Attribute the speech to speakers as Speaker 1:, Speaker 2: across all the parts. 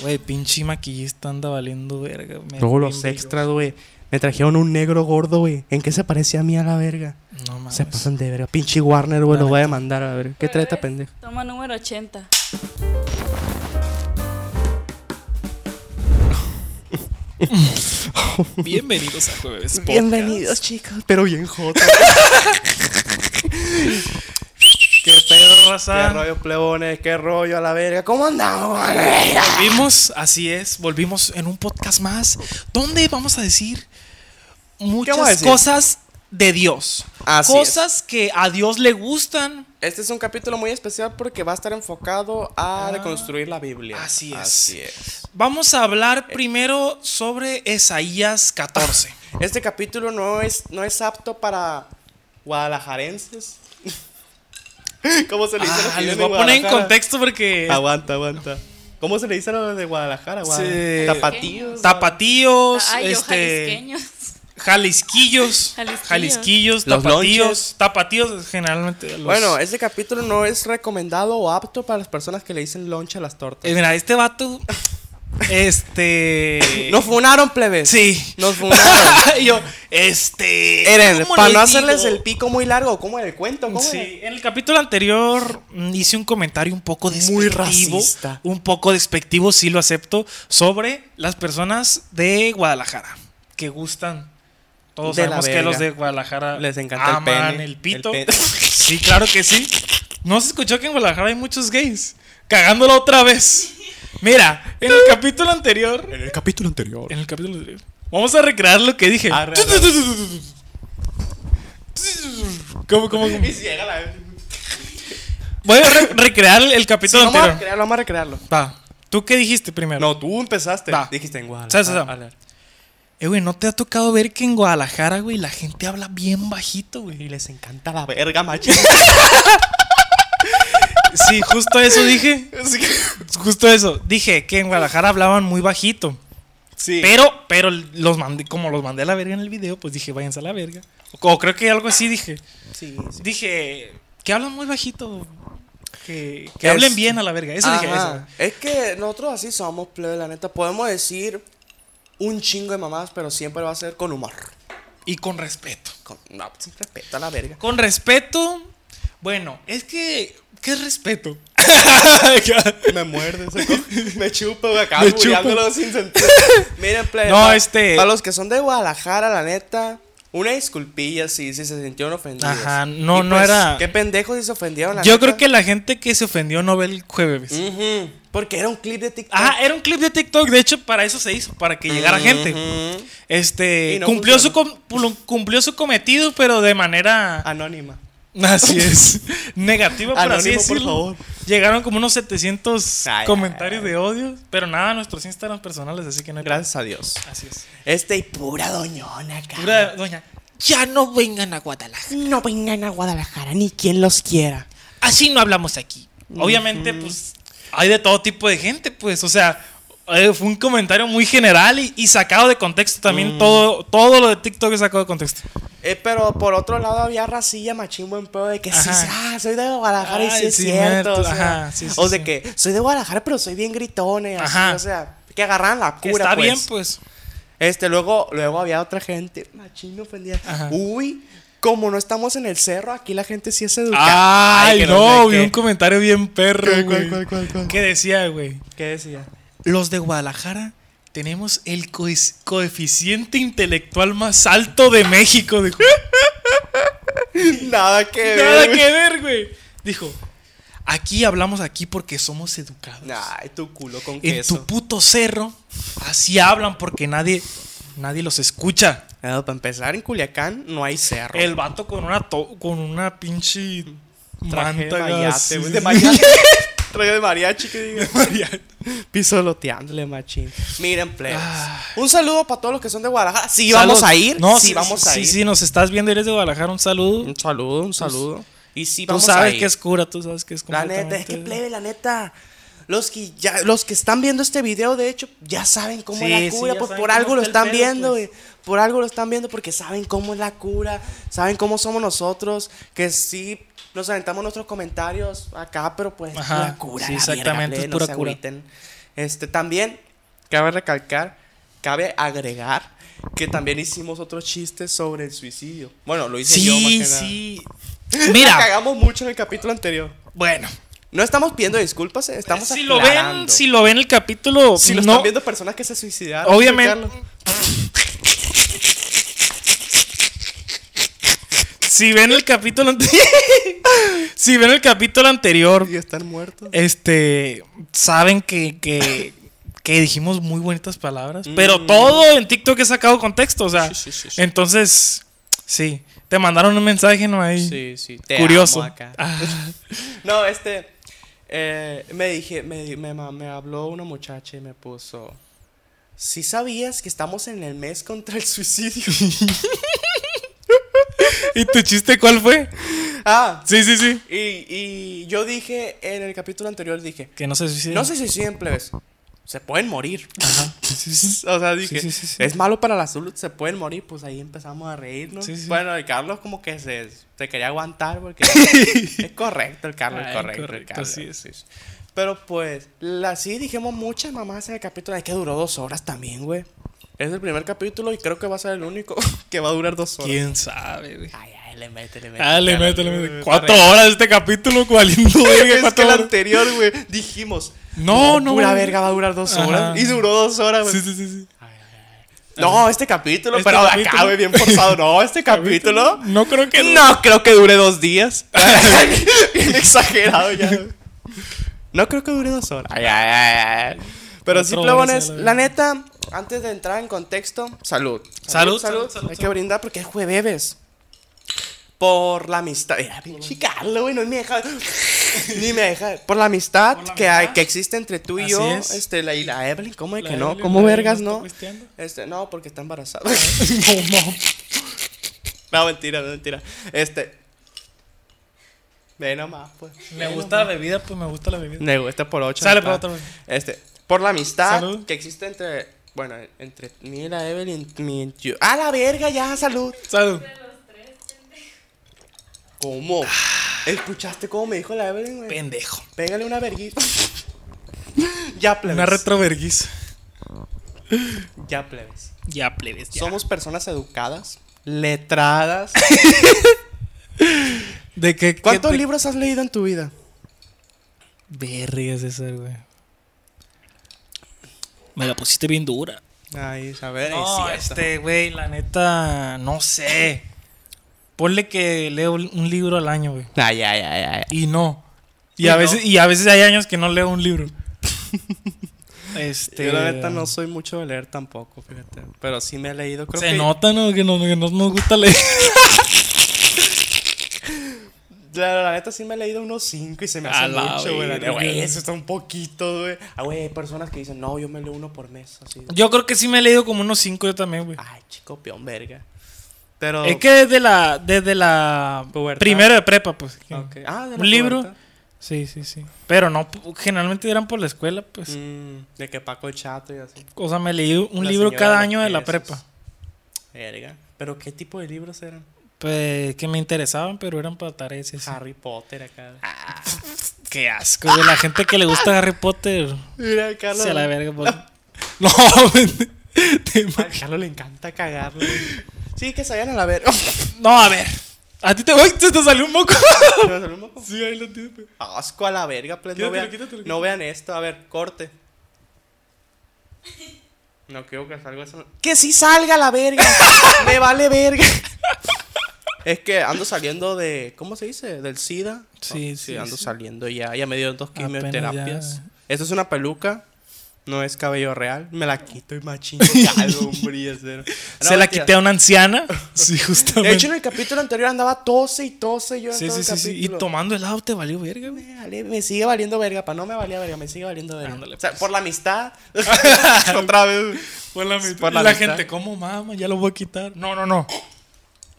Speaker 1: Güey, pinche maquillista anda valiendo verga. me-
Speaker 2: Luego
Speaker 1: me
Speaker 2: los
Speaker 1: envió.
Speaker 2: extras, güey. Me trajeron un negro gordo, güey. ¿En qué se parecía a mí a la verga?
Speaker 1: No mames.
Speaker 2: Se pasan de verga. Pinche Warner, güey. Lo
Speaker 1: La
Speaker 2: voy a demandar a ver. ¿Qué trae esta pendeja?
Speaker 3: Toma número 80.
Speaker 1: Bienvenidos a Jueves Podcast.
Speaker 2: Bienvenidos, chicos. Pero bien jota.
Speaker 1: Qué pedo,
Speaker 2: ¿Qué
Speaker 1: raza.
Speaker 2: rollo, plebones? ¿Qué rollo a la verga? ¿Cómo andamos, a la verga?
Speaker 1: Volvimos, así es. Volvimos en un podcast más donde vamos a decir muchas
Speaker 2: vamos a decir?
Speaker 1: cosas de Dios.
Speaker 2: Así
Speaker 1: cosas que a Dios le gustan.
Speaker 2: Este es un capítulo muy especial porque va a estar enfocado a
Speaker 1: Ah,
Speaker 2: reconstruir la Biblia.
Speaker 1: así es.
Speaker 2: Así es.
Speaker 1: Vamos a hablar primero sobre Esaías 14.
Speaker 2: Este capítulo no es, no es apto para guadalajarenses. ¿Cómo se le dice a Ah, los
Speaker 1: Ah,
Speaker 2: que
Speaker 1: les
Speaker 2: viven
Speaker 1: voy a
Speaker 2: en
Speaker 1: poner en
Speaker 2: Guadalajara?
Speaker 1: contexto porque
Speaker 2: Aguanta, aguanta. ¿Cómo se le dice a los de Guadalajara? Guada-
Speaker 1: Sí.
Speaker 2: Tapatíos.
Speaker 1: tapatíos,
Speaker 3: Ay, yo
Speaker 1: este,
Speaker 3: jalisqueños.
Speaker 1: jalisquillos,
Speaker 3: Jalisquillos.
Speaker 1: jalisquillos,
Speaker 2: Los
Speaker 1: tapatíos,
Speaker 2: lonches.
Speaker 1: tapatíos pues, generalmente. los-
Speaker 2: Bueno, este capítulo no es recomendado o apto para las personas que le dicen loncha a las tortas.
Speaker 1: Eh, mira, este vato este
Speaker 2: Nos funaron, plebes.
Speaker 1: Sí.
Speaker 2: Nos funaron.
Speaker 1: Y yo, este.
Speaker 2: Eren,
Speaker 1: ¿cómo
Speaker 2: para
Speaker 1: les
Speaker 2: no hacerles
Speaker 1: digo?
Speaker 2: el pico muy largo, ¿cómo era el cuento? ¿Cómo era?
Speaker 1: Sí, en el capítulo anterior mm, hice un comentario un poco despectivo.
Speaker 2: Muy racista.
Speaker 1: Un poco despectivo, sí lo acepto. Sobre las personas de Guadalajara que gustan. Todos
Speaker 2: De la
Speaker 1: sabemos que
Speaker 2: verga.
Speaker 1: los de Guadalajara
Speaker 2: Les encanta el
Speaker 1: aman
Speaker 2: pene,
Speaker 1: el pito.
Speaker 2: el pene.
Speaker 1: sí, claro que sí. No se escuchó que en Guadalajara hay muchos gays. Cagándolo otra vez. Mira, en el capítulo anterior.
Speaker 2: En el capítulo anterior.
Speaker 1: En el capítulo anterior. Vamos a recrear lo que dije.
Speaker 2: Arre,
Speaker 1: ¿Cómo, cómo, cómo?
Speaker 2: Y si llega la-
Speaker 1: Voy a re- recrear el capítulo
Speaker 2: Vamos a
Speaker 1: anterior.
Speaker 2: recrearlo, vamos a recrearlo.
Speaker 1: Va. ¿Tú qué dijiste primero?
Speaker 2: No, tú empezaste.
Speaker 1: Va.
Speaker 2: Dijiste en Guadalajara.
Speaker 1: Sa, sa, sa.
Speaker 2: A ver.
Speaker 1: Eh, güey, ¿no te ha tocado ver que en Guadalajara, güey, la gente habla bien bajito,
Speaker 2: Y
Speaker 1: güey?
Speaker 2: les encanta la verga, macho.
Speaker 1: Sí, justo eso dije. Justo eso. Dije que en Guadalajara hablaban muy bajito.
Speaker 2: sí.
Speaker 1: Pero, pero los mandé, como los mandé a la verga en el video, pues dije, váyanse a la verga. O, o creo que algo así dije.
Speaker 2: Sí, sí.
Speaker 1: Dije, que hablan muy bajito. Que, que
Speaker 2: Es-
Speaker 1: hablen bien a la verga. Eso dije, eso.
Speaker 2: Ajá. Es que nosotros así somos, plebe, la neta. Podemos decir un chingo de mamás, pero siempre va a ser con humor.
Speaker 1: Y con respeto.
Speaker 2: Con, no, sin respeto a la verga.
Speaker 1: Con respeto, bueno, es que. ¿Qué es respeto?
Speaker 2: Me muerde, ese co- me chupa, güey, acá
Speaker 1: Me chupa.
Speaker 2: muriéndolo sin sentido. Miren, plebe.
Speaker 1: No,
Speaker 2: pa-
Speaker 1: este-
Speaker 2: Para los que son de Guadalajara, la neta. Una disculpilla si, si se sintieron ofendidos. pues,
Speaker 1: Ajá, no, no era-
Speaker 2: Qué pendejos si se ofendieron. la
Speaker 1: Yo
Speaker 2: neta.
Speaker 1: creo que la gente que se ofendió no ve el jueves.
Speaker 2: Mm. Ujú, Porque era un clip de TikTok.
Speaker 1: Ah, era un clip de TikTok. De hecho, para eso se hizo, para que llegara gente.
Speaker 2: Ujú.
Speaker 1: Este.
Speaker 2: Y no
Speaker 1: cumplió, su com- cumplió su cometido, pero de manera.
Speaker 2: Anónima.
Speaker 1: Así es. Negativa, por así
Speaker 2: Anónimo, por
Speaker 1: decirlo.
Speaker 2: favor.
Speaker 1: Llegaron como unos 700
Speaker 2: Ay,
Speaker 1: comentarios
Speaker 2: ay, ay.
Speaker 1: de odio, pero nada, nuestros Instagram personales, así que no hay
Speaker 2: Gracias a Dios.
Speaker 1: problema. Así es.
Speaker 2: Este y pura doñona, acá.
Speaker 1: Pura doña, ya no vengan a Guadalajara.
Speaker 2: No vengan a Guadalajara ni quien los quiera.
Speaker 1: Así no hablamos aquí. Obviamente, pues hay de todo tipo de gente, pues, o sea, eh, fue un comentario muy general y, y sacado de contexto
Speaker 2: Mm.
Speaker 1: también. Todo, todo lo de TikTok es sacado de contexto.
Speaker 2: Eh, pero por otro lado había racilla machín buen pedo de que sí,
Speaker 1: Ajá.
Speaker 2: sí, ah, soy de Guadalajara y
Speaker 1: Ay,
Speaker 2: sí es
Speaker 1: sí,
Speaker 2: cierto.
Speaker 1: neta,
Speaker 2: o sea,
Speaker 1: ajá, sí, sí,
Speaker 2: o de
Speaker 1: sí.
Speaker 2: que soy de Guadalajara, pero soy bien gritone. así,
Speaker 1: Ajá.
Speaker 2: o sea, que agarran la
Speaker 1: Que
Speaker 2: cura.
Speaker 1: está
Speaker 2: pues.
Speaker 1: bien, pues.
Speaker 2: Este, luego, luego había otra gente, machín ofendida.
Speaker 1: Ajá.
Speaker 2: Uy, como no estamos en el cerro, aquí la gente sí es educada.
Speaker 1: Ay,
Speaker 2: que
Speaker 1: no,
Speaker 2: sé
Speaker 1: vi
Speaker 2: qué.
Speaker 1: un comentario bien perro.
Speaker 2: ¿Cuál, cuál,
Speaker 1: güey.
Speaker 2: cuál, cuál, cuál?
Speaker 1: ¿Qué decía, güey?
Speaker 2: ¿Qué decía?
Speaker 1: Los de Guadalajara tenemos el coes- coeficiente intelectual más alto de México. Dijo.
Speaker 2: Nada que
Speaker 1: Nada
Speaker 2: ver.
Speaker 1: que ver, güey. Dijo, aquí hablamos aquí porque somos educados.
Speaker 2: Ay, tu culo con
Speaker 1: en
Speaker 2: queso.
Speaker 1: tu puto cerro, así hablan porque nadie, nadie los escucha.
Speaker 2: Ah, para empezar, en Culiacán no hay cerro.
Speaker 1: El vato con una, to- con una pinche
Speaker 2: traje de
Speaker 1: manta,
Speaker 2: mayate,
Speaker 1: así.
Speaker 2: güey, de mariachi. traje de mariachi, que diga. Pisoloteándole, machín. Miren, plebes.
Speaker 1: Ah.
Speaker 2: Un saludo para todos los que son de Guadalajara. Sí, vamos
Speaker 1: Saludos.
Speaker 2: a ir.
Speaker 1: No,
Speaker 2: sí,
Speaker 1: si-
Speaker 2: vamos a ir.
Speaker 1: Si, si nos estás viendo, eres de Guadalajara, un saludo.
Speaker 2: Un saludo, un saludo. Y sí,
Speaker 1: Tú
Speaker 2: vamos a
Speaker 1: sabes
Speaker 2: ir.
Speaker 1: que es cura, tú sabes que es
Speaker 2: La neta, es que
Speaker 1: completamente-
Speaker 2: plebe, la neta. Los que, ya, los que están viendo este video, de hecho, ya saben cómo
Speaker 1: Sí,
Speaker 2: es
Speaker 1: sí,
Speaker 2: la cura.
Speaker 1: ya
Speaker 2: pues
Speaker 1: saben
Speaker 2: por
Speaker 1: cómo
Speaker 2: algo lo
Speaker 1: está el
Speaker 2: están
Speaker 1: pedo,
Speaker 2: viendo,
Speaker 1: pues.
Speaker 2: güey. Por algo lo están viendo porque saben cómo es la cura. Saben cómo somos nosotros. Que sí, nos aventamos nuestros comentarios acá, pero pues es
Speaker 1: Ajá,
Speaker 2: pura cura.
Speaker 1: sí,
Speaker 2: la verga,
Speaker 1: exactamente,
Speaker 2: plebe,
Speaker 1: es
Speaker 2: no
Speaker 1: pura
Speaker 2: se
Speaker 1: cura.
Speaker 2: agüiten. Este, también, cabe recalcar, cabe agregar que también hicimos otro chiste sobre el suicidio. Bueno, lo hice yo más que
Speaker 1: Sí,
Speaker 2: nada.
Speaker 1: sí.
Speaker 2: La
Speaker 1: Mira,
Speaker 2: cagamos mucho en el capítulo anterior.
Speaker 1: bueno.
Speaker 2: No estamos pidiendo disculpas, eh, estamos
Speaker 1: si lo ven,
Speaker 2: aclarando.
Speaker 1: si lo ven el capítulo,
Speaker 2: Si lo
Speaker 1: no,
Speaker 2: están viendo personas que se suicidaron.
Speaker 1: Obviamente.
Speaker 2: Carlos.
Speaker 1: si ven el capítulo anterior, si ven el capítulo anterior,
Speaker 2: Y están muertos.
Speaker 1: este, saben que, que, que dijimos muy bonitas palabras, pero todo en TikTok he sacado contexto, o sea,
Speaker 2: Sí, sí, sí, sí.
Speaker 1: entonces, sí, te mandaron un mensaje, ¿no? Ahí,
Speaker 2: Sí, sí. Te
Speaker 1: curioso.
Speaker 2: amo acá.
Speaker 1: Ah,
Speaker 2: No, este. eh, me dije, me, di- me, ma- me habló una muchacha y me puso. Si sabías que estamos en el mes contra el suicidio.
Speaker 1: ¿Y tu chiste cuál fue?
Speaker 2: ah,
Speaker 1: Sí, sí, sí.
Speaker 2: y, y yo dije en el capítulo anterior, dije,
Speaker 1: Que no se suiciden.
Speaker 2: no se suiciden plebes, se pueden morir.
Speaker 1: Ajá. Sí, sí.
Speaker 2: O sea, dije,
Speaker 1: sí, sí, sí.
Speaker 2: es malo para la salud, se pueden morir. Pues ahí empezamos a reírnos.
Speaker 1: Sí, sí.
Speaker 2: Bueno, el Carlos como que se, se quería aguantar porque es correcto el Carlos,
Speaker 1: Ah,
Speaker 2: es
Speaker 1: es
Speaker 2: correcto, el
Speaker 1: correcto,
Speaker 2: Carlos.
Speaker 1: así es.
Speaker 2: sí, sí. Pero pues, la, sí dijimos muchas mamás en el capítulo. Es que duró dos horas también, güey. Es el primer capítulo y creo que va a ser el único que va a durar dos horas.
Speaker 1: ¿Quién Ah, sabe, güey?
Speaker 2: Ay, ay, le mete, le mete.
Speaker 1: Dale,
Speaker 2: Carlos,
Speaker 1: métele,
Speaker 2: güey,
Speaker 1: métele.
Speaker 2: está
Speaker 1: Cuatro
Speaker 2: re-
Speaker 1: horas este capítulo, cualiendo, verga,
Speaker 2: Es que
Speaker 1: cuatro
Speaker 2: el
Speaker 1: horas.
Speaker 2: anterior, güey, dijimos.
Speaker 1: No, no,
Speaker 2: Pura
Speaker 1: güey.
Speaker 2: verga va a durar dos
Speaker 1: Ajá.
Speaker 2: horas. Y duró dos horas, güey.
Speaker 1: Sí, sí, sí, sí.
Speaker 2: No, este capítulo,
Speaker 1: Este
Speaker 2: pero de acá,
Speaker 1: capítulo.
Speaker 2: güey, bien forzado. No, este capítulo.
Speaker 1: No creo que.
Speaker 2: No creo que dure dos días. bien exagerado ya. No creo que dure dos horas. Ay, ay, ay, ay. Pero sí,
Speaker 1: Cuatro horas,
Speaker 2: plebones,
Speaker 1: a la
Speaker 2: la neta, antes de entrar en contexto, salud.
Speaker 1: Salud, salud,
Speaker 2: salud.
Speaker 1: salud,
Speaker 2: Hay que
Speaker 1: salud.
Speaker 2: brindar porque es jueves. Por la amistad. Era bien chicarlo, güey, no me deja. Ni me deja. Por la amistad,
Speaker 1: Por la
Speaker 2: que, hay,
Speaker 1: amistad.
Speaker 2: que existe entre tú y
Speaker 1: Así
Speaker 2: yo.
Speaker 1: es.
Speaker 2: Este, la, y la Evelyn, ¿cómo de
Speaker 1: La
Speaker 2: que no?
Speaker 1: Evelyn,
Speaker 2: ¿Cómo
Speaker 1: la
Speaker 2: vergas
Speaker 1: Evelyn no está
Speaker 2: no?
Speaker 1: pisteando.
Speaker 2: Este, no, porque está embarazada.
Speaker 1: No, no.
Speaker 2: No, mentira, mentira. Este. Ve nomás, pues.
Speaker 1: Me gusta la bebida, pues me gusta la bebida.
Speaker 2: Me gusta por ocho.
Speaker 1: Sale pues,
Speaker 2: mi
Speaker 1: por
Speaker 2: pa.
Speaker 1: otro.
Speaker 2: Este. Por la amistad
Speaker 1: Salud.
Speaker 2: que existe entre. Bueno, entre mí y la Evelyn. Mi, yo. ¡A la verga ya! ¡Salud!
Speaker 1: Salud.
Speaker 2: ¿Cómo?
Speaker 1: Ah.
Speaker 2: ¿Escuchaste cómo me dijo la Evelyn, güey?
Speaker 1: Pendejo.
Speaker 2: Pégale una verguita. ya plebes.
Speaker 1: Una retroverguiza.
Speaker 2: Ya plebes.
Speaker 1: Ya, plebes. ya.
Speaker 2: Somos personas educadas, letradas.
Speaker 1: ¿De qué? qué
Speaker 2: ¿Cuántos
Speaker 1: te-
Speaker 2: libros has leído en tu vida?
Speaker 1: Vergas esa, güey. Me la pusiste bien dura.
Speaker 2: Ay, a ver,
Speaker 1: No, este, güey, la neta, no sé. Ponle que leo un libro al año, güey.
Speaker 2: Ay, ay, ay, ay.
Speaker 1: Y no. Y,
Speaker 2: Y
Speaker 1: a
Speaker 2: no.
Speaker 1: veces, y a veces hay años que no leo un libro. este.
Speaker 2: Yo la neta no soy mucho de leer tampoco, fíjate. Pero sí me he leído, creo
Speaker 1: Se
Speaker 2: que.
Speaker 1: nota, ¿no? Que no, que no nos gusta leer.
Speaker 2: La, la neta sí me he leído unos 5 y se me
Speaker 1: A
Speaker 2: hace
Speaker 1: la
Speaker 2: mucho, güey. la neta,
Speaker 1: verga.
Speaker 2: Güey, eso está un poquito, güey. Ah, güey, hay personas que dicen, no, yo me leo uno por mes, así.
Speaker 1: Yo creo que sí me he leído como unos cinco yo también, güey.
Speaker 2: Ay, chico, peón, verga. Pero.
Speaker 1: Es que desde la, desde la
Speaker 2: Pubertad.
Speaker 1: primero de prepa, pues. que-
Speaker 2: Ok. Ah, de la
Speaker 1: un libro.
Speaker 2: pubertad.
Speaker 1: Sí, sí, sí. Pero no, pu- generalmente eran por la escuela, pues.
Speaker 2: Mm, de que Paco el Chato y así.
Speaker 1: O sea, me leí un
Speaker 2: La
Speaker 1: libro
Speaker 2: señora
Speaker 1: cada
Speaker 2: de los
Speaker 1: año de la
Speaker 2: quesos.
Speaker 1: prepa.
Speaker 2: Verga. Pero qué tipo de libros eran?
Speaker 1: Pues que me interesaban, pero eran para tareas. y así.
Speaker 2: Harry Potter acá.
Speaker 1: Ah. Qué asco, de la gente que le gusta Harry Potter.
Speaker 2: Mira, Carlos.
Speaker 1: Se la verga, pues. No, te
Speaker 2: A Carlos le encanta cagarle. Sí, que se vayan a la verga.
Speaker 1: No, a ver. A ti te. ¡Uy! Se te salió un moco.
Speaker 2: ¿Se me salió un moco?
Speaker 1: Sí, ahí lo pues. tienes.
Speaker 2: Asco a la verga, please. No
Speaker 1: Quítatelo,
Speaker 2: vean,
Speaker 1: quítatelo,
Speaker 2: no vean esto. A ver, corte. No quiero que salga eso. ¡Que sí salga la verga! ¡Me vale verga! Es que ando saliendo de. ¿Cómo se dice? Del SIDA.
Speaker 1: Sí,
Speaker 2: Ah,
Speaker 1: sí,
Speaker 2: Ando
Speaker 1: sí.
Speaker 2: saliendo ya. Ya me dieron dos
Speaker 1: Apenas
Speaker 2: quimioterapias.
Speaker 1: ya.
Speaker 2: Esto es una peluca. No es cabello real. Me la quito y machín. hombre,
Speaker 1: Se la quité a una anciana. Sí,
Speaker 2: De hecho, en
Speaker 1: justamente.
Speaker 2: el capítulo anterior andaba tose y tose. Yo en
Speaker 1: Sí,
Speaker 2: todo
Speaker 1: sí,
Speaker 2: el
Speaker 1: sí, sí. Y
Speaker 2: capítulo.
Speaker 1: tomando helado te valió verga, güey.
Speaker 2: Me vale- Me sigue valiendo verga, pa. No me valía verga, me sigue valiendo verga.
Speaker 1: Ándale,
Speaker 2: o sea,
Speaker 1: pues.
Speaker 2: por la amistad. Otra vez.
Speaker 1: Por la, mitad.
Speaker 2: Por la
Speaker 1: la,
Speaker 2: mitad.
Speaker 1: gente, ¿cómo mama? Ya lo voy a quitar. No, no, no.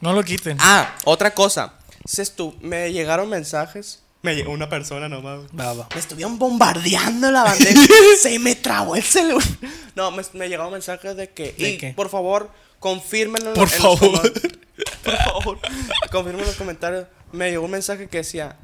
Speaker 1: No lo quiten.
Speaker 2: Ah, otra cosa. Se estu- me llegaron mensajes. Me llegó una persona nomás. güey.
Speaker 1: Va, va.
Speaker 2: Me estuvieron bombardeando la bandeja. Se me trabó el celular. No, me, me llegaron mensajes de que.
Speaker 1: ¿De
Speaker 2: y,
Speaker 1: qué?
Speaker 2: por favor, confírmenlo. en
Speaker 1: Por
Speaker 2: los- en los
Speaker 1: favor.
Speaker 2: comen- por favor. Confirmen los comentarios. Me llegó un mensaje que decía.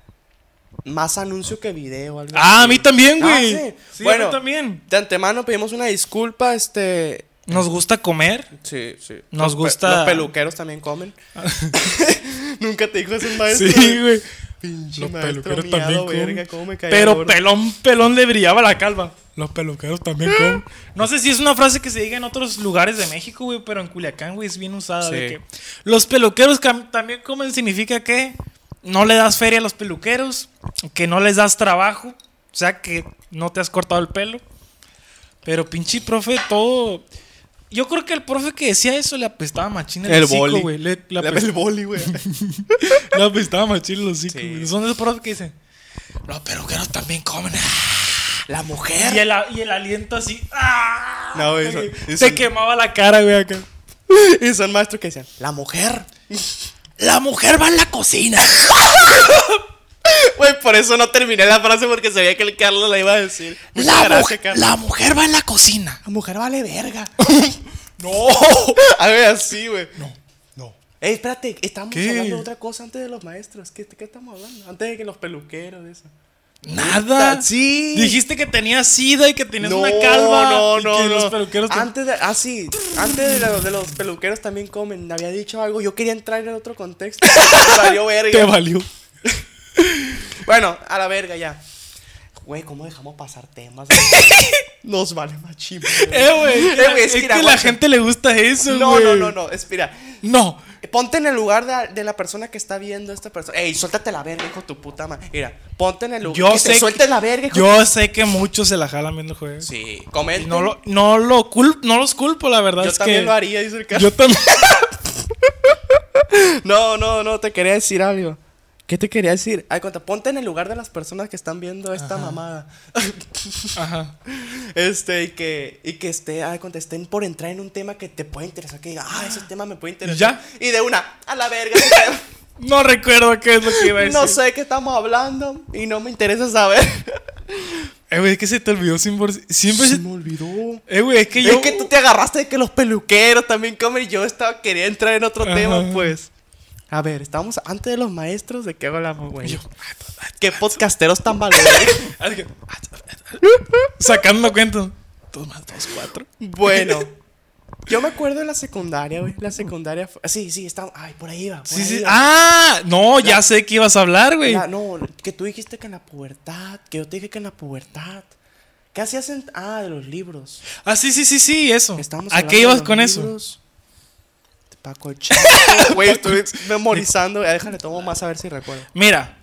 Speaker 2: más anuncio que video. Algo
Speaker 1: Ah,
Speaker 2: así.
Speaker 1: a mí también, güey.
Speaker 2: Ah, sí.
Speaker 1: Sí, a
Speaker 2: bueno,
Speaker 1: mí también.
Speaker 2: De antemano pedimos una disculpa, este.
Speaker 1: Nos gusta comer.
Speaker 2: Sí, sí.
Speaker 1: Nos
Speaker 2: Los pe-
Speaker 1: gusta-
Speaker 2: Los peluqueros también comen. Nunca te dijo eso un maestro.
Speaker 1: Sí, güey.
Speaker 2: Pinche
Speaker 1: Los
Speaker 2: maestro
Speaker 1: peluqueros
Speaker 2: miado,
Speaker 1: también comen.
Speaker 2: verga, cómo me caía
Speaker 1: Pero
Speaker 2: gordo.
Speaker 1: pelón, pelón le brillaba la calva. Los peluqueros también comen. No sé si es una frase que se diga en otros lugares de México, güey, pero en Culiacán, güey, es bien usada. De
Speaker 2: Sí.
Speaker 1: que los peluqueros cam- también comen significa que no le das feria a los peluqueros, que no les das trabajo, o sea, que no te has cortado el pelo. Pero pinche profe, todo... Yo creo que el profe que decía eso le apestaba machina el,
Speaker 2: El
Speaker 1: hocico,
Speaker 2: boli.
Speaker 1: güey. Le- le
Speaker 2: La-
Speaker 1: apestaba-
Speaker 2: el boli, güey.
Speaker 1: no, pues estaba machín los hocico,
Speaker 2: Sí.
Speaker 1: güey. Son esos pros que dicen. Los peluqueros también comen.
Speaker 2: La
Speaker 1: Y
Speaker 2: mujer.
Speaker 1: el, a- y el aliento así. ¡ah!
Speaker 2: No, güey,
Speaker 1: Te-
Speaker 2: eso- eso-
Speaker 1: Te quemaba la cara, güey, acá.
Speaker 2: Y son maestros que decían, la mujer. La mujer va a la cocina. Güey, por eso no terminé la frase porque sabía que el Carlos la iba a decir. Muchas gracias, Carlos.
Speaker 1: mujer va en la cocina.
Speaker 2: La mujer vale verga.
Speaker 1: ¡No!
Speaker 2: A ver, así, güey. No, no. Ey, espérate, estamos
Speaker 1: ¿Qué?
Speaker 2: hablando de otra cosa antes de los maestros. ¿Qué, qué estamos hablando? Antes de que los peluqueros, de eso.
Speaker 1: Nada.
Speaker 2: Sí.
Speaker 1: Dijiste que tenías sida y que tenías una calva.
Speaker 2: No,
Speaker 1: y
Speaker 2: no,
Speaker 1: que
Speaker 2: no.
Speaker 1: Los peluqueros te-
Speaker 2: Antes de, ah, sí, antes de, lo- de los peluqueros también comen. Había dicho algo, yo quería entrar en otro contexto. Valió
Speaker 1: te
Speaker 2: verga.
Speaker 1: valió.
Speaker 2: Bueno, a la verga ya. Güey, ¿cómo dejamos pasar temas? Nos vale machín.
Speaker 1: Eh, güey.
Speaker 2: Eh, güey,
Speaker 1: es
Speaker 2: es que
Speaker 1: que,
Speaker 2: mira,
Speaker 1: la
Speaker 2: guacha.
Speaker 1: gente le gusta eso,
Speaker 2: No,
Speaker 1: güey.
Speaker 2: no, no, no, espera.
Speaker 1: No.
Speaker 2: Ponte en el lugar de, de la persona que está viendo a esta persona. Ey, suéltate la verga, hijo de tu puta madre. Mira, ponte en el lugar.
Speaker 1: Yo
Speaker 2: que
Speaker 1: sé.
Speaker 2: te
Speaker 1: que-
Speaker 2: sueltes la verga, hijo de
Speaker 1: Yo sé que muchos se la jalan viendo el juego.
Speaker 2: Sí, comenten.
Speaker 1: No lo, no lo cul- no los culpo, la verdad.
Speaker 2: yo
Speaker 1: es
Speaker 2: también
Speaker 1: que
Speaker 2: lo haría, dice el
Speaker 1: Yo también.
Speaker 2: No, no, no, te quería decir algo. ¿Qué te quería decir? Ay, cuenta, ponte en el lugar de las personas que están viendo esta mamada.
Speaker 1: Ajá.
Speaker 2: Este, y que, y que esté, ay, cuenta, estén por entrar en un tema que te puede interesar, que diga, ah, ese tema me puede interesar. Y de una, a la verga,
Speaker 1: No recuerdo qué es lo que iba a decir.
Speaker 2: no sé qué estamos hablando y no me interesa saber.
Speaker 1: Eh, güey, es que se te olvidó sin por- Siempre
Speaker 2: Se
Speaker 1: se.
Speaker 2: me olvidó.
Speaker 1: Eh, güey, es que yo.
Speaker 2: Es que tú te agarraste de que los peluqueros también comen y yo estaba, quería entrar en otro
Speaker 1: Ajá.
Speaker 2: tema, pues. A ver, estamos antes de los maestros, ¿de qué hablamos, güey?
Speaker 1: Yo-
Speaker 2: ¿Qué podcasteros tan valores?
Speaker 1: Ah, es que- Sacando cuentas. Dos más dos, cuatro.
Speaker 2: Bueno, yo me acuerdo de la secundaria, güey. La secundaria fue. Sí, sí, estaba. Ay, por ahí iba. por
Speaker 1: Sí,
Speaker 2: ahí
Speaker 1: sí.
Speaker 2: iba.
Speaker 1: Ah, no, ya sé que ibas a hablar, güey.
Speaker 2: La- no, que tú dijiste que en la pubertad. Que yo te dije que en la pubertad. ¿Qué hacías en.? Ah, de los libros.
Speaker 1: Ah, sí, sí, sí, sí, eso.
Speaker 2: Estamos
Speaker 1: ¿A qué ibas con eso?
Speaker 2: eso? Paco Chaco. Güey, estuve memorizando. Ya, déjale, tomo más a ver si recuerdo.
Speaker 1: Mira,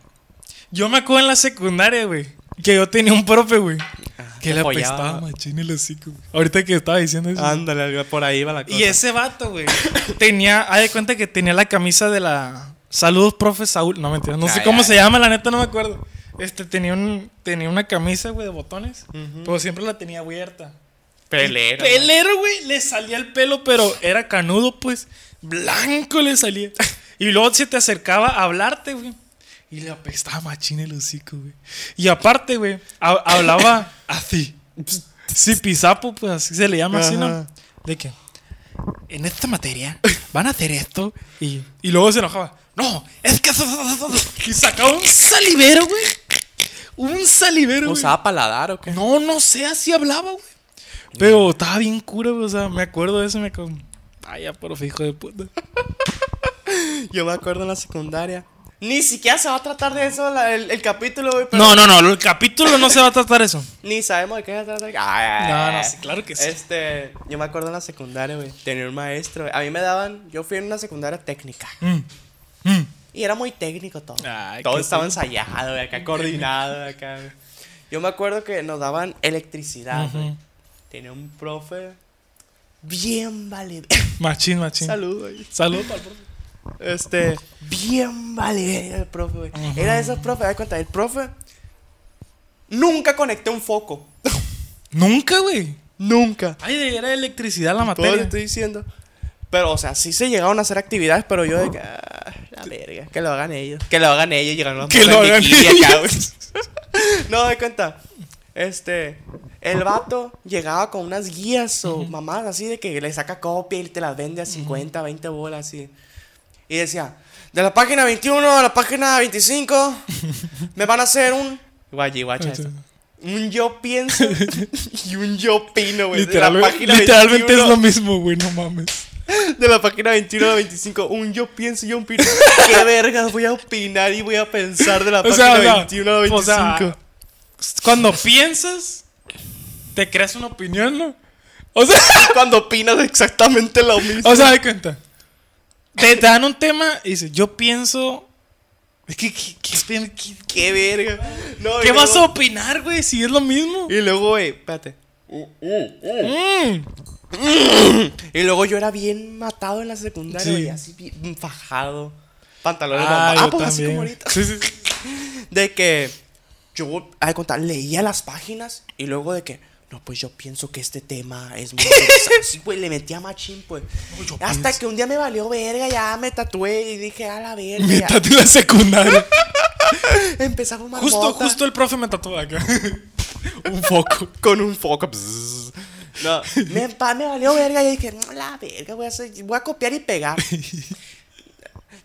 Speaker 1: yo me acuerdo en la secundaria, güey, que yo tenía un profe, güey, que
Speaker 2: te
Speaker 1: le
Speaker 2: apoyaba.
Speaker 1: apestaba machín el hocico. güey. Ahorita que estaba diciendo eso.
Speaker 2: Ándale, por ahí va la
Speaker 1: Y ese vato, güey, tenía, haz de cuenta que tenía la camisa de la. Saludos, profe Saúl. No, mentira, no sé
Speaker 2: Ay,
Speaker 1: cómo
Speaker 2: ay.
Speaker 1: se llama, la neta no me acuerdo. Este, tenía, un, tenía una camisa, güey, de botones, pero siempre la tenía abierta.
Speaker 2: Pelero.
Speaker 1: Pelero, güey, le salía el pelo, pero era canudo, pues. Blanco le salía. Y luego se te acercaba a hablarte, güey. Y le apestaba machín el hocico, güey. Y aparte, güey, ha- hablaba así. Sí, pisapo, pues así se le llama, así, ¿no?
Speaker 2: Ajá.
Speaker 1: De que en esta materia van a hacer esto. Y, y luego se enojaba. No, es que. Y sacaba un salivero, güey. Un salivero, güey.
Speaker 2: ¿Usaba paladar o qué?
Speaker 1: No, no sé, así hablaba, güey. Pero estaba bien cura, güey. O sea, me acuerdo de eso y me como. Vaya, profe, hijo de puta.
Speaker 2: Yo me acuerdo en la secundaria. Ni siquiera se va a tratar de eso la- el, el capítulo, güey. pero-
Speaker 1: No, no, no, el capítulo no se va a tratar eso.
Speaker 2: Ni sabemos de qué se trata.
Speaker 1: No,
Speaker 2: Ah,
Speaker 1: no, sí, claro que sí.
Speaker 2: Este, yo me acuerdo en la secundaria, güey. Tenía un maestro. güey. A mí me daban. Yo fui en una secundaria técnica.
Speaker 1: Mm, mm.
Speaker 2: Y era muy técnico todo.
Speaker 1: Ay,
Speaker 2: todo
Speaker 1: qué
Speaker 2: estaba ensayado, güey, acá coordinado, güey, acá. güey. Yo me acuerdo que nos daban electricidad, güey.
Speaker 1: Ujú.
Speaker 2: Tenía un profe. Bien vale.
Speaker 1: Machín, machín. Salud.
Speaker 2: Salud, güey.
Speaker 1: Salud para el profe.
Speaker 2: Este, bien vale el profe, güey.
Speaker 1: Ajá.
Speaker 2: Era de esos profe, da cuenta, el profe nunca conecté un foco.
Speaker 1: Nunca, güey.
Speaker 2: nunca.
Speaker 1: Ay, de- era electricidad la
Speaker 2: Todo lo
Speaker 1: materia.
Speaker 2: estoy diciendo. Pero, o sea, sí se llegaron a hacer actividades, pero yo de que. ah, la verga. Que lo hagan ellos. Que lo hagan ellos. Llegaron los
Speaker 1: Que lo
Speaker 2: morros en
Speaker 1: hagan
Speaker 2: bikini acá,
Speaker 1: ellos.
Speaker 2: güey. No, de cuenta. Este. El vato llegaba con unas guías o mamás así de que le saca copia y te las vende a 50, 20 bolas así. Y decía, de la página 21 a la página 25, me van a hacer un. Guachi,
Speaker 1: Ah,
Speaker 2: guacha esto.
Speaker 1: Pues,
Speaker 2: Un yo pienso y un yo opino, güey. Pues, De la
Speaker 1: Literalmente,
Speaker 2: página
Speaker 1: literalmente es
Speaker 2: 21
Speaker 1: lo mismo, güey, no mames.
Speaker 2: de la página 21 a 25, un yo pienso y yo opino. ¿Qué vergas voy a opinar y voy a pensar de la
Speaker 1: O
Speaker 2: página
Speaker 1: sea, no.
Speaker 2: 21 a 25?
Speaker 1: O sea, Cuando piensas, te creas una opinión, ¿no? O sea,
Speaker 2: cuando opinas exactamente lo mismo.
Speaker 1: o sea, de cuenta. Te, te dan un tema y dices, yo pienso. Es que, ¿qué, qué- qué-
Speaker 2: qué verga. No, y
Speaker 1: qué
Speaker 2: luego-
Speaker 1: vas a opinar, güey? Si es lo mismo.
Speaker 2: Y luego, güey, espérate. Uh,
Speaker 1: Mm.
Speaker 2: Y luego yo era bien matado en la secundaria,
Speaker 1: Sí.
Speaker 2: güey, así bien fajado. Pantalones
Speaker 1: Ah,
Speaker 2: bomba-
Speaker 1: yo
Speaker 2: ah, pues así
Speaker 1: también.
Speaker 2: como ahorita.
Speaker 1: Sí, sí, sí.
Speaker 2: De que yo, a contar, leía las páginas y luego de que, no, pues yo pienso que este tema es muy interesante. Así, güey, le metía machín, pues.
Speaker 1: yo
Speaker 2: Hasta que un día me valió verga, ya me tatué y dije, a la verga.
Speaker 1: Me
Speaker 2: ya".
Speaker 1: tatué la secundaria.
Speaker 2: Empecé a fumar
Speaker 1: Justo,
Speaker 2: mota.
Speaker 1: justo el profe me tatuó acá. un foco.
Speaker 2: Con un foco. bzzz. No, me, pa- me valió verga y dije, "No, la verga, voy a, hacer- voy a copiar y pegar.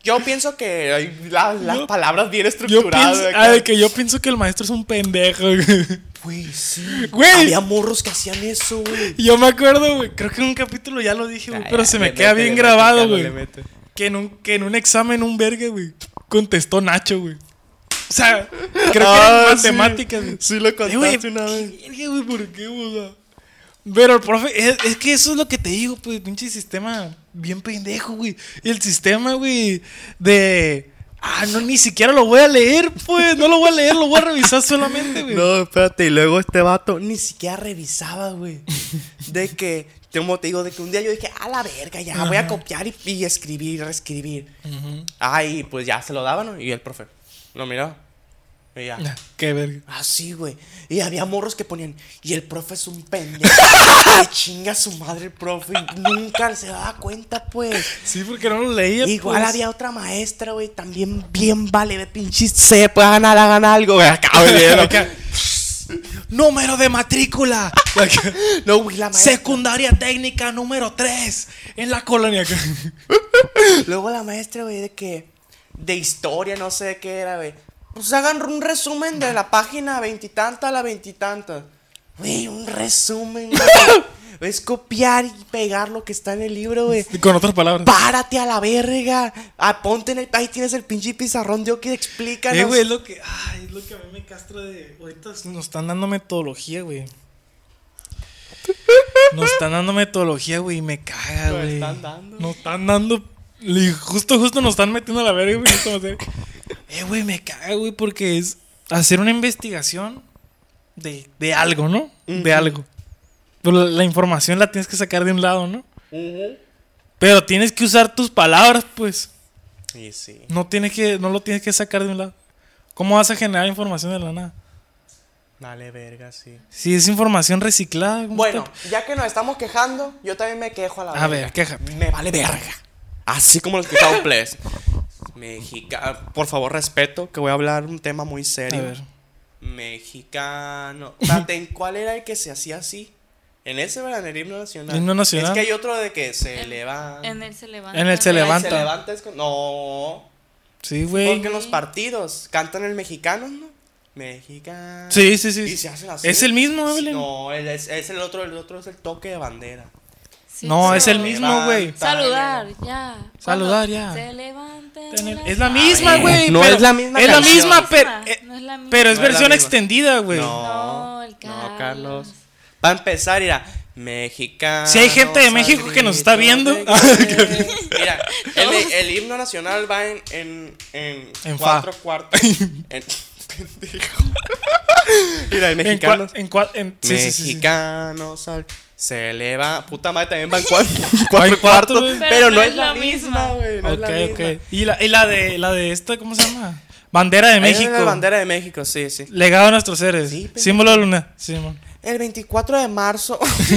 Speaker 2: Yo pienso que hay la- las
Speaker 1: Yo-
Speaker 2: palabras bien
Speaker 1: Yo
Speaker 2: estructuradas.
Speaker 1: pienso,
Speaker 2: acá.
Speaker 1: ah, de que yo pienso que el maestro es un pendejo, güey.
Speaker 2: Güey, sí.
Speaker 1: Güey.
Speaker 2: Había morros que hacían eso, güey.
Speaker 1: Yo me acuerdo, güey, creo que en un capítulo ya lo dije, güey,
Speaker 2: Ah,
Speaker 1: pero
Speaker 2: ya,
Speaker 1: se
Speaker 2: le
Speaker 1: me
Speaker 2: mete,
Speaker 1: queda
Speaker 2: le
Speaker 1: bien
Speaker 2: mete,
Speaker 1: grabado,
Speaker 2: Carlos, le
Speaker 1: güey.
Speaker 2: mete.
Speaker 1: Que, en un- que en un examen, un verga, güey, contestó Nacho, güey. O sea, creo que era
Speaker 2: Ah,
Speaker 1: en matemáticas.
Speaker 2: Sí,
Speaker 1: güey.
Speaker 2: sí lo
Speaker 1: Eh, güey,
Speaker 2: contaste una vez.
Speaker 1: qué verga, güey, ¿por qué, güey? O sea, Pero el profe, es, es que eso es lo que te digo, pues, pinche sistema bien pendejo, güey. El sistema, güey, de. Ah, no, ni siquiera lo voy a leer, pues. No lo voy a leer, lo voy a revisar solamente, güey.
Speaker 2: No, espérate, y luego este vato ni siquiera revisaba, güey. De que, como te digo, de que un día yo dije, a la verga, ya voy a copiar y, y escribir, reescribir. Ay, pues ya se lo daban, ¿no? Y el profe lo miraba. Y ya.
Speaker 1: Ah, Qué verga.
Speaker 2: Así, güey. Y había morros que ponían, y el profe es un pendejo. Ay, chinga su madre el profe. y Nunca se daba cuenta, pues.
Speaker 1: Sí, porque no lo leía.
Speaker 2: Igual
Speaker 1: pues.
Speaker 2: había otra maestra, güey, también bien vale de pinche se puede ganar, hagan algo, güey. Acá, güey, bien, acá.
Speaker 1: Número de matrícula.
Speaker 2: No, güey, la maestra.
Speaker 1: Secundaria técnica número 3 en la colonia.
Speaker 2: Luego la maestra, güey, de que. De historia, no sé de qué era, güey. Pues hagan un resumen de la página veintitanta a la veintitanta. Güey, un resumen, güey. Es copiar y pegar lo que está en el libro, güey.
Speaker 1: Con otras palabras.
Speaker 2: Párate a la verga. Ah, ponte en el. Ahí tienes el pinche pizarrón de que explica.
Speaker 1: Eh, güey, es lo que, ay, es lo que a mí me castra de. Ahorita nos están dando metodología, güey. Nos están dando metodología, güey, y me caga,
Speaker 2: Nos
Speaker 1: güey.
Speaker 2: están dando.
Speaker 1: Nos están dando. y Justo, justo nos están metiendo a la verga, güey. es como hacer- Eh, güey, me caga, güey, porque es hacer una investigación de, de algo, ¿no? De algo. Pero la, la información la tienes que sacar de un lado, ¿no? Pero tienes que usar tus palabras, pues.
Speaker 2: Y sí.
Speaker 1: No tienes que, no lo tienes que sacar de un lado. ¿Cómo vas a generar información de la nada?
Speaker 2: Dale verga, sí.
Speaker 1: Si es información reciclada. ¿cómo
Speaker 2: Bueno,
Speaker 1: está?
Speaker 2: ya que nos estamos quejando, yo también me quejo a la
Speaker 1: A
Speaker 2: verga.
Speaker 1: ver, queja.
Speaker 2: Me vale verga. Así como los que son ples. Mexica, por favor, respeto, que voy a hablar un tema muy
Speaker 1: A
Speaker 2: serio.
Speaker 1: ver.
Speaker 2: Mexicano. Espérate, ¿en cuál era el que se hacía así? En ese, ¿verdad? En el himno nacional.
Speaker 1: Himno nacional.
Speaker 2: Es que hay otro de que se
Speaker 3: En-
Speaker 2: levanta.
Speaker 3: En él se levanta.
Speaker 1: En él se
Speaker 2: Ay,
Speaker 1: levanta.
Speaker 2: Se levanta es con- No.
Speaker 1: Sí,
Speaker 2: Porque
Speaker 1: güey.
Speaker 2: en los partidos cantan el mexicano, ¿no? Mexicano.
Speaker 1: Sí, sí, sí.
Speaker 2: Y se hacen así.
Speaker 1: ¿Es el mismo,
Speaker 2: Sí,
Speaker 1: Evelyn?
Speaker 2: No, el- es, es el otro, el otro es el toque de bandera.
Speaker 3: Sí,
Speaker 1: No,
Speaker 3: pero-
Speaker 1: es el mismo, güey.
Speaker 2: Levanta.
Speaker 3: Saludar, ya. Cuando
Speaker 1: Saludar, ya.
Speaker 3: Se levanta.
Speaker 1: Es la misma,
Speaker 2: No,
Speaker 1: güey.
Speaker 2: no
Speaker 1: pero-
Speaker 2: es la misma
Speaker 1: Es la
Speaker 2: canción.
Speaker 1: misma, pero, eh,
Speaker 3: No es la misma.
Speaker 1: pero es
Speaker 2: No es la
Speaker 1: versión
Speaker 2: misma.
Speaker 1: extendida, güey.
Speaker 3: No, el Carlos.
Speaker 2: Va a empezar, mira. Mexicano.
Speaker 1: Si hay gente de México
Speaker 2: al
Speaker 1: que nos está
Speaker 2: grito
Speaker 1: viendo.
Speaker 2: de que- mira, el, el himno nacional va en. En, en,
Speaker 1: En fa.
Speaker 2: cuatro cuartos. En- pendejo. mira, el
Speaker 1: En cua-
Speaker 2: mexicano.
Speaker 1: en cua- en- sí, sí, sí, sí.
Speaker 2: Mexicanos al- se le va. Puta madre, también van cuatro,
Speaker 1: Hay
Speaker 2: cuatro
Speaker 1: cuatro,
Speaker 2: cuartos.
Speaker 1: güey.
Speaker 2: Pero, no es la misma, güey. No es la
Speaker 1: Ok,
Speaker 2: misma.
Speaker 1: ok. ¿Y la, y la de, la de esta, cómo se llama? Bandera de
Speaker 2: Ahí viene
Speaker 1: México.
Speaker 2: La bandera de México, sí, sí.
Speaker 1: Legado a nuestros seres.
Speaker 2: Sí, pendejo.
Speaker 1: Símbolo de luna. Simón.
Speaker 2: El 24 de marzo.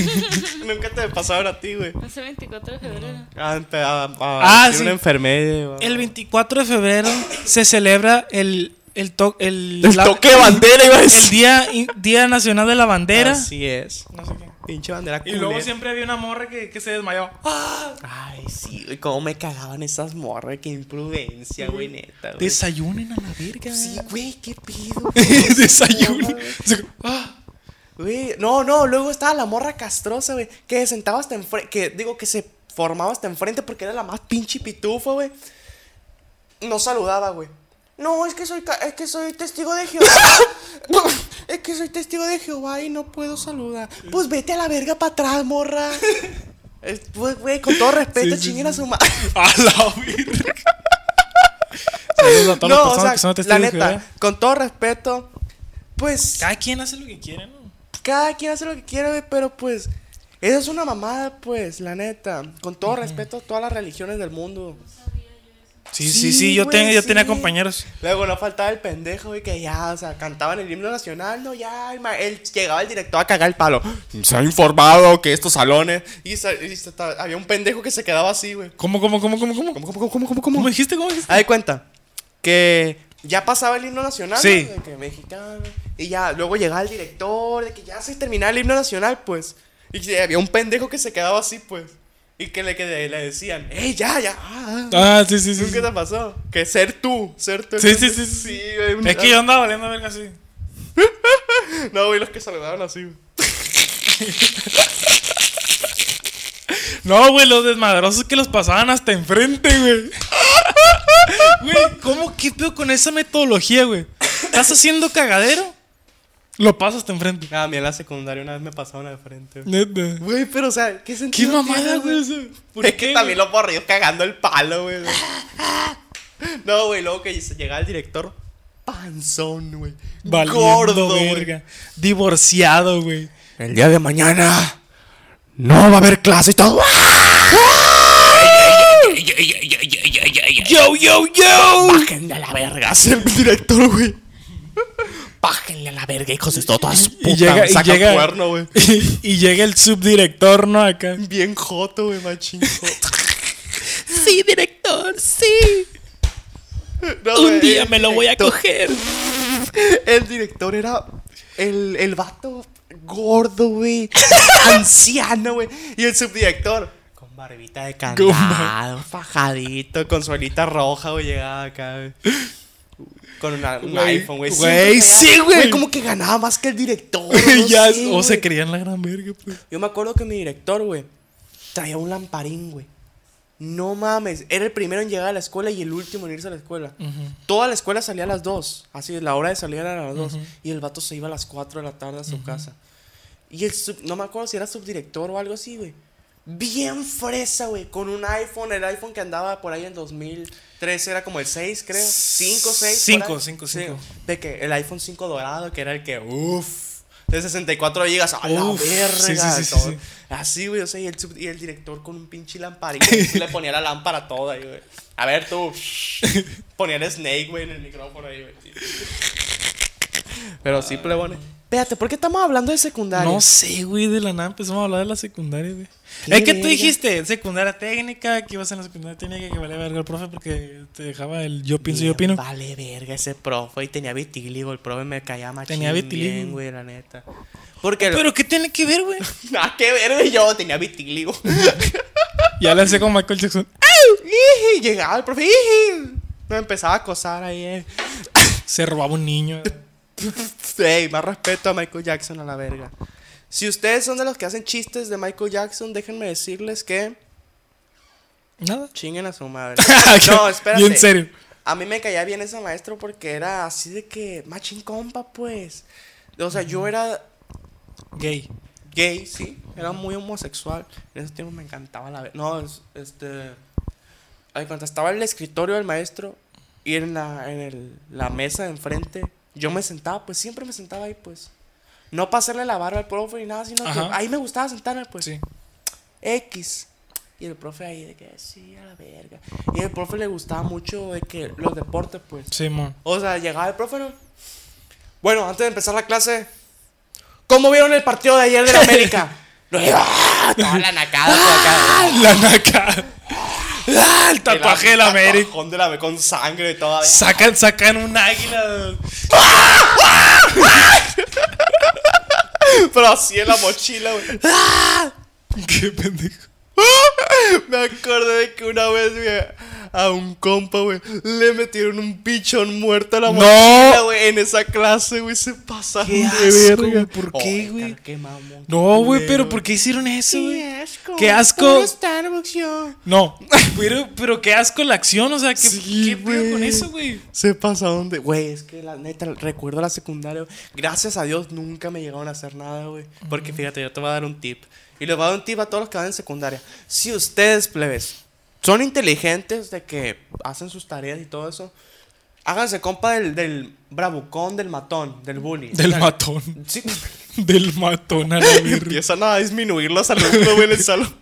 Speaker 2: Nunca te pasaron a ti, güey.
Speaker 3: Es el 24 de febrero.
Speaker 2: Ah,
Speaker 1: Ah, sí.
Speaker 2: una enfermera. güey.
Speaker 1: El 24 de febrero se celebra el, el, to- el,
Speaker 2: El
Speaker 1: la-
Speaker 2: toque de bandera, iba a
Speaker 1: el
Speaker 2: decir.
Speaker 1: día, in- día Nacional de la Bandera.
Speaker 2: Así es.
Speaker 1: No sé qué. Ah,
Speaker 2: Pinche bandera
Speaker 1: Y luego
Speaker 2: culera.
Speaker 1: siempre había una morra que, que se desmayó.
Speaker 2: Ay, sí, güey, cómo me cagaban esas morras, qué imprudencia, güey, neta, güey.
Speaker 1: Desayunen a la verga.
Speaker 2: Sí, güey, qué pido.
Speaker 1: Desayunen. Ah,
Speaker 2: Güey, no, no, luego estaba la morra castrosa, güey, que se sentaba hasta enfrente, que digo que se formaba hasta enfrente porque era la más pinche pitufa, güey. No saludaba, güey. No, es que soy ca- es que soy testigo de Jehová. es que soy testigo de Jehová y no puedo saludar. Pues vete a la verga para atrás, morra. Es- Güey, güey, con todo respeto,
Speaker 1: Sí, sí,
Speaker 2: chinguen a
Speaker 1: sí.
Speaker 2: su madre.
Speaker 1: A la verga. Saludos a todas las
Speaker 2: No, o
Speaker 1: personas
Speaker 2: sea,
Speaker 1: que son testigos
Speaker 2: la
Speaker 1: de este
Speaker 2: neta,
Speaker 1: Jehová.
Speaker 2: con todo respeto, pues
Speaker 1: Cada quien hace lo que quiere, ¿no?
Speaker 2: cada quien hace lo que quiere, güey, pero pues eso es una mamada, pues, la neta. Con todo respeto a todas las religiones del mundo.
Speaker 1: Sí, sí, sí, yo,
Speaker 2: güey,
Speaker 1: tengo, yo
Speaker 2: sí.
Speaker 1: tenía compañeros.
Speaker 2: Luego no faltaba el pendejo, güey, que ya, o sea, cantaban el himno nacional, no, ya, el ma- el- llegaba el director a cagar el palo. Se ha informado que estos salones... Y, sa- y se- ta- había un pendejo que se quedaba así, güey.
Speaker 1: ¿Cómo, cómo, cómo, cómo, cómo?
Speaker 2: ¿Cómo, cómo, cómo, cómo, cómo,
Speaker 1: ¿Cómo
Speaker 2: cómo?
Speaker 1: dijiste? ¿Cómo dijiste?
Speaker 2: Haz de cuenta que ya pasaba el himno nacional,
Speaker 1: Sí.
Speaker 2: ¿no? de que mexicano, y ya luego llegaba el director, de que ya se terminaba el himno nacional, pues. Y que había un pendejo que se quedaba así, pues. Y que le, que le le decían, ¡Ey, ya, ya! ah, ah".
Speaker 1: Ah, sí, sí, sí.
Speaker 2: ¿Nunca
Speaker 1: sí.
Speaker 2: te pasó? Que ser tú, ser tú.
Speaker 1: Sí, sí, sí, sí.
Speaker 2: güey, un-
Speaker 1: Es que yo andaba valiendo verga así.
Speaker 2: No, güey, los que saludaban así. güey.
Speaker 1: No, güey, los desmadrosos que los pasaban hasta enfrente, güey. Güey, ¿cómo qué pedo con esa metodología, güey? ¿Estás haciendo cagadero? Lo pasas hasta enfrente.
Speaker 2: Ah, a mí en la secundaria una vez me pasaron al frente. güey.
Speaker 1: Neta.
Speaker 2: Güey, pero, o sea, ¿qué
Speaker 1: Qué
Speaker 2: sentido
Speaker 1: mamada,
Speaker 2: tiene,
Speaker 1: güey. o sea, ¿por
Speaker 2: es
Speaker 1: qué,
Speaker 2: que
Speaker 1: güey?
Speaker 2: también los morrillos cagando el palo, güey. No, güey, luego que se llegaba el director panzón, güey.
Speaker 1: Valiendo
Speaker 2: Gordo, güey.
Speaker 1: verga. Divorciado, güey.
Speaker 2: El día de mañana no va a haber clases. Todo.
Speaker 1: Yo, yo, yo.
Speaker 2: Bájenle a la verga, así el director, güey. Bájenle a la verga, hijos de todas putas.
Speaker 1: Y llega, y
Speaker 2: saca
Speaker 1: llega,
Speaker 2: cuerno, güey.
Speaker 1: y, llega el subdirector, ¿no? Acá.
Speaker 2: Bien joto, güey, machín. joto.
Speaker 4: Sí, director, sí.
Speaker 2: No,
Speaker 4: Un
Speaker 2: güey, eh,
Speaker 4: día
Speaker 2: el
Speaker 4: me lo voy a
Speaker 2: director-
Speaker 4: coger.
Speaker 2: El director era el, el vato gordo, güey. anciano, güey. Y el subdirector. Con barbita de candado, fajadito, con su alita roja, güey, llegaba acá, güey. Con una- un
Speaker 1: Güey,
Speaker 2: iPhone, güey.
Speaker 1: güey,
Speaker 2: Siempre ganaba-
Speaker 1: sí, güey.
Speaker 2: Como que ganaba más que el director. no
Speaker 1: ya,
Speaker 2: sé,
Speaker 1: o se
Speaker 2: güey.
Speaker 1: creían la gran verga, pues.
Speaker 2: Yo me acuerdo que mi director, güey, traía un lamparín, güey. No mames, era el primero en llegar a la escuela y el último en irse a la escuela. Toda la escuela salía a las 2, así, la hora de salir era a las 2. Y el vato se iba a las 4 de la tarde a su casa. Y el sub- no me acuerdo si era subdirector o algo así, güey. Bien fresa, güey, con un iPhone, el iPhone que andaba por ahí en 2003, era como el 6, creo. 5, 6.
Speaker 1: Cinco, cinco, cinco.
Speaker 2: De que el iPhone 5 dorado, que era el que, uff, de 64 gigas, a la
Speaker 1: Uf,
Speaker 2: verga.
Speaker 1: sí, sí, sí,
Speaker 2: todo.
Speaker 1: sí, sí.
Speaker 2: Así, güey, o sea, y el, sub- y el director con un pinche lamparito y le ponía la lámpara toda, ahí, güey. A ver, tú. Ponía el snake, güey, en el micrófono ahí, güey. Pero sí, plebones. Espérate, ¿por qué estamos hablando de secundaria?
Speaker 1: No sé, güey, de la nada empezamos a hablar de la secundaria, güey.
Speaker 2: Qué
Speaker 1: Es que tú
Speaker 2: verga.
Speaker 1: dijiste secundaria técnica, que ibas en la secundaria técnica, que valía verga el profe porque te dejaba el yo pienso, yo
Speaker 2: Bien,
Speaker 1: opino.
Speaker 2: Vale, verga, ese profe. Y tenía vitíligo. El profe me caía machín.
Speaker 1: Tenía vitiligo.
Speaker 2: bien, güey, la neta. Porque.
Speaker 1: Pero ¿qué tiene que ver, güey?
Speaker 2: Nada que ver, güey, yo tenía vitíligo.
Speaker 1: ya le hace como Michael Jackson.
Speaker 2: Iji, Llegaba el profe. iji. Nos empezaba a acosar ahí, eh.
Speaker 1: Se robaba un niño.
Speaker 2: Ey, más respeto a Michael Jackson a la verga. Si ustedes son de los que hacen chistes de Michael Jackson, déjenme decirles que
Speaker 1: Nada.
Speaker 2: chinguen a su madre.
Speaker 1: Ah, Bien
Speaker 2: no, espérate.
Speaker 1: serio.
Speaker 2: A mí me caía bien ese maestro porque era así de que machín compa, pues. O sea, yo era
Speaker 1: Gay.
Speaker 2: gay, sí, era muy homosexual. En esos tiempos me encantaba la verga. No, es- este. Ay, cuando estaba en el escritorio del maestro y en la, en el- la mesa de enfrente, yo me sentaba, pues siempre me sentaba ahí, pues. No para hacerle la barba al profe ni nada, sino
Speaker 1: Ajá.
Speaker 2: que ahí me gustaba sentarme, pues.
Speaker 1: Sí.
Speaker 2: X. Y el profe ahí de que sí, a la verga. Y el profe le gustaba mucho de que los deportes, pues.
Speaker 1: Sí, mon.
Speaker 2: O sea, llegaba el profe, ¿no? Bueno, antes de empezar la clase, ¿cómo vieron el partido de ayer de la América? No, y, ¡ah! Toda la nacada por acá.
Speaker 1: La naca. Ah, el tapaje de la América.
Speaker 2: Tapajón de la- Con sangre y todo.
Speaker 1: Sacan, sacan un águila.
Speaker 2: Pero así en la mochila, güey.
Speaker 1: Qué pendejo.
Speaker 2: Me acordé de que una vez, güey, a un compa, güey, le metieron un pichón muerto a la
Speaker 1: No.
Speaker 2: mochila, güey, en esa clase, güey, se pasaron
Speaker 1: Qué
Speaker 2: de
Speaker 1: asco,
Speaker 2: verga.
Speaker 1: güey, ¿por
Speaker 2: Oh,
Speaker 1: qué,
Speaker 2: cara,
Speaker 1: güey?
Speaker 2: Qué mamón.
Speaker 1: No, güey, pero ¿por qué hicieron eso, güey? Qué asco.
Speaker 2: Puro Starbucks, yo.
Speaker 1: No, pero, pero qué asco la acción, o sea, qué,
Speaker 2: Sí,
Speaker 1: qué pedo con
Speaker 2: güey.
Speaker 1: eso, güey.
Speaker 2: Se pasaron de. Güey, es que la neta, recuerdo la secundaria. güey. Gracias a Dios nunca me llegaron a hacer nada, güey. Porque fíjate, yo te voy a dar un tip. Y les voy a dar un tip a todos los que van en secundaria. Si ustedes, plebes, son inteligentes de que hacen sus tareas y todo eso, háganse compa del, del bravucón, del matón, del bully.
Speaker 1: Del
Speaker 2: O sea,
Speaker 1: matón,
Speaker 2: Sí.
Speaker 1: del matón a la verga.
Speaker 2: Empiezan a disminuir los alumnos, güey, en el salón.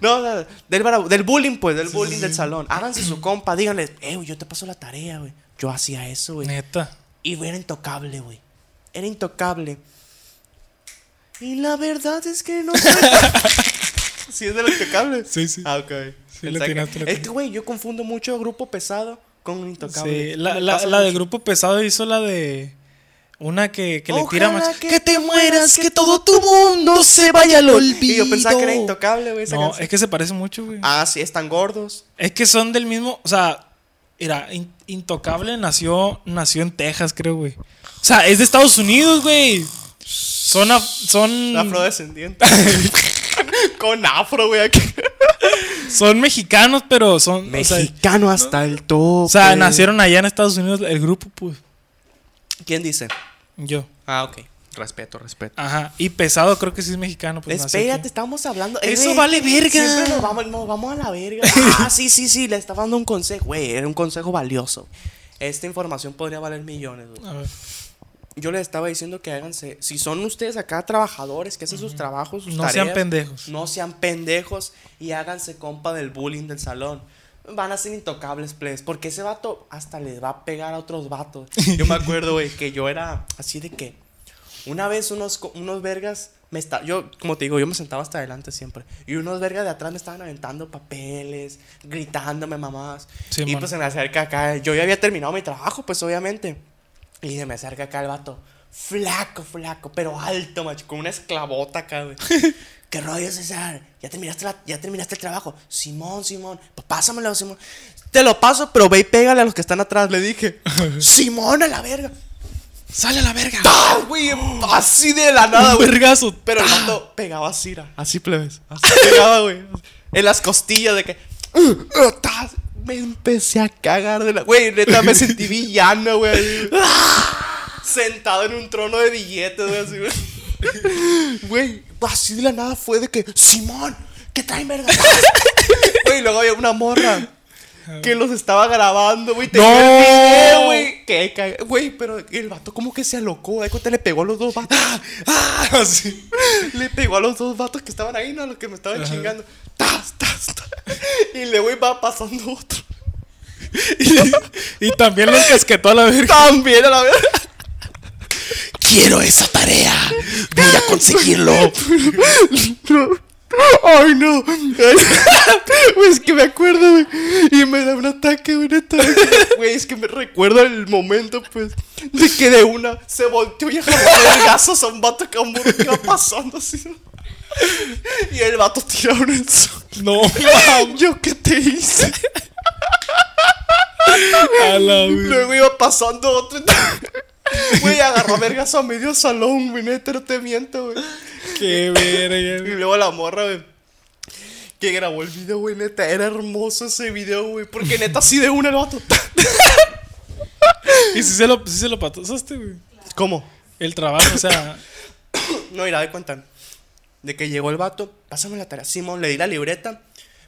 Speaker 2: No, o sea, del, bra- del bullying, pues, del bullying del salón. Háganse su compa, díganles, eh, güey, yo te paso la tarea, güey. Yo hacía eso, güey.
Speaker 1: Neta.
Speaker 2: Y güey, era intocable, güey. Era intocable. Y la verdad es que no sé. sí, es de los intocables.
Speaker 1: Sí, sí.
Speaker 2: Ah, ok.
Speaker 1: Sí,
Speaker 2: Pensaba
Speaker 1: la
Speaker 2: que-
Speaker 1: atinaste, la
Speaker 2: Es que, güey, yo confundo mucho grupo pesado con intocable.
Speaker 1: Sí, la,
Speaker 2: Me
Speaker 1: la,
Speaker 2: pasa
Speaker 1: la de
Speaker 2: mucho.
Speaker 1: grupo pesado hizo la de una que, que le tira
Speaker 2: Ojalá
Speaker 1: más.
Speaker 2: que
Speaker 1: te mueras, que todo tu mundo se vaya al
Speaker 2: Y
Speaker 1: olvido.
Speaker 2: yo pensaba que era intocable, güey. esa
Speaker 1: No,
Speaker 2: canción.
Speaker 1: es que se parece mucho, güey.
Speaker 2: Ah, sí, están gordos.
Speaker 1: Es que son del mismo, o sea, era In- Intocable nació nació en Texas, creo, güey. O sea, es de Estados Unidos, güey. Son af- son
Speaker 2: Afrodescendientes. con afro, güey. aquí.
Speaker 1: son mexicanos, pero son o sea,
Speaker 2: Mexicano hasta el tope.
Speaker 1: o sea, nacieron allá en Estados Unidos el grupo, pues.
Speaker 2: ¿Quién dice?
Speaker 1: Yo.
Speaker 2: Ah, ok. Respeto, respeto.
Speaker 1: Ajá, y pesado creo que sí es mexicano, pues nació aquí.
Speaker 2: Espérate, estamos hablando.
Speaker 1: Eso
Speaker 2: güey,
Speaker 1: vale verga.
Speaker 2: Siempre nos vamos, nos vamos a la verga. Ah, sí, sí, sí. Le estaba dando un consejo, güey. Era un consejo valioso. Esta información podría valer millones, güey.
Speaker 1: A ver.
Speaker 2: Yo les estaba diciendo que háganse. Si son ustedes acá trabajadores que hacen sus trabajos, sus
Speaker 1: No sean
Speaker 2: tareas,
Speaker 1: pendejos.
Speaker 2: No sean pendejos y háganse compa del bullying del salón. Van a ser intocables, please. Porque ese vato hasta les va a pegar a otros vatos. Yo me acuerdo, güey, que yo era así de que. Una vez unos, co- unos vergas me esta yo como te digo, yo me sentaba hasta adelante siempre y unos vergas de atrás me estaban aventando papeles, gritándome mamás.
Speaker 1: Sí,
Speaker 2: y
Speaker 1: mano.
Speaker 2: pues se me acerca acá, yo ya había terminado mi trabajo, pues obviamente. Y se me acerca acá el vato, flaco, flaco, pero alto, macho, con una esclavota acá, güey. ¿Qué rollo, César? ¿Ya terminaste, la- ya terminaste el trabajo? Simón, Simón. Pues pásamelo, Simón. Te lo paso, pero ve y pégale a los que están atrás, le dije. Simón, a la verga.
Speaker 1: Sale a la verga.
Speaker 2: ¡Ah, güey! Así de la nada, güey.
Speaker 1: Vergazo.
Speaker 2: Pero el vato pegaba a Cira. Así plebes. Así pegaba, güey. En las costillas de que. "Uh, "Ta". Me empecé a cagar de la. Güey, neta me sentí villano, güey. así, güey. Sentado en un trono de billetes, güey, así, güey. Güey, así de la nada fue de que. ¡Simón! ¿Qué traen verga? Güey, luego había una morra. Que los estaba grabando, güey. tenía el
Speaker 1: ¡No!
Speaker 2: video, güey. Qué caga- Güey, pero el vato como que se alocó. De cuenta le pegó a los dos vatos. ah,
Speaker 1: Así.
Speaker 2: Le pegó a los dos vatos que estaban ahí, ¿no? A los que me estaban chingando. ¡Tas, tas, tas! Y le güey va pasando otro.
Speaker 1: Y, y también les casquetó a la verga.
Speaker 2: También a la vez.
Speaker 4: Quiero esa tarea. Voy a conseguirlo.
Speaker 2: ¡Ay, no! Güey, es que me acuerdo, güey. Y me da un ataque, güey, neta. Güey, es que me recuerda el momento, pues, de que de una se volteó y agarró vergazos a un vato que a un burro que iba pasando así. ¿no? Y el vato tiraron el sol.
Speaker 1: No,
Speaker 2: ¿Yo qué te hice?
Speaker 1: a la verga.
Speaker 2: Luego iba pasando otro. Güey, agarró a vergas a medio salón, güey, neta, no te miento, güey.
Speaker 1: Qué
Speaker 2: Y
Speaker 1: verga.
Speaker 2: luego la morra, güey. Que grabó el video, güey, neta. Era hermoso ese video, güey. Porque neta, así de una el vato.
Speaker 1: Y si se lo, si se lo patosaste, güey.
Speaker 2: ¿Cómo?
Speaker 1: El trabajo, o sea.
Speaker 2: No, irá de cuenta. De que llegó el vato, pásame la tarea. Simón, le di la libreta.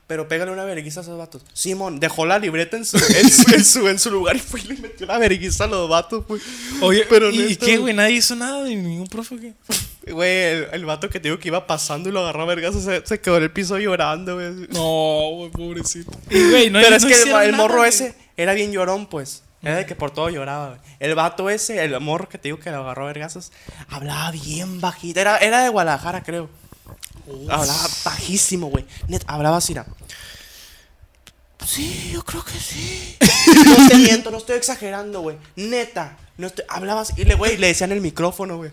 Speaker 2: Pero pégale una verguiza a esos vatos. Simón dejó la libreta en su, en su, en su, en su lugar y fue y le metió la verguiza a los vatos, güey.
Speaker 1: Oye,
Speaker 2: Pero
Speaker 1: ¿y, ¿y
Speaker 2: neta,
Speaker 1: qué, güey? Nadie hizo nada, ni ningún profe, ¿qué?
Speaker 2: Güey, el, el vato que te digo que iba pasando y lo agarró a vergas, se, se quedó en el piso llorando, güey.
Speaker 1: No, güey, pobrecito. Y, güey, no
Speaker 2: Pero es
Speaker 1: no
Speaker 2: que el,
Speaker 1: hicieron
Speaker 2: el
Speaker 1: nada,
Speaker 2: morro
Speaker 1: güey.
Speaker 2: ese era bien llorón, pues. Era de que por todo lloraba, güey. El vato ese, el morro que te digo que lo agarró a vergazos, hablaba bien bajito. Era, era de Guadalajara, creo. Hablaba bajísimo, güey. Net, hablaba así, era, Sí, yo creo que sí. No te miento, no estoy exagerando, güey. Neta. No estoy, hablabas y le, güey, le decían el micrófono, güey.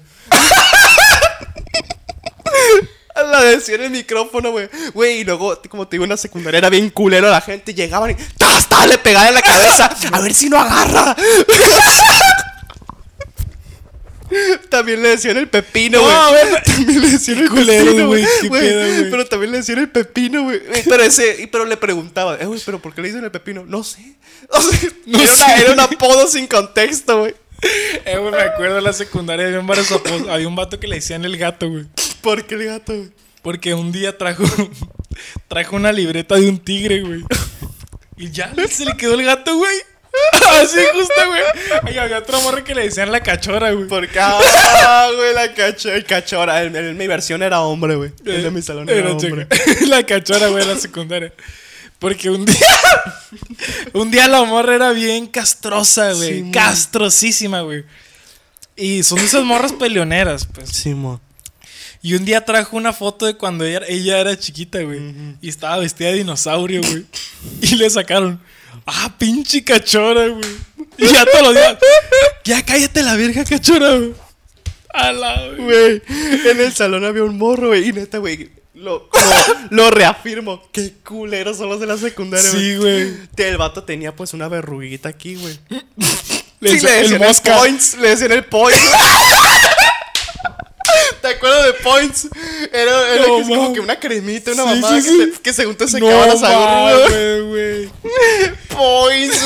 Speaker 2: la decía en el micrófono, güey. Güey, y luego, t- como te digo, en la secundaria era bien culero la gente. Llegaban y ¡tas, tas! Le pegaban en la cabeza. A ver si no agarra. También le decían el pepino,
Speaker 1: No,
Speaker 2: güey.
Speaker 1: a ver,
Speaker 2: también le decían el
Speaker 1: culero,
Speaker 2: pepino,
Speaker 1: güey,
Speaker 2: güey.
Speaker 1: qué
Speaker 2: Güey,
Speaker 1: pedo, güey.
Speaker 2: Pero también le decían el pepino, güey. Güey, Pero ese, y- pero le preguntaba, eh, güey, pero ¿por qué le dicen el pepino? No sé. O sea, era,
Speaker 1: sé.
Speaker 2: era un apodo sin contexto, güey.
Speaker 1: Eh, güey, me acuerdo en la secundaria había un, varios apodos. había un vato que le decían el gato, güey.
Speaker 2: ¿Por qué el gato, güey?
Speaker 1: Porque un día trajo, trajo una libreta de un tigre, güey. Y ya se le quedó el gato, güey. Así justo, güey. Y había otra morra que le decían la cachora, güey.
Speaker 2: Porque, ah, güey, la cachora. El cachora. El- el- mi versión era hombre, güey. El de mi salón Eh, era,
Speaker 1: Era
Speaker 2: hombre.
Speaker 1: chica. Eh, La cachora, güey, de la secundaria. Porque un día. un día la morra era bien castrosa, güey.
Speaker 2: Simón.
Speaker 1: castrosísima, güey. Y son de esas morras peleoneras, pues.
Speaker 2: Simón.
Speaker 1: Y un día trajo una foto de cuando ella, ella era chiquita, güey. Y estaba vestida de dinosaurio, güey. y le sacaron. Ah, pinche cachora, güey. Y ya todos los días. Ya cállate la verga, cachora, güey. A la, güey.
Speaker 2: Güey, en el salón había un morro, güey. Y neta, güey, lo, como- lo reafirmo. Qué culeros son los de la secundaria, güey.
Speaker 1: Sí, güey.
Speaker 2: El vato tenía pues una verruguita aquí, güey.
Speaker 1: Le
Speaker 2: Sí,
Speaker 1: decía-
Speaker 2: le decían el,
Speaker 1: mosca.
Speaker 2: points, le decían el points. ¿Te acuerdas de points? Era, era
Speaker 1: No,
Speaker 2: que es como
Speaker 1: mames.
Speaker 2: que una cremita, una
Speaker 1: Sí,
Speaker 2: mamada
Speaker 1: sí,
Speaker 2: que,
Speaker 1: sí.
Speaker 2: se- que según te
Speaker 1: No,
Speaker 2: secaba la
Speaker 1: mames,
Speaker 2: sangre, güey.
Speaker 1: güey.
Speaker 2: Points,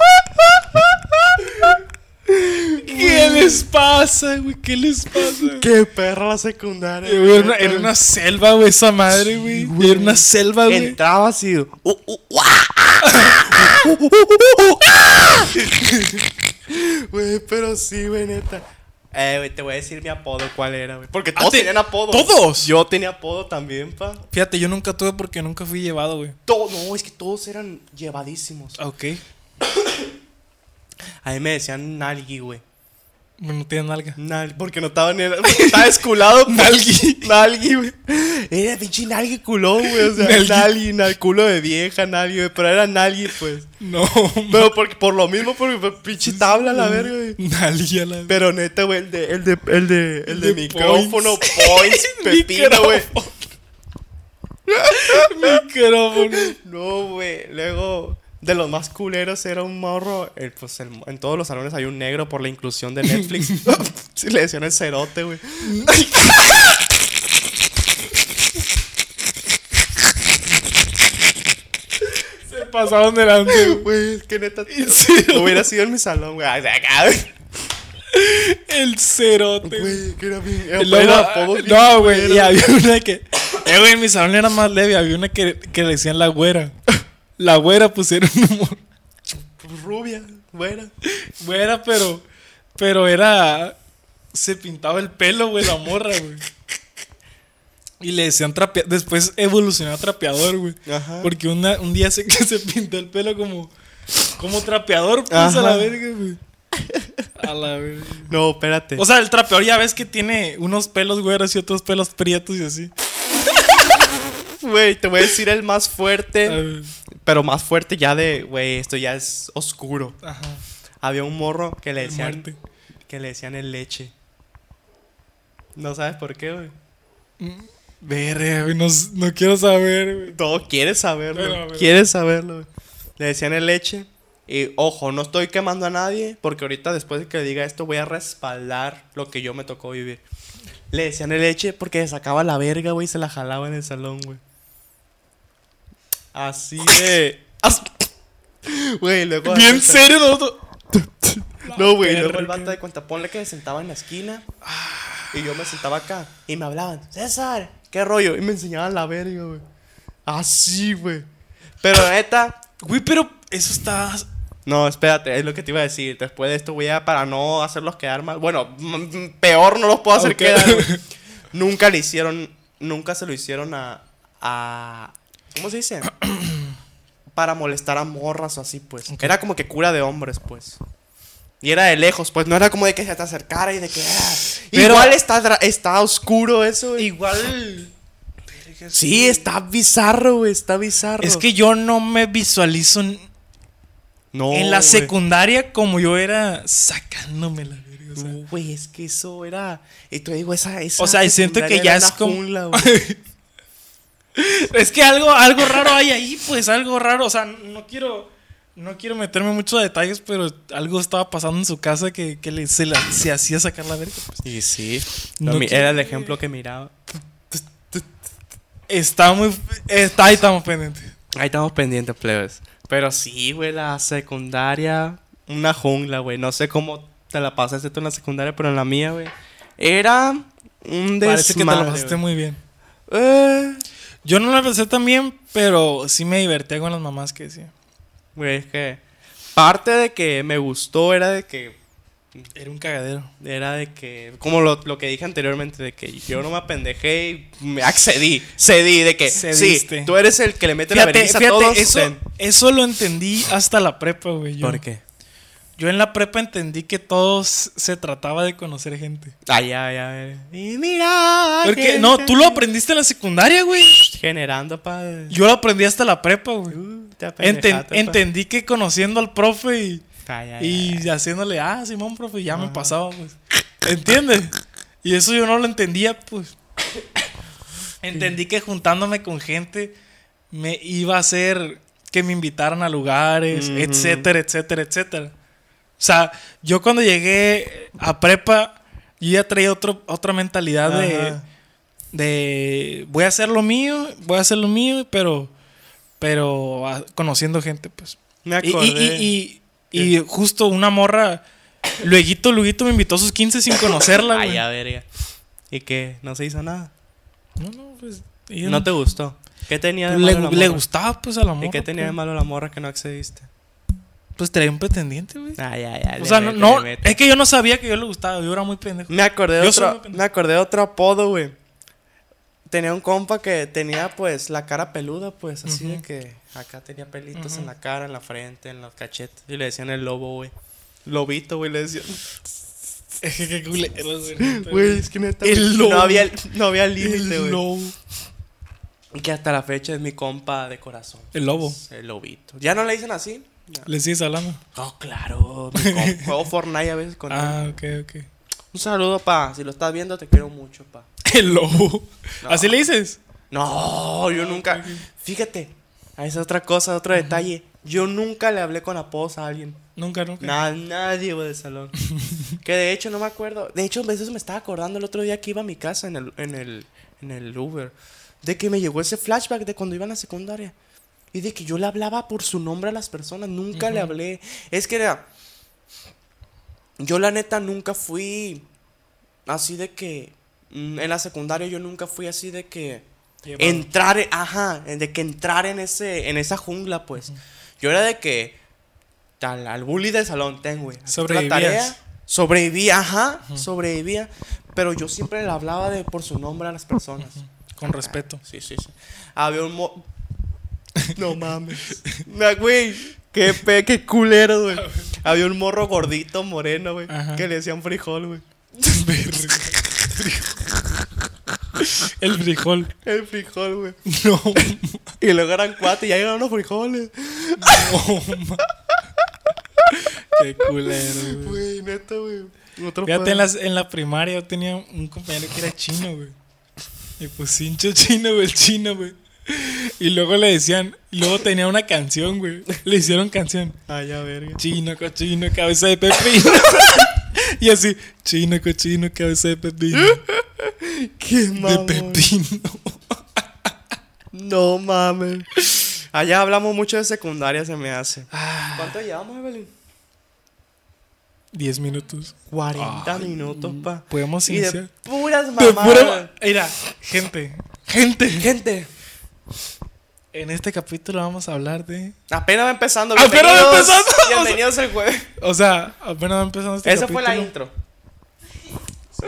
Speaker 2: güey.
Speaker 1: ¿Qué les pasa, güey? ¿Qué les pasa?
Speaker 2: Qué perra la secundaria.
Speaker 1: Eh, güey, Era una, era una selva, güey, esa madre, güey. Era una selva, güey.
Speaker 2: Entraba así. uh, uh, uh, ah, Güey, pero sí, güey, neta. Eh, güey, te voy a decir mi apodo, ¿cuál era, güey? Porque todos
Speaker 1: Ah, te-
Speaker 2: tenían apodo.
Speaker 1: ¿todos?
Speaker 2: Yo tenía apodo también, pa.
Speaker 1: Fíjate, yo nunca tuve porque nunca fui llevado, güey.
Speaker 2: Todo, no, es que todos eran llevadísimos.
Speaker 1: Ah, Ok.
Speaker 2: A mí me decían nalgui, güey.
Speaker 1: No tiene nalga.
Speaker 2: Nal- porque no estaba ni. porque estaba desculado. pues.
Speaker 1: Nalgui.
Speaker 2: Nalgui, güey. Era pinche nalgui culón, güey. O sea,
Speaker 1: Nalgui.
Speaker 2: nalgui, nal, culo de vieja, nalgui, güey. Pero era nalgui, pues.
Speaker 1: No,
Speaker 2: Pero porque, por lo mismo, porque fue pinche tabla la verga, güey.
Speaker 1: Nalga a la verga.
Speaker 2: Pero neta, güey, el de, el de, el de, el de
Speaker 1: De
Speaker 2: micrófono,
Speaker 1: points.
Speaker 2: points, pepino, güey.
Speaker 1: Micrófono.
Speaker 2: No, güey. Luego, de los más culeros era un morro. el- pues el- en todos los salones hay un negro por la inclusión de Netflix. Sí, le decían el cerote, güey.
Speaker 1: Se pasaron delante, güey.
Speaker 2: Güey, es que neta.
Speaker 1: cero.
Speaker 2: Hubiera sido en mi salón, güey. Ay, de acá, güey.
Speaker 1: El cerote, güey.
Speaker 2: Güey, que era bien.
Speaker 1: Y luego-
Speaker 2: ah,
Speaker 1: no, güey, y había una que. Eh, güey, en mi salón era más leve. Había una que, que le decían la güera. La güera pusieron humor.
Speaker 2: Rubia, güera.
Speaker 1: Güera, pero. Pero era. Se pintaba el pelo, güey, la morra, güey. Y le decían trapeador. Después evolucionó a trapeador, güey.
Speaker 2: Ajá.
Speaker 1: Porque una- un día se, se pintó el pelo como. Como trapeador, pues
Speaker 2: Ajá.
Speaker 1: a la verga, güey. A la verga.
Speaker 2: No, espérate.
Speaker 1: O sea, el trapeador ya ves que tiene unos pelos güeros y otros pelos prietos y así.
Speaker 2: Güey, te voy a decir el más
Speaker 1: A
Speaker 2: fuerte.
Speaker 1: ver.
Speaker 2: Pero más fuerte ya de, güey, esto ya es oscuro.
Speaker 1: Ajá.
Speaker 2: Había un morro que le
Speaker 1: El
Speaker 2: decían.
Speaker 1: muerte.
Speaker 2: Que le decían el leche. No sabes por qué, güey.
Speaker 1: Verga, güey, no, s- no quiero saber, güey.
Speaker 2: Todo quieres saberlo.
Speaker 1: Pero,
Speaker 2: güey.
Speaker 1: pero-
Speaker 2: Quieres saberlo. güey. Le decían el leche. Y ojo, no estoy quemando a nadie. Porque ahorita, después de que diga esto, voy a respaldar lo que yo me tocó vivir. Le decían el leche porque se sacaba la verga, güey. Y se la jalaba en el salón, güey. Así de. as- Güey, luego.
Speaker 1: Bien serio, nosotros.
Speaker 2: No, güey.
Speaker 1: La
Speaker 2: Luego el
Speaker 1: verga.
Speaker 2: vato de cuenta. Ponle que se sentaba en la esquina. Y yo me sentaba acá. Y me hablaban, César, ¿qué rollo? Y me enseñaban la verga, güey. Así, güey. Pero neta.
Speaker 1: Güey, pero eso está.
Speaker 2: No, espérate, es lo que te iba a decir. Después de esto voy a, para no hacerlos quedar mal. Bueno, m- m- peor no los puedo hacer
Speaker 1: Ok.
Speaker 2: quedar. güey. nunca le hicieron, nunca se lo hicieron a, a ¿cómo se dice? para molestar a morras o así, pues.
Speaker 1: Ok.
Speaker 2: Era como que cura de hombres, pues. Y era de lejos, pues. No era como de que se te acercara y de que. ah.
Speaker 1: Pero-
Speaker 2: Igual está, dra- está oscuro eso. güey.
Speaker 1: Igual.
Speaker 2: Sí, está bizarro, güey. Está bizarro.
Speaker 1: Es que yo no me visualizo en,
Speaker 2: no,
Speaker 1: en la
Speaker 2: güey.
Speaker 1: secundaria como yo era sacándome la verga. o sea.
Speaker 2: No, güey, es que eso era. Y te digo, esa. esa
Speaker 1: Mm. O sea, y siento que
Speaker 2: secundaria
Speaker 1: ya
Speaker 2: era
Speaker 1: es
Speaker 2: una
Speaker 1: como.
Speaker 2: jungla, güey.
Speaker 1: es que algo, algo raro hay ahí, pues, algo raro. O sea, no quiero. No quiero meterme mucho a detalles, pero algo estaba pasando en su casa que, que le, se, la, se hacía sacar la verga. pues.
Speaker 2: Y sí.
Speaker 1: No
Speaker 2: Lo mi-
Speaker 1: quiero-
Speaker 2: era el ejemplo que miraba.
Speaker 1: Está muy. Está ahí, estamos pendientes.
Speaker 2: Ahí estamos pendientes, plebes. Pero sí, güey, la secundaria. Una jungla, güey. No sé cómo te la pasaste tú en la secundaria, pero en la mía, güey. Era un desmadre.
Speaker 1: Parece que te la pasaste
Speaker 2: güey.
Speaker 1: muy bien.
Speaker 2: Eh,
Speaker 1: Yo no la pasé tan bien, pero sí me divertía con las mamás que decía.
Speaker 2: Güey, es que. Parte de que me gustó era de que.
Speaker 1: Era un cagadero.
Speaker 2: Era de que. Como lo, lo que dije anteriormente, de que yo no me apendejé y me accedí. Cedí, de que.
Speaker 1: Cediste.
Speaker 2: Sí, tú eres el que le mete la
Speaker 1: Fíjate,
Speaker 2: vergüenza a
Speaker 1: fíjate,
Speaker 2: todos.
Speaker 1: eso,
Speaker 2: ten.
Speaker 1: eso lo entendí hasta la prepa, güey. yo.
Speaker 2: ¿Por qué?
Speaker 1: Yo en la prepa entendí que todo s- se trataba de conocer gente.
Speaker 2: Ay, ay, ay. Y mira.
Speaker 1: Porque,
Speaker 2: gente
Speaker 1: no, tú lo aprendiste en la secundaria, güey.
Speaker 2: Generando padre.
Speaker 1: Yo lo aprendí hasta la prepa, güey.
Speaker 2: Uh, te
Speaker 1: Enten-
Speaker 2: apendejaste, pa.
Speaker 1: entendí que conociendo al profe y,
Speaker 2: Ay, ay, ay.
Speaker 1: y haciéndole, ah, Simón, profe, ya me pasaba, pues. ¿Entiendes? Y eso yo no lo entendía, pues. Entendí que juntándome con gente me iba a hacer que me invitaran a lugares,
Speaker 2: Ujú.
Speaker 1: etcétera, etcétera, etcétera. O sea, yo cuando llegué a prepa, yo ya traía otro, otra mentalidad de,
Speaker 2: Ajá.
Speaker 1: de voy a hacer lo mío, voy a hacer lo mío, pero, pero ah, conociendo gente, pues.
Speaker 2: Me
Speaker 1: Y,
Speaker 2: acordé.
Speaker 1: y, y, y- y justo una morra, Lueguito, Lueguito me invitó a sus 15 sin conocerla,
Speaker 2: Ay,
Speaker 1: güey.
Speaker 2: a verga. ¿Y qué? No se hizo nada.
Speaker 1: No, no, pues. ella
Speaker 2: No te gustó. ¿Qué tenía de
Speaker 1: le,
Speaker 2: malo la
Speaker 1: le
Speaker 2: morra?
Speaker 1: gustaba, pues, a la morra.
Speaker 2: ¿Y qué tenía de
Speaker 1: pues.
Speaker 2: malo la morra que no accediste?
Speaker 1: Pues traía un pretendiente, güey.
Speaker 2: Ay, ay, ay.
Speaker 1: O
Speaker 2: Ah, le
Speaker 1: sea, no,
Speaker 2: mete,
Speaker 1: no,
Speaker 2: le mete.
Speaker 1: es que yo no sabía que yo le gustaba, yo era muy pendejo.
Speaker 2: Me acordé de
Speaker 1: Yo soy
Speaker 2: otro,
Speaker 1: muy pendejo.
Speaker 2: me acordé de otro apodo, güey. Tenía un compa que tenía, pues, la cara peluda, pues, así de
Speaker 1: Ujú.
Speaker 2: que acá tenía pelitos en la cara, en la frente, en los cachetes. Y le decían el lobo, güey. Lobito, güey, le decían.
Speaker 1: Es que qué culero, güey.
Speaker 2: Güey, es que neta.
Speaker 1: El
Speaker 2: güey,
Speaker 1: lobo.
Speaker 2: No había, no había límite,
Speaker 1: El
Speaker 2: güey.
Speaker 1: lobo.
Speaker 2: Y que hasta la fecha es mi compa de corazón. Pues,
Speaker 1: El lobo.
Speaker 2: El lobito. ¿Ya no le dicen así?
Speaker 1: Le sigues hablando.
Speaker 2: No, claro. Mi compa. Juego Fortnite a veces con él.
Speaker 1: Ah, ok, ok.
Speaker 2: Un saludo, pa. Si lo estás viendo, te quiero mucho, pa.
Speaker 1: El lobo. ¿Así le dices?
Speaker 2: No, yo nunca. Fíjate, a esa otra cosa, otro detalle. Yo nunca le hablé con apodos a alguien.
Speaker 1: Nunca, nunca.
Speaker 2: Na- nadie, güey, del salón. que de hecho no me acuerdo. De hecho, a veces me estaba acordando el otro día que iba a mi casa en el, en el, en el Uber. De que me llegó ese flashback de cuando iba a la secundaria. Y de que yo le hablaba por su nombre a las personas. Nunca le hablé. Es que era. Yo, la neta, nunca fui así de que. mm, En la secundaria yo nunca fui así de que
Speaker 1: Llevado.
Speaker 2: entrar, en- ajá, de que entrar en ese en esa jungla, pues. Yo era de que al, al bully del salón, ten, güey. aquí está la
Speaker 1: Sobrevivías.
Speaker 2: tarea. Sobrevivía, ajá, sobrevivía, pero yo siempre le hablaba de por su nombre a las personas.
Speaker 1: Con respeto.
Speaker 2: Sí, sí, sí. Había un mo- No mames. Nah, güey. Qué, pe- qué culero, güey. Había un morro gordito, moreno, güey.
Speaker 1: Ajá.
Speaker 2: Que le decían frijol, güey.
Speaker 1: El frijol.
Speaker 2: El frijol, güey.
Speaker 1: No,
Speaker 2: Y luego eran cuatro y ya llegaron los frijoles.
Speaker 1: no, ma. Qué culero, güey.
Speaker 2: Güey, neta, güey. Otro
Speaker 1: Fíjate,
Speaker 2: pedo.
Speaker 1: en, las- en la primaria yo tenía un compañero que era chino, güey. Y pues hincho chino, güey, el chino, güey. Y luego le decían, y luego tenía una canción, güey. Le hicieron canción.
Speaker 2: Ay, a verga.
Speaker 1: Chino, cochino, cabeza de pepino. y así, chino, cochino, cabeza de pepino.
Speaker 2: Qué
Speaker 1: De
Speaker 2: mamón.
Speaker 1: pepino.
Speaker 2: No mames. Ah. Allá hablamos mucho de secundaria, se me hace. ¿Cuánto llevamos, Evelyn?
Speaker 1: Diez minutos.
Speaker 2: 40 minutos, pa.
Speaker 1: ¿podemos
Speaker 2: y pues, de
Speaker 1: iniciar?
Speaker 2: puras
Speaker 1: Te
Speaker 2: mamadas.
Speaker 1: prueba. Mira, gente, gente.
Speaker 2: Gente,
Speaker 1: En este capítulo vamos a hablar de.
Speaker 2: apenas va empezando.
Speaker 1: Apenas va
Speaker 2: bienvenidos-
Speaker 1: empezando.
Speaker 2: Bienvenidos al jueves.
Speaker 1: O sea, apenas va empezando este
Speaker 2: Esa fue
Speaker 1: capítulo.
Speaker 2: la intro.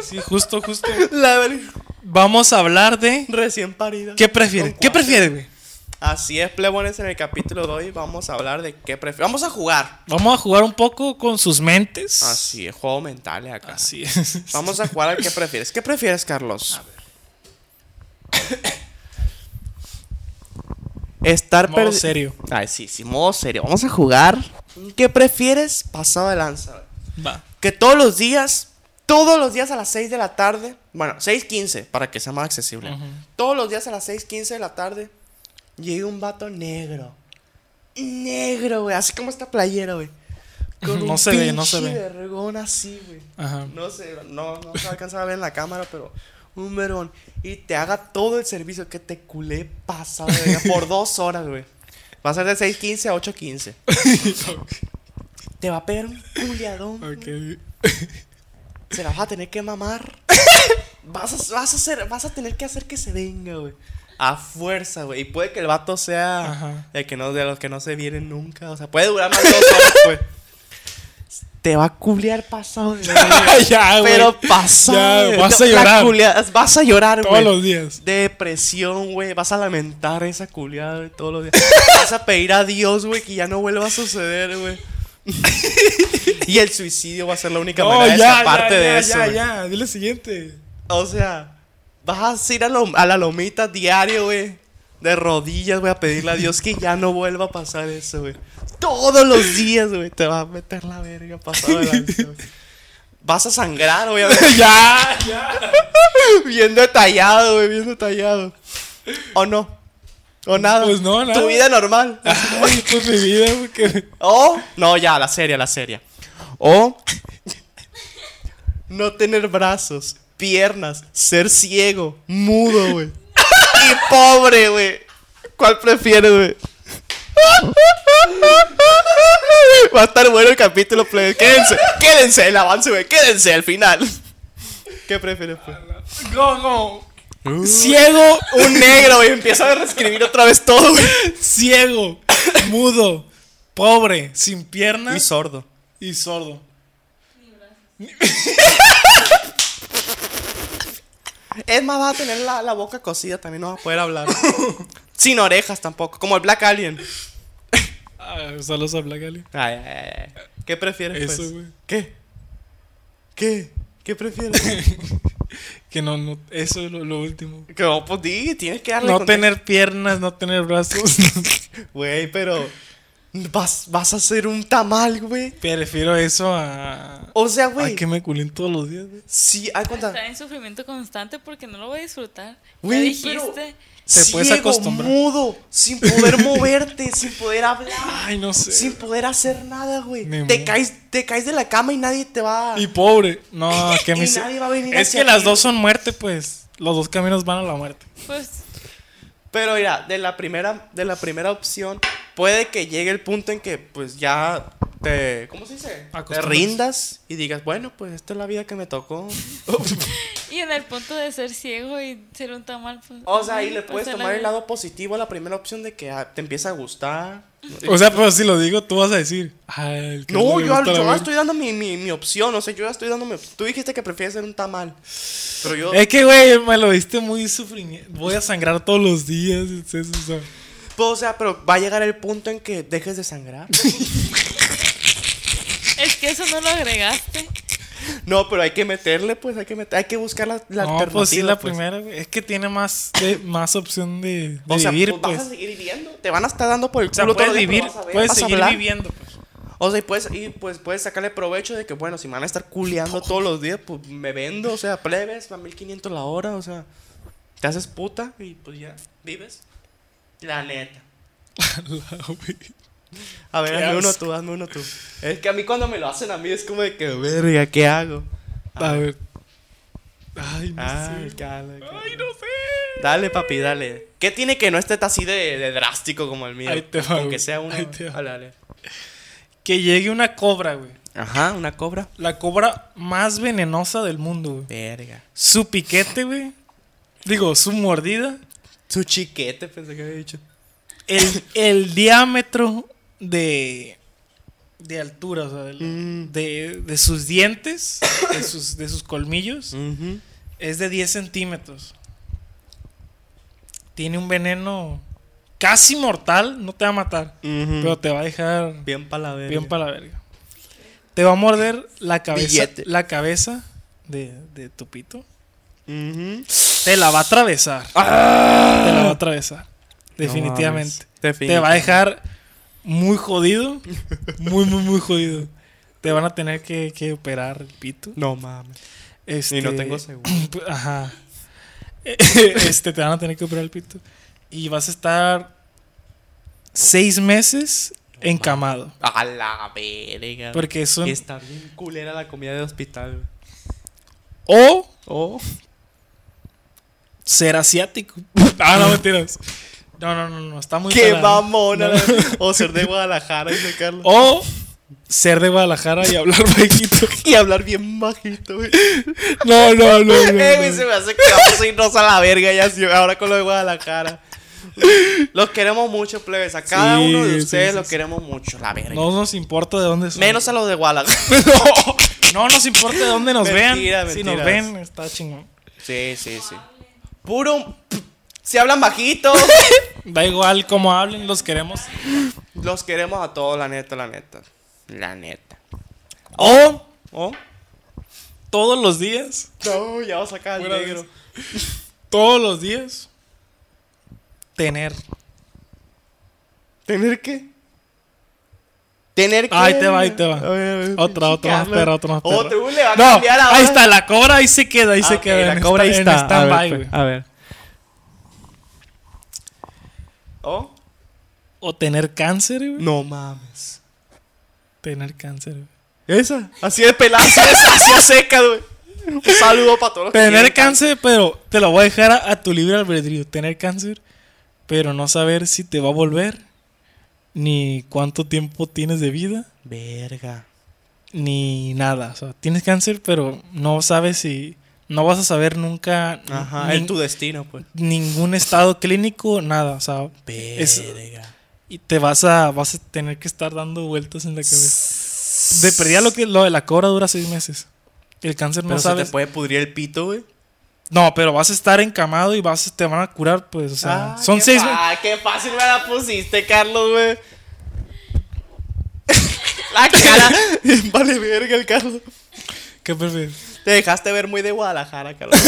Speaker 1: Sí, justo, justo.
Speaker 2: La Evelyn
Speaker 1: Vamos a hablar de.
Speaker 2: recién parida.
Speaker 1: ¿Qué prefieres?
Speaker 2: Con
Speaker 1: ¿Qué
Speaker 2: cuatro.
Speaker 1: prefieres, güey?
Speaker 2: Así es, plebones, en el capítulo de hoy vamos a hablar de qué prefieres. Vamos a jugar.
Speaker 1: Vamos a jugar un poco con sus mentes.
Speaker 2: Así es, juego mentales acá.
Speaker 1: Así es.
Speaker 2: Ah, Vamos a jugar al que prefieres. ¿Qué prefieres, Carlos? Estar
Speaker 1: Modo
Speaker 2: perdi-
Speaker 1: serio.
Speaker 2: Ay, sí, sí, modo serio. Vamos a jugar. ¿Qué prefieres? Pasado de lanza.
Speaker 1: Va.
Speaker 2: Que todos los días Todos los días a las 6 de la tarde, bueno, 6.15 para que sea más accesible.
Speaker 1: Ujú.
Speaker 2: Todos los días a las 6.15 de la tarde llega un vato negro. Negro, güey, así como esta playera, güey. Con
Speaker 1: No
Speaker 2: un
Speaker 1: se ve, no se
Speaker 2: pinche
Speaker 1: ve.
Speaker 2: vergón así, güey.
Speaker 1: Ajá.
Speaker 2: No sé, no, no se alcanza a ver en la cámara, pero un verón. Y te haga todo el servicio que te culé pasado de verga por dos horas, güey. Va a ser de 6.15 a 8.15. Te va a pegar un culiadón.
Speaker 1: Ok.
Speaker 2: Se la vas a tener que mamar. Vas a, vas a hacer, vas a tener que hacer que se venga, güey. A fuerza, güey. Y puede que el vato sea
Speaker 1: Ajá.
Speaker 2: el que no, de los que no se vienen nunca. O sea, puede durar más de dos horas, güey. Te va a culear pasado de verga.
Speaker 1: Ah, ya, güey.
Speaker 2: Pero pasado.
Speaker 1: Ya,
Speaker 2: de-
Speaker 1: vas
Speaker 2: no,
Speaker 1: a
Speaker 2: la
Speaker 1: llorar.
Speaker 2: culeada- vas a llorar,
Speaker 1: Todos
Speaker 2: güey.
Speaker 1: los días.
Speaker 2: Depresión, güey. Vas a lamentar esa culiada, güey, todos los días. Vas a pedir a Dios, güey, que ya no vuelva a suceder, güey. y el suicidio va a ser la única
Speaker 1: No,
Speaker 2: manera de
Speaker 1: ya,
Speaker 2: escaparte
Speaker 1: ya,
Speaker 2: de
Speaker 1: ya,
Speaker 2: eso.
Speaker 1: ya,
Speaker 2: güey.
Speaker 1: ya. Dile siguiente.
Speaker 2: O sea, vas a ir a, lo- a la lomita diario, güey. De rodillas, güey, a pedirle a Dios que ya no vuelva a pasar eso, güey. Todos los días, güey, te va a meter la verga pasado de lanza, güey. Vas a sangrar, güey, a ver,
Speaker 1: ya, ya.
Speaker 2: bien detallado, güey, bien detallado. O no. O nada.
Speaker 1: Pues no, nada.
Speaker 2: Tu vida normal.
Speaker 1: Ay, pues mi vida, porque.
Speaker 2: O. No, ya, la serie, la serie. O. No tener brazos, piernas, ser ciego, mudo, güey. Y pobre, güey. ¿Cuál prefieres, güey? Va a estar bueno el capítulo, plebe. Quédense, quédense, el avance, güey. Quédense al final. ¿Qué prefieres, pues?
Speaker 1: Go, go. Ciego,
Speaker 2: Un negro, güey. Empieza a reescribir otra vez todo, güey.
Speaker 1: ciego, mudo, pobre, sin piernas
Speaker 2: sordo.
Speaker 1: y sordo.
Speaker 2: Es más, va a tener la, la boca cosida, también no va a poder hablar. Sin orejas tampoco, como el Black Alien.
Speaker 1: Ah, saludos a Black Ali.
Speaker 2: Ay, ay, ay, ay. ¿Qué prefieres?
Speaker 1: Eso,
Speaker 2: pues?
Speaker 1: güey.
Speaker 2: ¿Qué? ¿Qué? ¿Qué prefieres?
Speaker 1: Que no, no, eso es lo, lo último.
Speaker 2: que no, pues di, tienes que darle
Speaker 1: No
Speaker 2: contexto.
Speaker 1: tener piernas, no tener brazos.
Speaker 2: Güey, pero vas, vas a hacer un tamal, güey.
Speaker 1: Prefiero eso a.
Speaker 2: O sea,
Speaker 1: A
Speaker 2: Oh, güey,
Speaker 1: que me culen todos los días, güey.
Speaker 2: sí, hay cuenta.
Speaker 3: Está en sufrimiento constante porque no lo voy a disfrutar.
Speaker 2: Güey,
Speaker 3: ya dijiste.
Speaker 1: Te puedes
Speaker 2: ciego,
Speaker 1: acostumbrar.
Speaker 2: mudo, sin poder moverte, sin poder hablar,
Speaker 1: Ay, no sé.
Speaker 2: sin poder hacer nada, güey.
Speaker 1: Ni
Speaker 2: Te
Speaker 1: modo.
Speaker 2: caes, te caes de la cama y nadie te va a...
Speaker 1: Y pobre. No, que
Speaker 2: Y
Speaker 1: me se-
Speaker 2: nadie va a venir
Speaker 1: Es
Speaker 2: hacia
Speaker 1: que las
Speaker 2: ti.
Speaker 1: dos son muerte, pues. Los dos caminos van a la muerte.
Speaker 3: Pues
Speaker 2: Pero mira, de la primera, de la primera opción, puede que llegue el punto en que pues ya te. ¿Cómo se dice? Te
Speaker 1: Acostumbras.
Speaker 2: rindas y digas, bueno, pues esta es la vida que me tocó.
Speaker 3: Y en el punto de ser ciego y ser un tamal, pues.
Speaker 2: O sea, ahí le
Speaker 3: pues,
Speaker 2: puedes
Speaker 3: a la
Speaker 2: tomar el
Speaker 3: vez.
Speaker 2: lado positivo a la primera opción de que ah, te empieza a gustar.
Speaker 1: O sea, pero si lo digo, tú vas a decir. "Ay, el que
Speaker 2: No,
Speaker 1: le
Speaker 2: yo,
Speaker 1: gusta
Speaker 2: yo
Speaker 1: la
Speaker 2: ya
Speaker 1: verga".
Speaker 2: estoy dando mi, mi, mi opción, o sea, yo ya estoy dando mi opción. Tú dijiste que prefieres ser un tamal. Pero yo.
Speaker 1: Es que, güey, me lo diste muy sufrimiento. Voy a sangrar todos los días. es eso, o sea.
Speaker 2: pues, o sea, pero va a llegar el punto en que dejes de sangrar.
Speaker 3: Es que eso no lo agregaste.
Speaker 2: No, pero hay que meterle, pues, hay que meter, hay que buscar la, la
Speaker 1: no,
Speaker 2: alternativa.
Speaker 1: pues sí, la
Speaker 2: pues.
Speaker 1: primera, güey. Es que tiene más, de- más opción de, de
Speaker 2: O sea,
Speaker 1: vivir,
Speaker 2: pues,
Speaker 1: pues.
Speaker 2: vas a seguir viviendo. Te van a estar dando por el
Speaker 1: O sea,
Speaker 2: culo todo
Speaker 1: puedes
Speaker 2: el día,
Speaker 1: vivir,
Speaker 2: pero vas a ver,
Speaker 1: puedes
Speaker 2: vas a
Speaker 1: seguir
Speaker 2: hablar.
Speaker 1: viviendo, pues.
Speaker 2: O sea, y puedes, y pues puedes sacarle provecho de que, bueno, si me van a estar culeando todos los días, pues me vendo, o sea, plebes, a 1500 la hora, o sea, te haces puta y pues ya, vives. La neta. Ah, A ver,
Speaker 1: Qué
Speaker 2: hazme uno
Speaker 1: asco.
Speaker 2: tú, hazme uno tú. Es que a mí cuando me lo hacen a mí es como de que, verga, ¿qué hago?
Speaker 1: A ver. Ah. Ay, no
Speaker 2: Ay,
Speaker 1: sé.
Speaker 2: Ah, cala, cala.
Speaker 1: Ay, no sé.
Speaker 2: Dale, papi, dale. ¿Qué tiene que no esté así de, de drástico como el mío?
Speaker 1: Ahí te va,
Speaker 2: Aunque
Speaker 1: güey.
Speaker 2: sea uno.
Speaker 1: Ahí te va.
Speaker 2: dale, dale.
Speaker 1: Que llegue una cobra, güey.
Speaker 2: Ajá, una cobra.
Speaker 1: La cobra más venenosa del mundo, güey.
Speaker 2: Verga.
Speaker 1: Su piquete, güey. Digo, su mordida.
Speaker 2: Su chiquete, pensé que había dicho.
Speaker 1: El, el diámetro de. De altura, o sea, del-
Speaker 2: Mm.
Speaker 1: de, de sus dientes, de sus, de sus colmillos, es de 10 centímetros. Tiene un veneno casi mortal, no te va a matar, pero te va a dejar
Speaker 2: Bien para la verga.
Speaker 1: bien para la verga. Te va a morder la cabeza,
Speaker 2: Billete.
Speaker 1: la cabeza de, de tu pito.
Speaker 2: Ujú.
Speaker 1: Te la va a atravesar.
Speaker 2: ¡Ah!
Speaker 1: Te la va a atravesar. Definitivamente.
Speaker 2: mames.
Speaker 1: Te va a dejar muy jodido. Muy, muy, muy jodido. Te van a tener que, que operar el pito.
Speaker 2: No mames.
Speaker 1: Este,
Speaker 2: Y no tengo seguro.
Speaker 1: pu- Ajá. Este, te van a tener que operar el pito. Y vas a estar seis meses encamado.
Speaker 2: A la verga.
Speaker 1: Porque eso.
Speaker 2: Y está bien culera la comida de hospital. güey.
Speaker 1: O
Speaker 2: Oh.
Speaker 1: ser asiático. Ah, no, mentiras. No, no, no, no. Está muy
Speaker 2: ¡Qué
Speaker 1: pelado.
Speaker 2: mamona!
Speaker 1: No.
Speaker 2: O ser de Guadalajara y sacarlo.
Speaker 1: O ser de Guadalajara y hablar bajito.
Speaker 2: Y hablar bien bajito, güey.
Speaker 1: No, no, no. no,
Speaker 2: Eh, güey,
Speaker 1: no.
Speaker 2: se me hace que vamos a irnos a la verga ya sí, ahora con lo de Guadalajara. Los queremos mucho, plebes. A cada
Speaker 1: Sí,
Speaker 2: uno de
Speaker 1: sí,
Speaker 2: ustedes
Speaker 1: sí,
Speaker 2: los
Speaker 1: sí.
Speaker 2: queremos mucho, la verga.
Speaker 1: No nos importa de dónde son.
Speaker 2: Menos a los de Guadalajara.
Speaker 1: No nos importa de dónde nos
Speaker 2: Mentira,
Speaker 1: vean. Si
Speaker 2: mentiras.
Speaker 1: nos ven, está chingón.
Speaker 2: Sí, sí, sí. Puro. Si hablan bajito.
Speaker 1: Da igual cómo hablen, los queremos.
Speaker 2: Los queremos a todos, la neta, la neta. La neta.
Speaker 1: O
Speaker 2: ¿Oh?
Speaker 1: todos los días,
Speaker 2: No, ya vas a sacar al
Speaker 1: Fuera de
Speaker 2: negro.
Speaker 1: eso. todos los días, tener.
Speaker 2: ¿Tener qué? ¿Tener qué?
Speaker 1: Ahí te va, ahí te va.
Speaker 2: A ver, a ver,
Speaker 1: Otra, otra más
Speaker 2: chingada.
Speaker 1: perra, otra más perra.
Speaker 2: Otro, le va a
Speaker 1: No,
Speaker 2: cambiar ahora.
Speaker 1: ahí está, la cobra ahí se queda, ahí
Speaker 2: Ah,
Speaker 1: se
Speaker 2: ok,
Speaker 1: queda.
Speaker 2: la
Speaker 1: en
Speaker 2: cobra ahí
Speaker 1: esta-
Speaker 2: está.
Speaker 1: En stand-by,
Speaker 2: A ver, pues.
Speaker 1: güey.
Speaker 2: a ver. ¿Oh?
Speaker 1: O tener cáncer, güey.
Speaker 2: No mames.
Speaker 1: Tener cáncer, güey.
Speaker 2: ¿Esa? Así de pelada, así de, así de seca, güey. Un saludo para todos los que
Speaker 1: Tener
Speaker 2: tienen
Speaker 1: cáncer, pero te lo voy a dejar a, a tu libre albedrío. Tener cáncer, pero no saber si te va a volver, ni cuánto tiempo tienes de vida,
Speaker 2: Verga.
Speaker 1: ni nada. O sea, tienes cáncer, pero no sabes si. No vas a saber nunca
Speaker 2: Ajá,
Speaker 1: ni-
Speaker 2: en tu destino, pues.
Speaker 1: ningún estado clínico, nada. O sea, es-
Speaker 2: Verga.
Speaker 1: y te vas a, vas a tener que estar dando vueltas en la cabeza. De perdida lo, que, lo de la cobra dura seis meses. El cáncer no
Speaker 2: Pero se
Speaker 1: sabes.
Speaker 2: te puede pudrir el pito, güey.
Speaker 1: No, pero vas a estar encamado y vas te van a curar, pues, o sea,
Speaker 2: Ah,
Speaker 1: son
Speaker 2: qué
Speaker 1: seis
Speaker 2: fa-
Speaker 1: meses.
Speaker 2: Ah, qué fácil me la pusiste, Carlos, güey. la cara. vale, verga, el Carlos.
Speaker 1: ¿Qué prefieres?
Speaker 2: Te dejaste ver muy de Guadalajara, Carlos.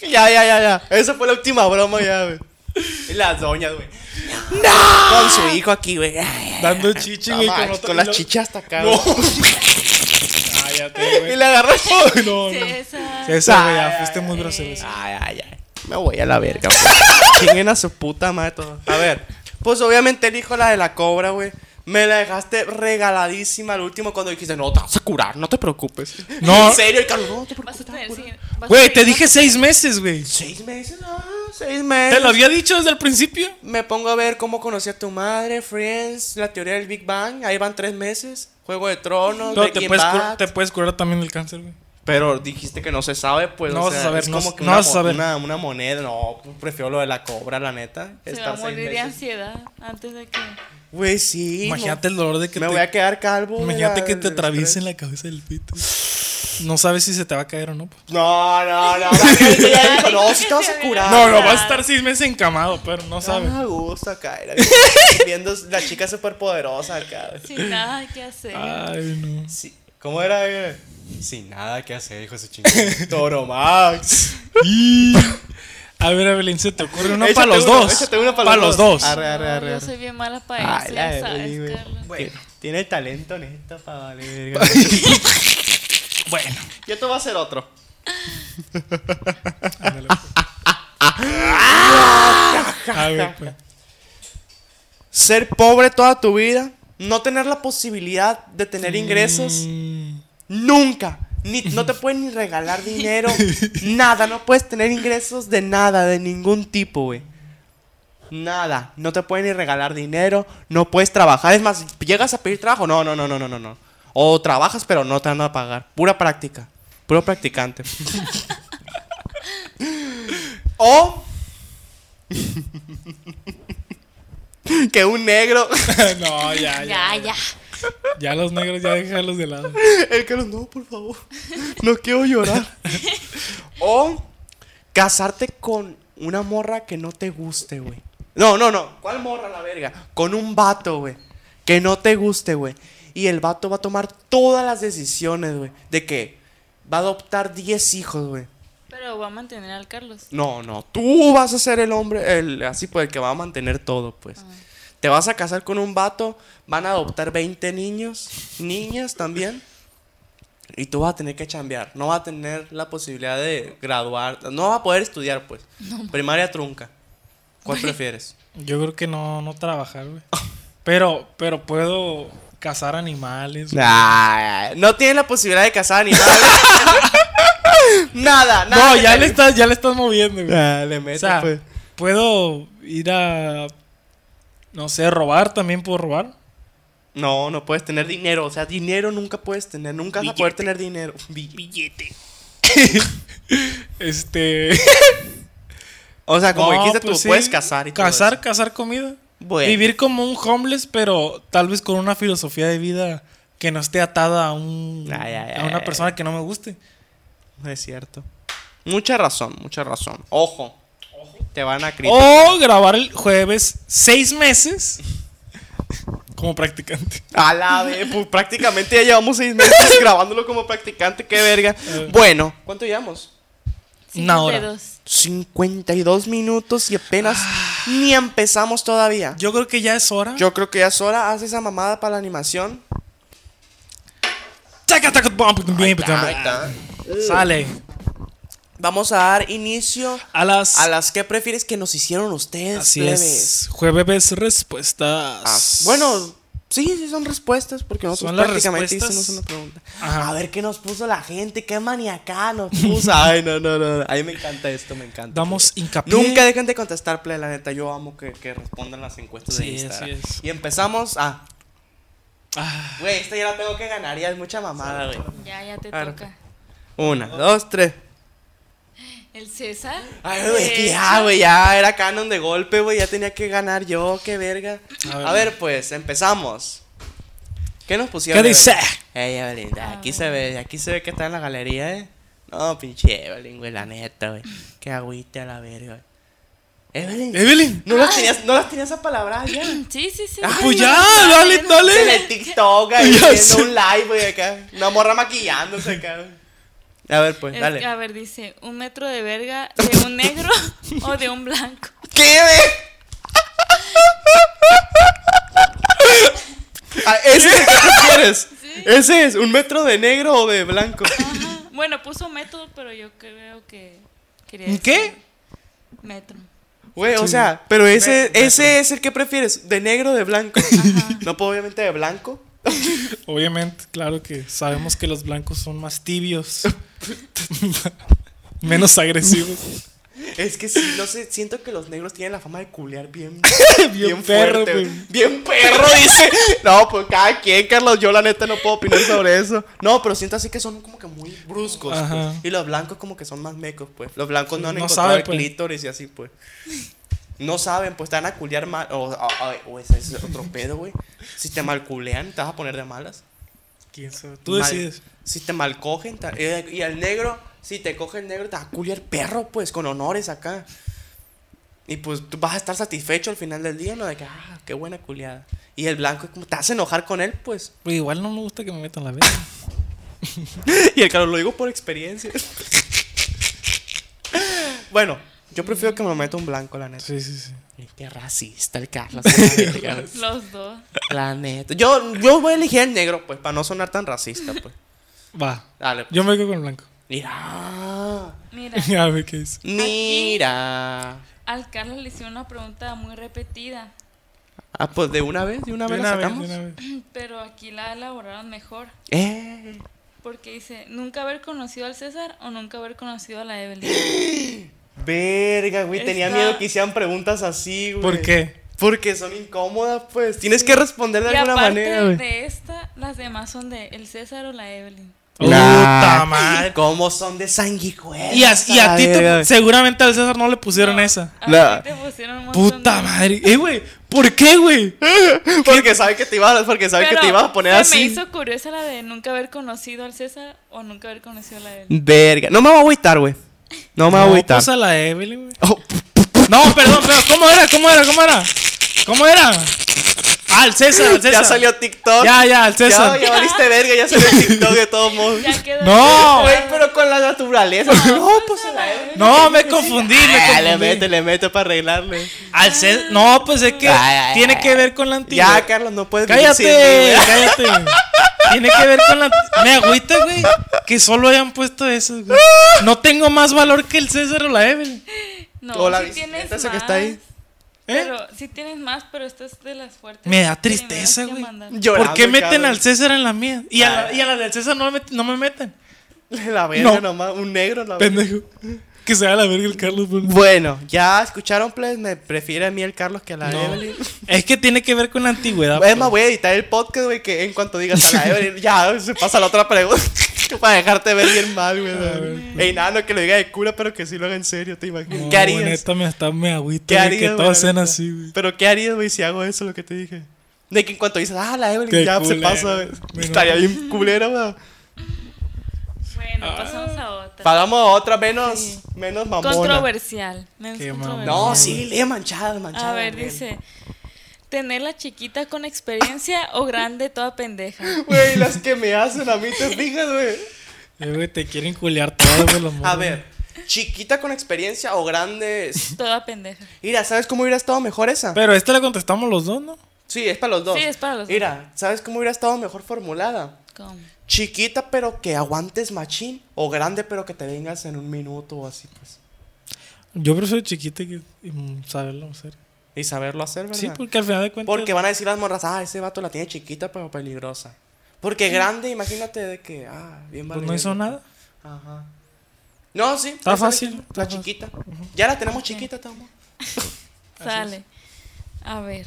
Speaker 2: ya, ya, ya, ya. Esa fue la última broma, ya, güey. Y Las doñas, güey. ¡No! Con su hijo aquí, güey.
Speaker 1: Dando chichi, güey,
Speaker 2: No,
Speaker 1: con,
Speaker 2: manches,
Speaker 1: otra-
Speaker 2: con
Speaker 1: y
Speaker 2: las
Speaker 1: lo-
Speaker 2: chichas hasta acá,
Speaker 1: No.
Speaker 2: güey.
Speaker 1: Cállate,
Speaker 2: Y
Speaker 1: güey.
Speaker 2: le agarras.
Speaker 1: Ay, no,
Speaker 3: Sí,
Speaker 1: no.
Speaker 3: esa.
Speaker 1: Esa, güey,
Speaker 2: Ay,
Speaker 1: ya
Speaker 2: ay,
Speaker 1: fuiste muy
Speaker 3: ay.
Speaker 1: grosero. sí.
Speaker 2: Ay, ay, ay. Me voy a la verga. Chinguen a su puta madre todo. A ver, pues obviamente elijo la de la cobra, güey. Me la dejaste regaladísima al último cuando dijiste, no, te vas a curar, no te preocupes.
Speaker 1: No.
Speaker 2: En serio, el Carlos, no te preocupes.
Speaker 3: Vas a tener. sí, vas
Speaker 2: pues,
Speaker 3: a
Speaker 1: Güey, te
Speaker 3: tener-
Speaker 1: dije seis meses, güey.
Speaker 2: Seis meses, no, seis meses.
Speaker 1: Te lo había dicho desde el principio.
Speaker 2: Me pongo a ver cómo conocí a tu madre, Friends, la teoría del Big Bang. Ahí van tres meses. Juego de
Speaker 1: No,
Speaker 2: Tronos,
Speaker 1: te
Speaker 2: Breaking
Speaker 1: puedes, cur-
Speaker 2: Bad.
Speaker 1: te puedes curar también del cáncer, güey.
Speaker 2: Pero dijiste que no se sabe, pues.
Speaker 1: No
Speaker 2: o
Speaker 1: vas
Speaker 2: sea,
Speaker 1: a saber,
Speaker 2: es
Speaker 1: no
Speaker 2: como
Speaker 1: s-
Speaker 2: que
Speaker 1: no
Speaker 2: una,
Speaker 1: vas a
Speaker 2: mo-
Speaker 1: saber.
Speaker 2: Una, una moneda. No, prefiero lo de la cobra, la neta.
Speaker 3: Se va a
Speaker 2: Estar seis
Speaker 3: morir de
Speaker 2: meses.
Speaker 3: ansiedad antes de que.
Speaker 2: Güey, sí.
Speaker 1: Imagínate el dolor de que
Speaker 2: me
Speaker 1: te,
Speaker 2: voy a quedar calvo. de
Speaker 1: imagínate
Speaker 2: la-
Speaker 1: que te
Speaker 2: del
Speaker 1: atraviesen
Speaker 2: estrés.
Speaker 1: la cabeza del pito. No sabes si se te va a caer o no. pues.
Speaker 2: No, no, no. la gente ya dijo, no, si te vas a curar.
Speaker 1: No, no,
Speaker 3: Ah.
Speaker 1: vas a estar seis meses encamado, pero no
Speaker 2: No
Speaker 1: sabes.
Speaker 2: me gusta caer. Viendo la chica superpoderosa acá. güey.
Speaker 3: Sin nada que hacer.
Speaker 1: Ay, no.
Speaker 2: Sí. ¿Cómo era, güey? Sin nada que hacer, hijo de su chingada. Toro Max.
Speaker 1: Y- A ver, Evelyn, ¿se te ocurre uno
Speaker 2: Échate
Speaker 1: para los
Speaker 2: uno,
Speaker 1: dos?
Speaker 2: échate uno para
Speaker 1: Pa'
Speaker 2: los
Speaker 1: los
Speaker 2: dos.
Speaker 1: dos.
Speaker 2: Arre, arre,
Speaker 3: No,
Speaker 2: arre,
Speaker 3: yo
Speaker 2: arre.
Speaker 3: soy bien mala para eso, ya sabes, Carlos.
Speaker 2: Bueno, tiene el talento neta para valer.
Speaker 1: Bueno.
Speaker 2: Yo te voy a hacer otro.
Speaker 1: A ver, pues.
Speaker 2: Ser pobre toda tu vida, no tener la posibilidad de tener ingresos
Speaker 1: Mm,
Speaker 2: nunca. Ni, no te pueden ni regalar dinero, nada, no puedes tener ingresos de nada, de ningún tipo, güey. Nada, no te pueden ni regalar dinero, no puedes trabajar. Es más, llegas a pedir trabajo, no, no, no, no, no, no, no. O trabajas, pero no te van a pagar. Pura práctica, puro practicante. o que un negro
Speaker 1: no, Ah, ya, ya.
Speaker 3: Ya, ya.
Speaker 1: Ya los negros, ya déjalos de lado.
Speaker 2: El Carlos, no, por favor. No quiero llorar. o casarte con una morra que no te guste, güey. No, no, no. ¿Cuál morra la verga? Con un vato, güey. Que no te guste, güey. Y el vato va a tomar todas las decisiones, güey. De que va a adoptar 10 hijos, güey.
Speaker 3: Pero va a mantener al Carlos.
Speaker 1: Ah.
Speaker 2: No, no. Tú vas a ser el hombre, el, así, pues, el que va a mantener todo, pues. Te Te vas a casar con un vato, van a adoptar 20 niños, niñas también. Y tú vas a tener que chambear. No vas a tener la posibilidad de graduar. No vas a poder estudiar, pues. Primaria trunca. ¿Cuál prefieres?
Speaker 1: Yo creo que no, no trabajar, güey. Pero, pero puedo cazar animales. güey.
Speaker 2: Nah, Eh, no tienes la posibilidad de casar animales. nada, nada.
Speaker 1: No, ya le estás, ya le estás moviendo, güey.
Speaker 2: Ah, le
Speaker 1: O
Speaker 2: metes,
Speaker 1: sea,
Speaker 2: pues.
Speaker 1: puedo ir a. No sé, robar también puedo robar.
Speaker 2: No, no puedes tener dinero. O sea, dinero nunca puedes tener. Nunca vas a poder tener dinero.
Speaker 4: Billete.
Speaker 1: Este.
Speaker 2: O sea, como
Speaker 1: no,
Speaker 2: dijiste tú,
Speaker 1: pues sí,
Speaker 2: puedes casar y todo
Speaker 1: Cazar,
Speaker 2: eso.
Speaker 1: cazar comida.
Speaker 2: Bueno.
Speaker 1: Vivir como un homeless, pero tal vez con una filosofía de vida que no esté atada a, un,
Speaker 2: Ay, ay,
Speaker 1: a una
Speaker 2: ay.
Speaker 1: persona que no me guste.
Speaker 2: No es cierto. Mucha razón, mucha razón. Ojo. Te van a criticar.
Speaker 1: O grabar el jueves seis meses como practicante.
Speaker 2: A la vez, pues prácticamente ya llevamos seis meses grabándolo como practicante, qué verga.
Speaker 1: Eh.
Speaker 2: Bueno, ¿cuánto llevamos?
Speaker 1: Una hora.
Speaker 3: 52.
Speaker 2: 52 minutos y apenas
Speaker 1: Ah.
Speaker 2: ni empezamos todavía.
Speaker 1: Yo creo que ya es hora.
Speaker 2: Yo creo que ya es hora, haz esa mamada para la animación.
Speaker 1: Chaca, taca, bum, bum, bum, bum. Sale.
Speaker 2: Vamos a dar inicio
Speaker 1: A las.
Speaker 2: a las que prefieres que nos hicieron ustedes,
Speaker 1: así
Speaker 2: plebes.
Speaker 1: es. Jueves respuestas.
Speaker 2: Ah, Bueno, sí, sí son respuestas porque nosotros
Speaker 1: Son las
Speaker 2: prácticamente
Speaker 1: respuestas.
Speaker 2: hicimos una pregunta.
Speaker 1: Ajá.
Speaker 2: A ver qué nos puso la gente, qué maniacá nos puso. Ay, no, no, no. A mí me encanta esto, me encanta.
Speaker 1: damos hincapié.
Speaker 2: Nunca dejen de contestar, play, la neta. Yo amo que, que respondan las encuestas de
Speaker 1: Sí, así
Speaker 2: Instagram.
Speaker 1: es.
Speaker 2: Y empezamos a.
Speaker 1: Ah,
Speaker 2: Güey, esta ya la tengo que ganar, ya es mucha mamada, güey.
Speaker 3: Ya, ya te
Speaker 2: A ver.
Speaker 3: toca.
Speaker 2: Una, dos, tres.
Speaker 3: El César.
Speaker 2: Ay, güey,
Speaker 3: de
Speaker 2: que ya,
Speaker 3: hecho,
Speaker 2: güey, ya era canon de golpe, güey. Ya tenía que ganar yo, qué verga.
Speaker 1: A ver.
Speaker 2: A ver, pues, empezamos. ¿Qué nos pusieron?
Speaker 1: ¿Qué dice?
Speaker 2: Evelyn? Ey, Evelyn, de aquí se ve, de aquí se ve que está en la galería, eh. No, pinche Evelyn, güey, la neta, güey. Qué agüite a la verga. Evelyn.
Speaker 1: Evelyn.
Speaker 2: No las tenías, no las tenías a palabra ya.
Speaker 3: Sí, sí, sí.
Speaker 1: Pues ya, dale,
Speaker 2: En
Speaker 1: dale.
Speaker 2: el TikTok, ahí,
Speaker 1: Ya sé.
Speaker 2: haciendo un live, güey, acá. Una morra maquillándose acá. güey. A ver, pues,
Speaker 3: Es-
Speaker 2: dale.
Speaker 3: a ver, dice, un metro de verga de un negro o de un blanco.
Speaker 2: ¿Qué, güey? Ah, ¿Ese es el que tú quieres? ¿Ese es un metro de negro o de blanco?
Speaker 3: Ajá. Bueno, puso método, pero yo creo que quería
Speaker 1: ¿Un
Speaker 3: decir
Speaker 1: qué?
Speaker 3: Metro.
Speaker 2: Güey, o sea, pero ese,
Speaker 1: Ve-
Speaker 2: ese es el que prefieres, de negro o de blanco. No, pues, obviamente de blanco.
Speaker 1: Obviamente, claro que sabemos que los blancos son más tibios. Menos agresivos.
Speaker 2: Es que sí, no sé, siento que los negros tienen la fama de culear bien.
Speaker 1: bien, perro,
Speaker 2: fuerte,
Speaker 1: güey.
Speaker 2: Bien perro, dice. No, pues cada quien, Carlos, yo la neta no puedo opinar sobre eso. No, pero siento así que son como que muy bruscos. pues.
Speaker 1: Ajá.
Speaker 2: Y los blancos como que son más mecos, pues. Los blancos no han
Speaker 1: No
Speaker 2: encontrado
Speaker 1: saben,
Speaker 2: el
Speaker 1: pues.
Speaker 2: clítoris y así, pues. No saben, pues te van a culear mal. O, o- o- o ese es otro pedo, güey. Si te malculean, te vas a poner de malas.
Speaker 1: ¿Quién sabe? Tú
Speaker 2: Mal-
Speaker 1: decides.
Speaker 2: Si te malcogen, ta- eh, y al negro, si te coge el negro, te va a culiar perro, pues, con honores acá. Y pues tú vas a estar satisfecho al final del día, ¿no? De que, ah, qué buena culiada. Y el blanco es como, te hace enojar con él, pues.
Speaker 1: Pero igual no me gusta que me metan la verga.
Speaker 2: Y el Carlos, lo digo por experiencia. bueno, yo prefiero que me meta un blanco, la neta.
Speaker 1: Sí, sí, sí.
Speaker 2: Ay, Qué racista el Carlos. la verga, güey.
Speaker 3: Los dos.
Speaker 2: la neta. Yo, yo voy a elegir el negro, pues, para no sonar tan racista, pues.
Speaker 1: Va.
Speaker 2: Dale, pues.
Speaker 1: Yo me quedo con el blanco.
Speaker 2: Mira.
Speaker 3: Mira,
Speaker 1: A ver qué dice.
Speaker 2: Mira.
Speaker 3: al Carlos le hicieron una pregunta muy repetida,
Speaker 2: Ah, pues de una vez, de una
Speaker 1: De
Speaker 2: vez
Speaker 1: una
Speaker 2: la
Speaker 1: vez, de
Speaker 2: sacamos.
Speaker 1: una vez.
Speaker 3: pero aquí la elaboraron mejor.
Speaker 2: Eh.
Speaker 3: Porque dice, nunca haber conocido al César o nunca haber conocido a la Evelyn.
Speaker 2: Verga, güey, tenía
Speaker 3: Esta-
Speaker 2: miedo que hicieran preguntas así, güey.
Speaker 1: ¿Por qué?
Speaker 2: Porque son incómodas, pues. Tienes que responder de
Speaker 3: y
Speaker 2: alguna
Speaker 3: aparte
Speaker 2: manera, güey.
Speaker 3: de esta, las demás son de el César o la Evelyn.
Speaker 1: ¡Puta madre!
Speaker 2: ¿Cómo son de sanguijuelas?
Speaker 1: Y a, y a ti te-
Speaker 2: verga.
Speaker 1: seguramente al César no le pusieron esa.
Speaker 3: A
Speaker 2: La-
Speaker 3: ti te pusieron un montón
Speaker 1: Puta
Speaker 3: de-
Speaker 1: madre. Eh, güey. ¿Por qué, güey?
Speaker 2: Porque sabe que te ibas, porque sabe que
Speaker 3: Pero
Speaker 2: te ibas a poner
Speaker 3: se
Speaker 2: así.
Speaker 3: me hizo curiosa la de nunca haber conocido al César o nunca haber conocido a la Evelyn.
Speaker 2: Verga. No me voy a agüitar, güey. No me voy a agüitar.
Speaker 1: pasa la Evelyn, güey.
Speaker 2: Oh,
Speaker 1: No, perdón, pero ¿cómo era? ¿Cómo era? ¿Cómo era? ¿Cómo era? Ah, al César, al César.
Speaker 2: Ya salió TikTok.
Speaker 1: Ya, ya, al César.
Speaker 2: Ya, ya valiste verga, ya salió TikTok de todo modo.
Speaker 3: Ya quedó.
Speaker 1: No.
Speaker 2: Güey, pero con la naturaleza. No, pues a la verga.
Speaker 1: No, me confundí, me
Speaker 2: Ah, le
Speaker 1: confundí.
Speaker 2: meto, le meto para arreglarle.
Speaker 1: Al César. No, pues es que
Speaker 2: Ay, ay,
Speaker 1: tiene
Speaker 2: ay.
Speaker 1: que ver con la antigüedad.
Speaker 2: Ya, Carlos, no puedes vivir sin mí,
Speaker 1: Cállate,
Speaker 2: güey.
Speaker 1: cállate. Tiene que ver con la. Me agüita, güey. Que solo hayan puesto eso, güey. No tengo más valor que el César o la Evelyn.
Speaker 3: No,
Speaker 2: O la
Speaker 3: sí tienes
Speaker 2: bicicleta
Speaker 3: más.
Speaker 2: esa que está ahí.
Speaker 1: ¿Eh?
Speaker 3: Pero sí tienes más, pero esta es de las fuertes.
Speaker 1: Me da
Speaker 3: primeras
Speaker 1: tristeza,
Speaker 3: que
Speaker 1: güey.
Speaker 3: mandaron.
Speaker 1: ¿Por qué
Speaker 2: Llorando,
Speaker 1: meten
Speaker 2: cabrón.
Speaker 1: al César en la mía? Y a la, y a la del César no, me met- no me meten.
Speaker 2: La verga
Speaker 1: No.
Speaker 2: nomás, un negro la verga.
Speaker 1: Pendejo. Que se haga la verga el Carlos. por-
Speaker 2: Bueno, ya escucharon, please. Me prefiere a mí el Carlos que a la Evelyn.
Speaker 1: Es que tiene que ver con la antigüedad.
Speaker 2: Es más, voy a editar el podcast, güey, que en cuanto digas a la Evelyn, ya se pasa la otra pregunta. Para dejarte ver pues. bien mal, güey. Ey, nada, no que lo diga de cura, pero que sí lo haga en serio, te imagino.
Speaker 1: No,
Speaker 2: ¿Qué harías?
Speaker 1: neta, me, está, me agüita,
Speaker 2: ¿Qué
Speaker 1: güey,
Speaker 2: harías,
Speaker 1: que
Speaker 2: güey,
Speaker 1: todos sean
Speaker 2: neta?
Speaker 1: así, güey.
Speaker 2: Pero ¿qué harías, güey, si hago eso lo que te dije? De que en cuanto dices, ah, la Evelyn,
Speaker 1: Qué
Speaker 2: ya se
Speaker 1: culero.
Speaker 2: pasa, güey.
Speaker 1: Bueno.
Speaker 2: Estaría bien culero, güey.
Speaker 3: Bueno, pasamos a otra.
Speaker 2: Pagamos otra menos, menos Ah, mamona.
Speaker 3: Controversial. menos
Speaker 1: Qué
Speaker 3: controversial.
Speaker 2: No, sí, lee manchada, manchada.
Speaker 3: A ver,
Speaker 2: güey.
Speaker 3: dice. Tener la chiquita con experiencia o grande toda pendeja.
Speaker 2: Güey, las que me hacen a mí, te fijas, güey.
Speaker 1: Eh, güey, te quieren culear todos, güey, los
Speaker 2: A
Speaker 1: morros.
Speaker 2: ver, chiquita con experiencia o grande.
Speaker 3: Toda pendeja.
Speaker 2: Mira, ¿sabes cómo hubiera estado mejor esa?
Speaker 1: Pero esta la contestamos los dos, ¿no?
Speaker 2: Sí, es para los dos.
Speaker 3: Sí, es para los dos.
Speaker 2: Mira, ¿sabes cómo hubiera estado mejor formulada?
Speaker 3: ¿Cómo?
Speaker 2: Chiquita pero que aguantes machín o grande pero que te vengas en un minuto o así, pues.
Speaker 1: Yo prefiero chiquita que mm, saberlo hacer.
Speaker 2: Y saberlo hacer, ¿verdad?
Speaker 1: Sí, pues, porque al final de cuentas.
Speaker 2: Porque van a decir las morras, ah, ese vato la tiene chiquita pero peligrosa. Porque grande, imagínate de que, ah, bien
Speaker 1: pues,
Speaker 2: vale.
Speaker 1: no hizo nada.
Speaker 2: Ajá. No, sí.
Speaker 1: Está
Speaker 2: esa la
Speaker 1: fácil,
Speaker 2: chi-
Speaker 1: está
Speaker 2: La
Speaker 1: fácil.
Speaker 2: chiquita. Ya la tenemos chiquita, estamos.
Speaker 3: Sale. A ver.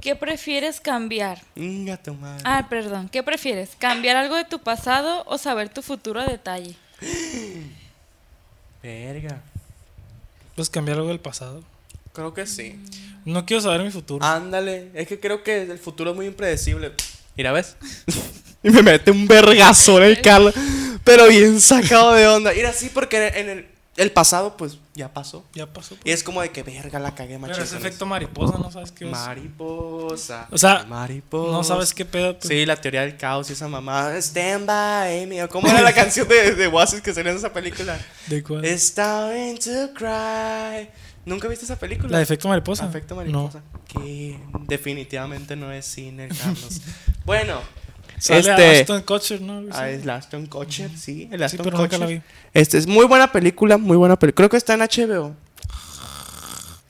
Speaker 3: ¿Qué prefieres cambiar?
Speaker 2: Inga tu madre.
Speaker 3: Ah, perdón. ¿Qué prefieres? ¿Cambiar algo de tu pasado o saber tu futuro a detalle?
Speaker 2: Verga.
Speaker 1: Pues cambiar algo del pasado.
Speaker 2: Creo que sí.
Speaker 1: No quiero saber mi futuro.
Speaker 2: Ah. Ándale, es que creo que el futuro es muy impredecible. Mira, ¿ves? y me mete un vergazo en
Speaker 1: eh.
Speaker 2: el Carlos, pero bien sacado de onda. Mira, sí, porque en el, el pasado, pues, ya pasó.
Speaker 1: Ya pasó. pues.
Speaker 2: Y es como de que, verga, la cagué
Speaker 1: Pero
Speaker 2: machín.
Speaker 1: es
Speaker 2: con
Speaker 1: efecto mariposa, no sabes qué
Speaker 2: eso.
Speaker 1: es.
Speaker 2: Mariposa.
Speaker 1: O sea,
Speaker 2: mariposa.
Speaker 1: No sabes qué pedo. pues.
Speaker 2: Sí, la teoría del caos y esa mamá. Stand by me. o ¿Cómo era la canción de, de Oasis que salió en esa película?
Speaker 1: ¿De cuál?
Speaker 2: It's starting to cry. ¿Nunca viste esa película?
Speaker 1: ¿La de efecto mariposa?
Speaker 2: Afecto mariposa. Que definitivamente no es cine, Carlos. bueno,
Speaker 1: No. Sale
Speaker 2: este.
Speaker 1: Aston Kutcher, ¿no? Algo así.
Speaker 2: Ah, es la Ashton Kutcher, sí, el Ashton
Speaker 1: pero nunca
Speaker 2: Kutcher.
Speaker 1: la vi.
Speaker 2: Este es muy buena película, muy buena película. Creo que está en HBO.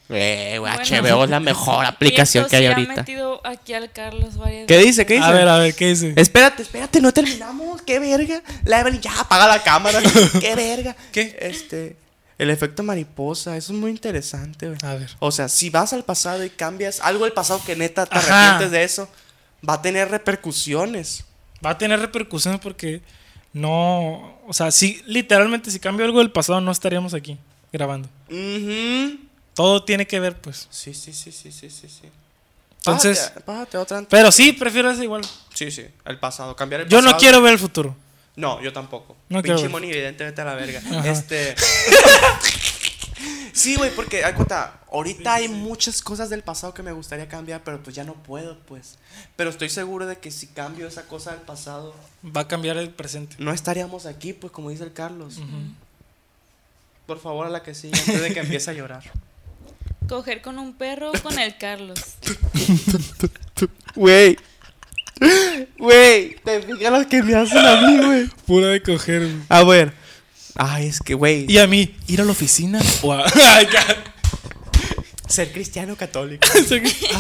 Speaker 2: Eh, güey, HBO es la mejor aplicación
Speaker 3: Y esto
Speaker 2: que hay
Speaker 3: sí ha
Speaker 2: ahorita.
Speaker 3: metido aquí al Carlos varias
Speaker 2: ¿Qué
Speaker 3: veces.
Speaker 2: dice? ¿Qué dice?
Speaker 1: A ver, a ver, ¿qué dice?
Speaker 2: Espérate, espérate, no terminamos. Qué verga. La Evelyn ya apaga la cámara. Qué verga.
Speaker 1: ¿Qué?
Speaker 2: Este, el efecto mariposa, eso es muy interesante, güey.
Speaker 1: A ver.
Speaker 2: O sea, si vas al pasado y cambias algo del pasado que neta te
Speaker 1: Ajá.
Speaker 2: arrepientes de eso, va a tener repercusiones.
Speaker 1: Va a tener repercusiones porque no. O sea, si literalmente si cambio algo del pasado no estaríamos aquí grabando.
Speaker 2: Ujú.
Speaker 1: Todo tiene que ver, pues.
Speaker 2: Sí, sí, sí, sí, sí, sí, sí.
Speaker 1: Entonces-
Speaker 2: Pásate- pásate otra antes.
Speaker 1: Pero sí, prefiero ese igual.
Speaker 2: Sí, sí, el pasado, cambiar el
Speaker 1: Yo
Speaker 2: pasado.
Speaker 1: no quiero ver el futuro.
Speaker 2: No, yo tampoco.
Speaker 1: No
Speaker 2: Pinche
Speaker 1: quiero.
Speaker 2: Moni, evidentemente a la verga.
Speaker 1: Ajá.
Speaker 2: Este. sí, güey, porque, haz cuenta, ahorita hay muchas cosas del pasado que me gustaría cambiar, pero pues ya no puedo, pues. Pero estoy seguro de que si cambio esa cosa del pasado,
Speaker 1: Va a cambiar el presente.
Speaker 2: no estaríamos aquí, pues, como dice el Carlos. Por favor, a la que sí, antes de que empiece a llorar.
Speaker 3: Coger con un perro o con el Carlos.
Speaker 2: Güey. Güey, te fijas las que me hacen a mí, güey.
Speaker 1: Pura de coger. güey.
Speaker 2: A ver. Ay, es que, güey.
Speaker 1: Y a mí, ir a la oficina o a- Ay, ca-
Speaker 2: Ser cristiano católico.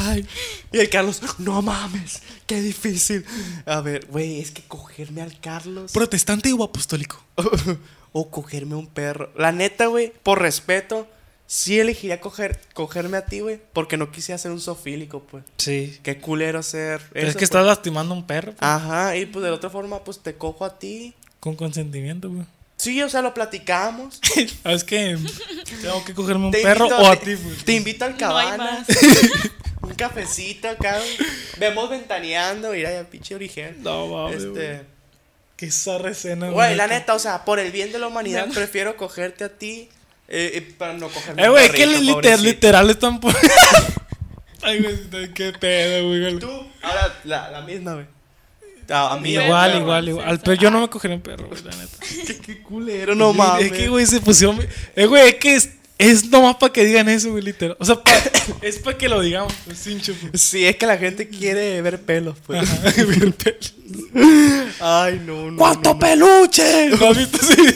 Speaker 2: Ay. Y el Carlos, no mames, qué difícil. A ver, güey, es que cogerme al Carlos.
Speaker 1: ¿Protestante o apostólico?
Speaker 2: o cogerme a un perro. La neta, güey, por respeto, sí elegiría coger, cogerme a ti, güey. Porque no quise hacer un sofílico, pues.
Speaker 1: Sí.
Speaker 2: Qué culero ser.
Speaker 1: Pero es
Speaker 2: eso,
Speaker 1: que
Speaker 2: pues.
Speaker 1: estás lastimando a un perro pues,
Speaker 2: Ajá, y pues de la otra forma, pues te cojo a ti.
Speaker 1: con consentimiento, güey.
Speaker 2: Sí, o sea, lo platicamos.
Speaker 1: Ah, Es que tengo que cogerme un
Speaker 2: Te
Speaker 1: perro
Speaker 2: invito-
Speaker 1: o a
Speaker 2: te-
Speaker 1: ti, pues? güey.
Speaker 2: Te invito al
Speaker 3: No hay
Speaker 2: cabana.
Speaker 3: más.
Speaker 2: un cafecito acá. Vemos ventaneando, ir allá, pinche origen.
Speaker 1: No mames.
Speaker 2: Este.
Speaker 1: Qué zarra escena,
Speaker 2: Güey, la neta, o sea, por el bien de la humanidad, prefiero cogerte a ti eh, eh, para no cogerme
Speaker 1: Eh,
Speaker 2: un
Speaker 1: güey, que
Speaker 2: perrito,
Speaker 1: li- liter-
Speaker 2: pobrecito.
Speaker 1: literal están por. Ay, güey, qué pedo, güey.
Speaker 2: Tú, ahora la, la misma, güey. Ah, A, a mí,
Speaker 3: Perro,
Speaker 1: Igual, igual, igual. Al
Speaker 3: sí,
Speaker 1: perro-
Speaker 3: sí.
Speaker 1: yo no me cogería un perro, güey, la neta.
Speaker 2: qué, qué culero, no mames.
Speaker 1: Es que, güey, se pusieron. Eh, güey, es que es, es nomás para que digan eso, güey, literal. O sea, pa- es para que lo digamos, pues, hincho, pues.
Speaker 2: Sí, es que la gente quiere ver pelos, pues.
Speaker 1: Ajá, güey, el perro.
Speaker 2: Ay, no, no.
Speaker 4: ¡Cuánto
Speaker 2: no, no.
Speaker 4: peluche!
Speaker 1: ¿No has visto ese video?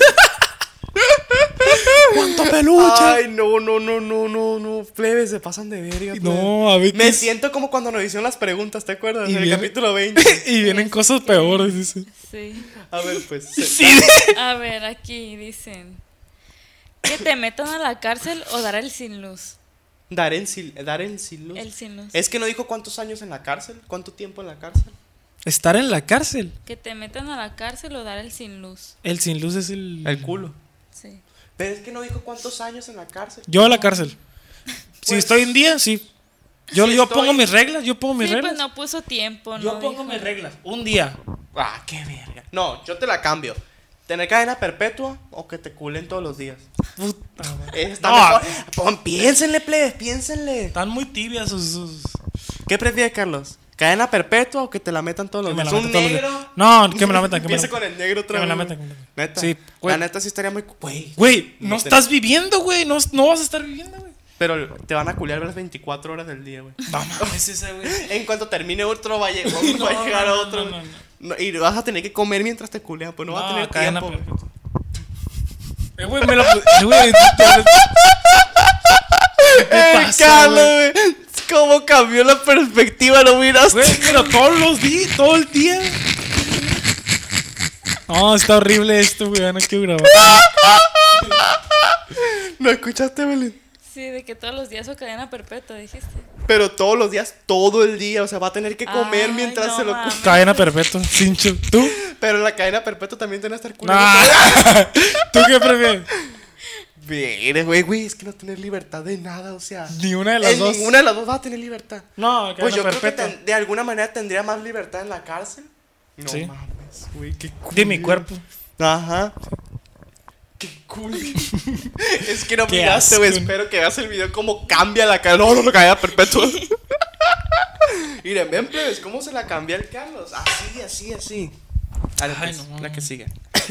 Speaker 4: ¡Cuánto peluche!
Speaker 2: Ay, no, no, no, no, no, no. Plebes, se pasan de verga. plebes.
Speaker 1: No, a ver.
Speaker 2: Me siento como cuando nos hicieron las preguntas, ¿te acuerdas?
Speaker 1: Y
Speaker 2: En el
Speaker 1: viene-
Speaker 2: capítulo 20.
Speaker 1: Y vienen cosas peores, dice.
Speaker 3: Sí.
Speaker 2: A ver, pues.
Speaker 3: A ver, aquí dicen. Que te metan a la cárcel o dar el sin luz.
Speaker 2: Dar en, sil dar en sin luz.
Speaker 3: El sin luz.
Speaker 2: Es que no dijo cuántos años en la cárcel, cuánto tiempo en la cárcel.
Speaker 1: Estar en la cárcel.
Speaker 3: Que te metan a la cárcel o dar el sin luz.
Speaker 1: El sin luz es el.
Speaker 2: culo.
Speaker 3: Sí.
Speaker 2: Pero es que no dijo cuántos años en la cárcel.
Speaker 1: Yo a la cárcel. si
Speaker 2: Pues-
Speaker 1: estoy en día, sí. Yo,
Speaker 2: Si
Speaker 1: yo
Speaker 2: estoy-
Speaker 1: pongo mis reglas, yo pongo mis
Speaker 3: Sí,
Speaker 1: reglas.
Speaker 3: pues no puso tiempo, ¿no?
Speaker 1: yo pongo
Speaker 3: dijo.
Speaker 1: mis reglas. Un día.
Speaker 2: Ah, qué verga. No, yo te la cambio. ¿Tener cadena perpetua o que te culen todos los días?
Speaker 1: Puta madre.
Speaker 2: Eh, Está
Speaker 1: No.
Speaker 2: mejor. Pon- piénsenle, plebes, piénsenle.
Speaker 1: Están muy tibias sus. sus-
Speaker 2: ¿Qué prefieres, Carlos? ¿Cadena perpetua o que te la metan todos los
Speaker 1: que me la
Speaker 2: días?
Speaker 1: metan
Speaker 2: ¿Un
Speaker 1: todos los
Speaker 2: negro?
Speaker 1: días. No, que me la metan, que me la
Speaker 2: Empieza con el negro otra
Speaker 1: Que me la
Speaker 2: vez.
Speaker 1: metan, que me la metan.
Speaker 2: Neta.
Speaker 1: Sí, güey.
Speaker 2: la neta sí estaría muy. cu- Güey.
Speaker 1: Güey, no,
Speaker 2: No te-
Speaker 1: estás viviendo, güey. No, no vas a estar viviendo, güey.
Speaker 2: Pero te van a culiar las 24 horas del día, güey.
Speaker 1: No mames ese, güey.
Speaker 2: En cuanto termine otro, va a, lle- va-
Speaker 1: No,
Speaker 2: va a llegar
Speaker 1: no, no,
Speaker 2: otro.
Speaker 1: no,
Speaker 2: güey.
Speaker 1: no,
Speaker 2: No, y vas a tener que comer mientras te culean, pues no, vas a tener
Speaker 1: cadena
Speaker 2: tiempo. güey.
Speaker 1: perpetua. Eh, güey, me la. eh, güey, todo- ¿Qué te
Speaker 2: ¡Eh,
Speaker 1: pasa,
Speaker 2: Carlos,
Speaker 1: güey?
Speaker 2: güey! ¿Cómo cambió la perspectiva? ¿Lo miras?
Speaker 1: Güey, pero todos los días, todo el día. No, está horrible esto, güey. ya No quiero grabar.
Speaker 2: ¿No escuchaste, Belén?
Speaker 3: Sí, de que todos los días o cadena perpetua, dijiste.
Speaker 2: Pero todos los días, todo el día, o sea, va a tener que comer
Speaker 3: Ay,
Speaker 2: mientras
Speaker 3: no
Speaker 2: se lo
Speaker 3: mames.
Speaker 2: come.
Speaker 1: Cadena perpetua, cincho. ¿Tú?
Speaker 2: Pero la cadena perpetua también tiene que estar culiando.
Speaker 1: Nah. ¿Tú qué prefieres?
Speaker 2: Mire, güey, güey, es que no tener libertad de nada, o sea.
Speaker 1: Ni una de las
Speaker 2: en
Speaker 1: dos.
Speaker 2: Ninguna de las dos va a tener libertad.
Speaker 1: No, cadena
Speaker 2: Pues yo creo que
Speaker 1: perpetua.
Speaker 2: ten- de alguna manera tendría más libertad en la cárcel. No
Speaker 1: Sí.
Speaker 2: mames, güey, qué
Speaker 1: De
Speaker 2: culero.
Speaker 1: mi cuerpo.
Speaker 2: Ajá. Qué cool. es que no
Speaker 1: Qué
Speaker 2: miraste, güey.
Speaker 1: asco.
Speaker 2: Espero que veas el video cómo cambia la cara. No, no, no, cadena perpetua. Miren, ven, plebes, cómo se la cambia el Carlos. Así, así, así. Dale,
Speaker 1: Ay,
Speaker 2: pues,
Speaker 1: no.
Speaker 2: la que sigue.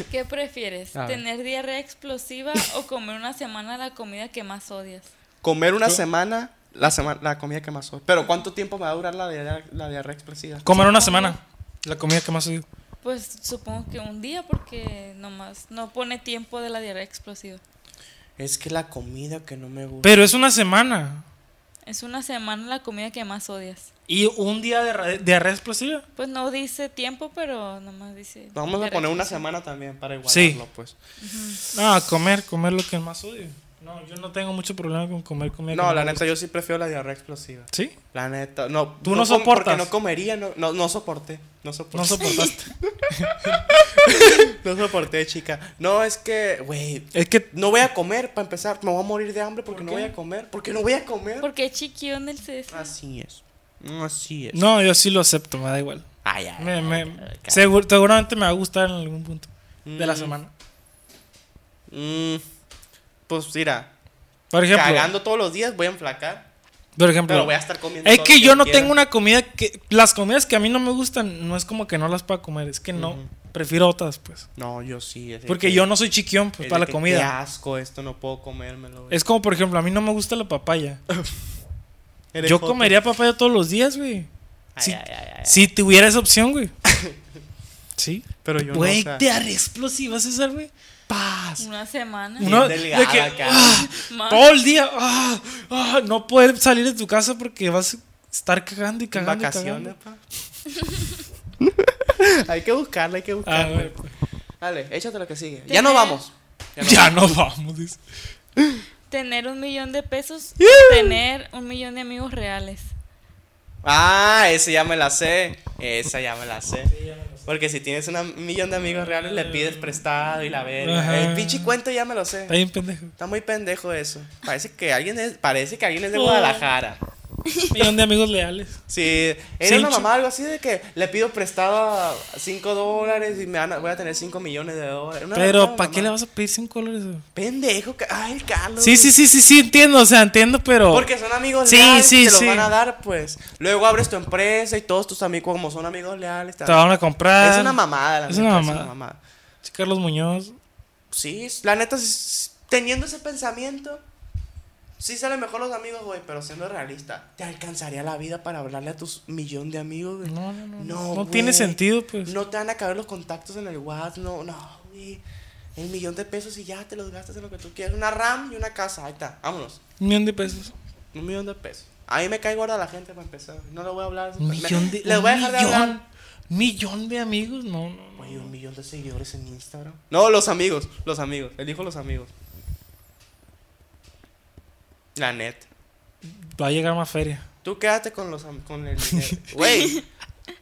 Speaker 3: ¿Qué prefieres?
Speaker 2: A ver.
Speaker 3: ¿Tener diarrea explosiva o comer una semana la comida que más odias?
Speaker 2: Comer una semana, la, semana, la comida que más odio. Pero ¿cuánto tiempo me va a durar la diarrea, la diarrea explosiva?
Speaker 1: Comer una semana. La comida que más odio.
Speaker 3: Pues supongo que un día porque nomás no pone tiempo de la diarrea explosiva.
Speaker 2: Es que la comida que no me gusta.
Speaker 1: Pero es una semana.
Speaker 3: Es una semana la comida que más odias.
Speaker 1: ¿Y un día de ra- diarrea explosiva?
Speaker 3: Pues no dice tiempo, pero nomás dice...
Speaker 2: Vamos a
Speaker 3: diarrea
Speaker 2: poner una
Speaker 3: explosiva.
Speaker 2: semana también para igualarlo,
Speaker 1: Sí.
Speaker 2: pues.
Speaker 1: No, comer, comer lo que más odio. No, yo no tengo mucho problema con comer comida. que
Speaker 2: No, la
Speaker 1: me
Speaker 2: neta, yo sí prefiero la diarrea explosiva.
Speaker 1: gusta. ¿Sí?
Speaker 2: La neta, no.
Speaker 1: Tú no
Speaker 2: com-
Speaker 1: soportas.
Speaker 2: Porque no comería, no, no, no soporté. No soporté.
Speaker 1: No soportaste.
Speaker 2: No soporté, chica. No, es que, güey,
Speaker 1: es que
Speaker 2: no voy a comer para empezar. Me voy a morir de hambre porque no
Speaker 1: qué?
Speaker 2: voy a comer. Porque no voy a comer.
Speaker 3: Porque es chiquión el CS.
Speaker 2: Así es. Así es.
Speaker 1: No, yo sí lo acepto, me da igual.
Speaker 2: Ay, ay,
Speaker 1: Me- me-
Speaker 2: ay, ay,
Speaker 1: segur- seguramente me va a gustar en algún punto de la
Speaker 2: Mm.
Speaker 1: semana.
Speaker 2: Mm, pues mira,
Speaker 1: Por ejemplo,
Speaker 2: cagando todos los días voy a enflacar.
Speaker 1: por ejemplo
Speaker 2: Pero voy a estar comiendo.
Speaker 1: es
Speaker 2: todo
Speaker 1: que
Speaker 2: lo
Speaker 1: yo no
Speaker 2: quiera.
Speaker 1: tengo una comida que... Las comidas que a mí no me gustan, no es como que no las pueda comer, es que no,
Speaker 2: Ujú.
Speaker 1: prefiero otras, pues.
Speaker 2: No, yo sí. es de
Speaker 1: Porque
Speaker 2: que-
Speaker 1: yo no soy chiquión pues,
Speaker 2: es de
Speaker 1: para la
Speaker 2: que,
Speaker 1: comida.
Speaker 2: Qué asco esto, no puedo comérmelo. güey.
Speaker 1: Es como, por ejemplo, a mí no me gusta la papaya.
Speaker 2: Eres
Speaker 1: Yo
Speaker 2: joto.
Speaker 1: comería papaya todos los días, güey.
Speaker 2: Ay,
Speaker 1: Si,
Speaker 2: ay, ay, ay, ay.
Speaker 1: si tuviera esa opción, güey. Sí.
Speaker 2: Pero yo no,
Speaker 1: Güey,
Speaker 2: o sea-
Speaker 1: te haré explosivas, César, güey.
Speaker 2: Paz.
Speaker 3: Una semana.
Speaker 2: Bien
Speaker 1: Uno- de
Speaker 2: delgada,
Speaker 1: que- ¡ah!
Speaker 2: acá.
Speaker 3: Más.
Speaker 1: Todo el día. ah, ah, no poder salir de tu casa porque vas a estar cagando y cagando. y
Speaker 2: vacaciones,
Speaker 1: cagando.
Speaker 2: pa. hay que buscarla, hay que
Speaker 1: Ah,
Speaker 2: buscarla.
Speaker 1: güey.
Speaker 2: Dale, échate lo que sigue.
Speaker 3: Te
Speaker 2: Ya no
Speaker 3: creo.
Speaker 2: vamos.
Speaker 1: Ya no vamos. dice.
Speaker 3: Tener un millón de pesos o tener un millón de amigos reales.
Speaker 2: Ah, esa ya me la sé. Esa ya me la sé. Porque si tienes una- un millón de amigos reales, le pides prestado y la verga.
Speaker 1: Ajá.
Speaker 2: El pinche cuento ya me lo sé.
Speaker 1: Está bien pendejo. Oh.
Speaker 2: Está muy pendejo eso. Parece que alguien es, parece que alguien es de Guadalajara.
Speaker 1: Millón de amigos leales.
Speaker 2: Sí, era una
Speaker 1: Cincho.
Speaker 2: mamá algo así de que le pido prestado 5 dólares y me van a- voy a tener 5 millones de dólares. Una-
Speaker 1: Pero,
Speaker 2: una
Speaker 1: ¿para qué le
Speaker 2: mamá.
Speaker 1: vas a pedir 5 dólares? güey?
Speaker 2: Pendejo, ca- ay, el Carlos.
Speaker 1: Sí, sí, sí, sí, sí, entiendo, o sea, entiendo, pero.
Speaker 2: Porque son amigos
Speaker 1: Oh. Sí,
Speaker 2: leales
Speaker 1: sí,
Speaker 2: y te
Speaker 1: sí.
Speaker 2: los van a dar, pues. Luego abres tu empresa y todos tus amigos, como son amigos leales, te
Speaker 1: Te
Speaker 2: van-
Speaker 1: van a comprar.
Speaker 2: Es una mamada, la
Speaker 1: Es
Speaker 2: neta,
Speaker 1: una
Speaker 2: es
Speaker 1: mamada. Sí, Carlos Muñoz.
Speaker 2: Sí, la neta, s- teniendo ese pensamiento, sí salen mejor los amigos, güey, pero siendo realista, ¿te alcanzaría la vida para hablarle a tus millón de amigos, güey?
Speaker 1: No, no, no.
Speaker 2: No,
Speaker 1: No, tiene
Speaker 2: güey.
Speaker 1: sentido, pues.
Speaker 2: No te van a caber los contactos en el WhatsApp, no, no, güey. El millón de pesos y ya te los gastas en lo que tú quieras. Una RAM y una casa, ahí está, vámonos.
Speaker 1: Un millón de pesos.
Speaker 2: Un millón de pesos. A mí me cae gorda la gente para empezar. No le voy a hablar.
Speaker 1: Un millón de.
Speaker 2: Les
Speaker 1: un
Speaker 2: voy a dejar de
Speaker 1: millón,
Speaker 2: hablar.
Speaker 1: Millón de amigos, no, no. no.
Speaker 2: Güey, un millón de seguidores en Instagram. No, los amigos, los amigos. Elijo los amigos. La neta.
Speaker 1: Va a llegar más feria.
Speaker 2: Tú quédate con los am- con el dinero. Güey,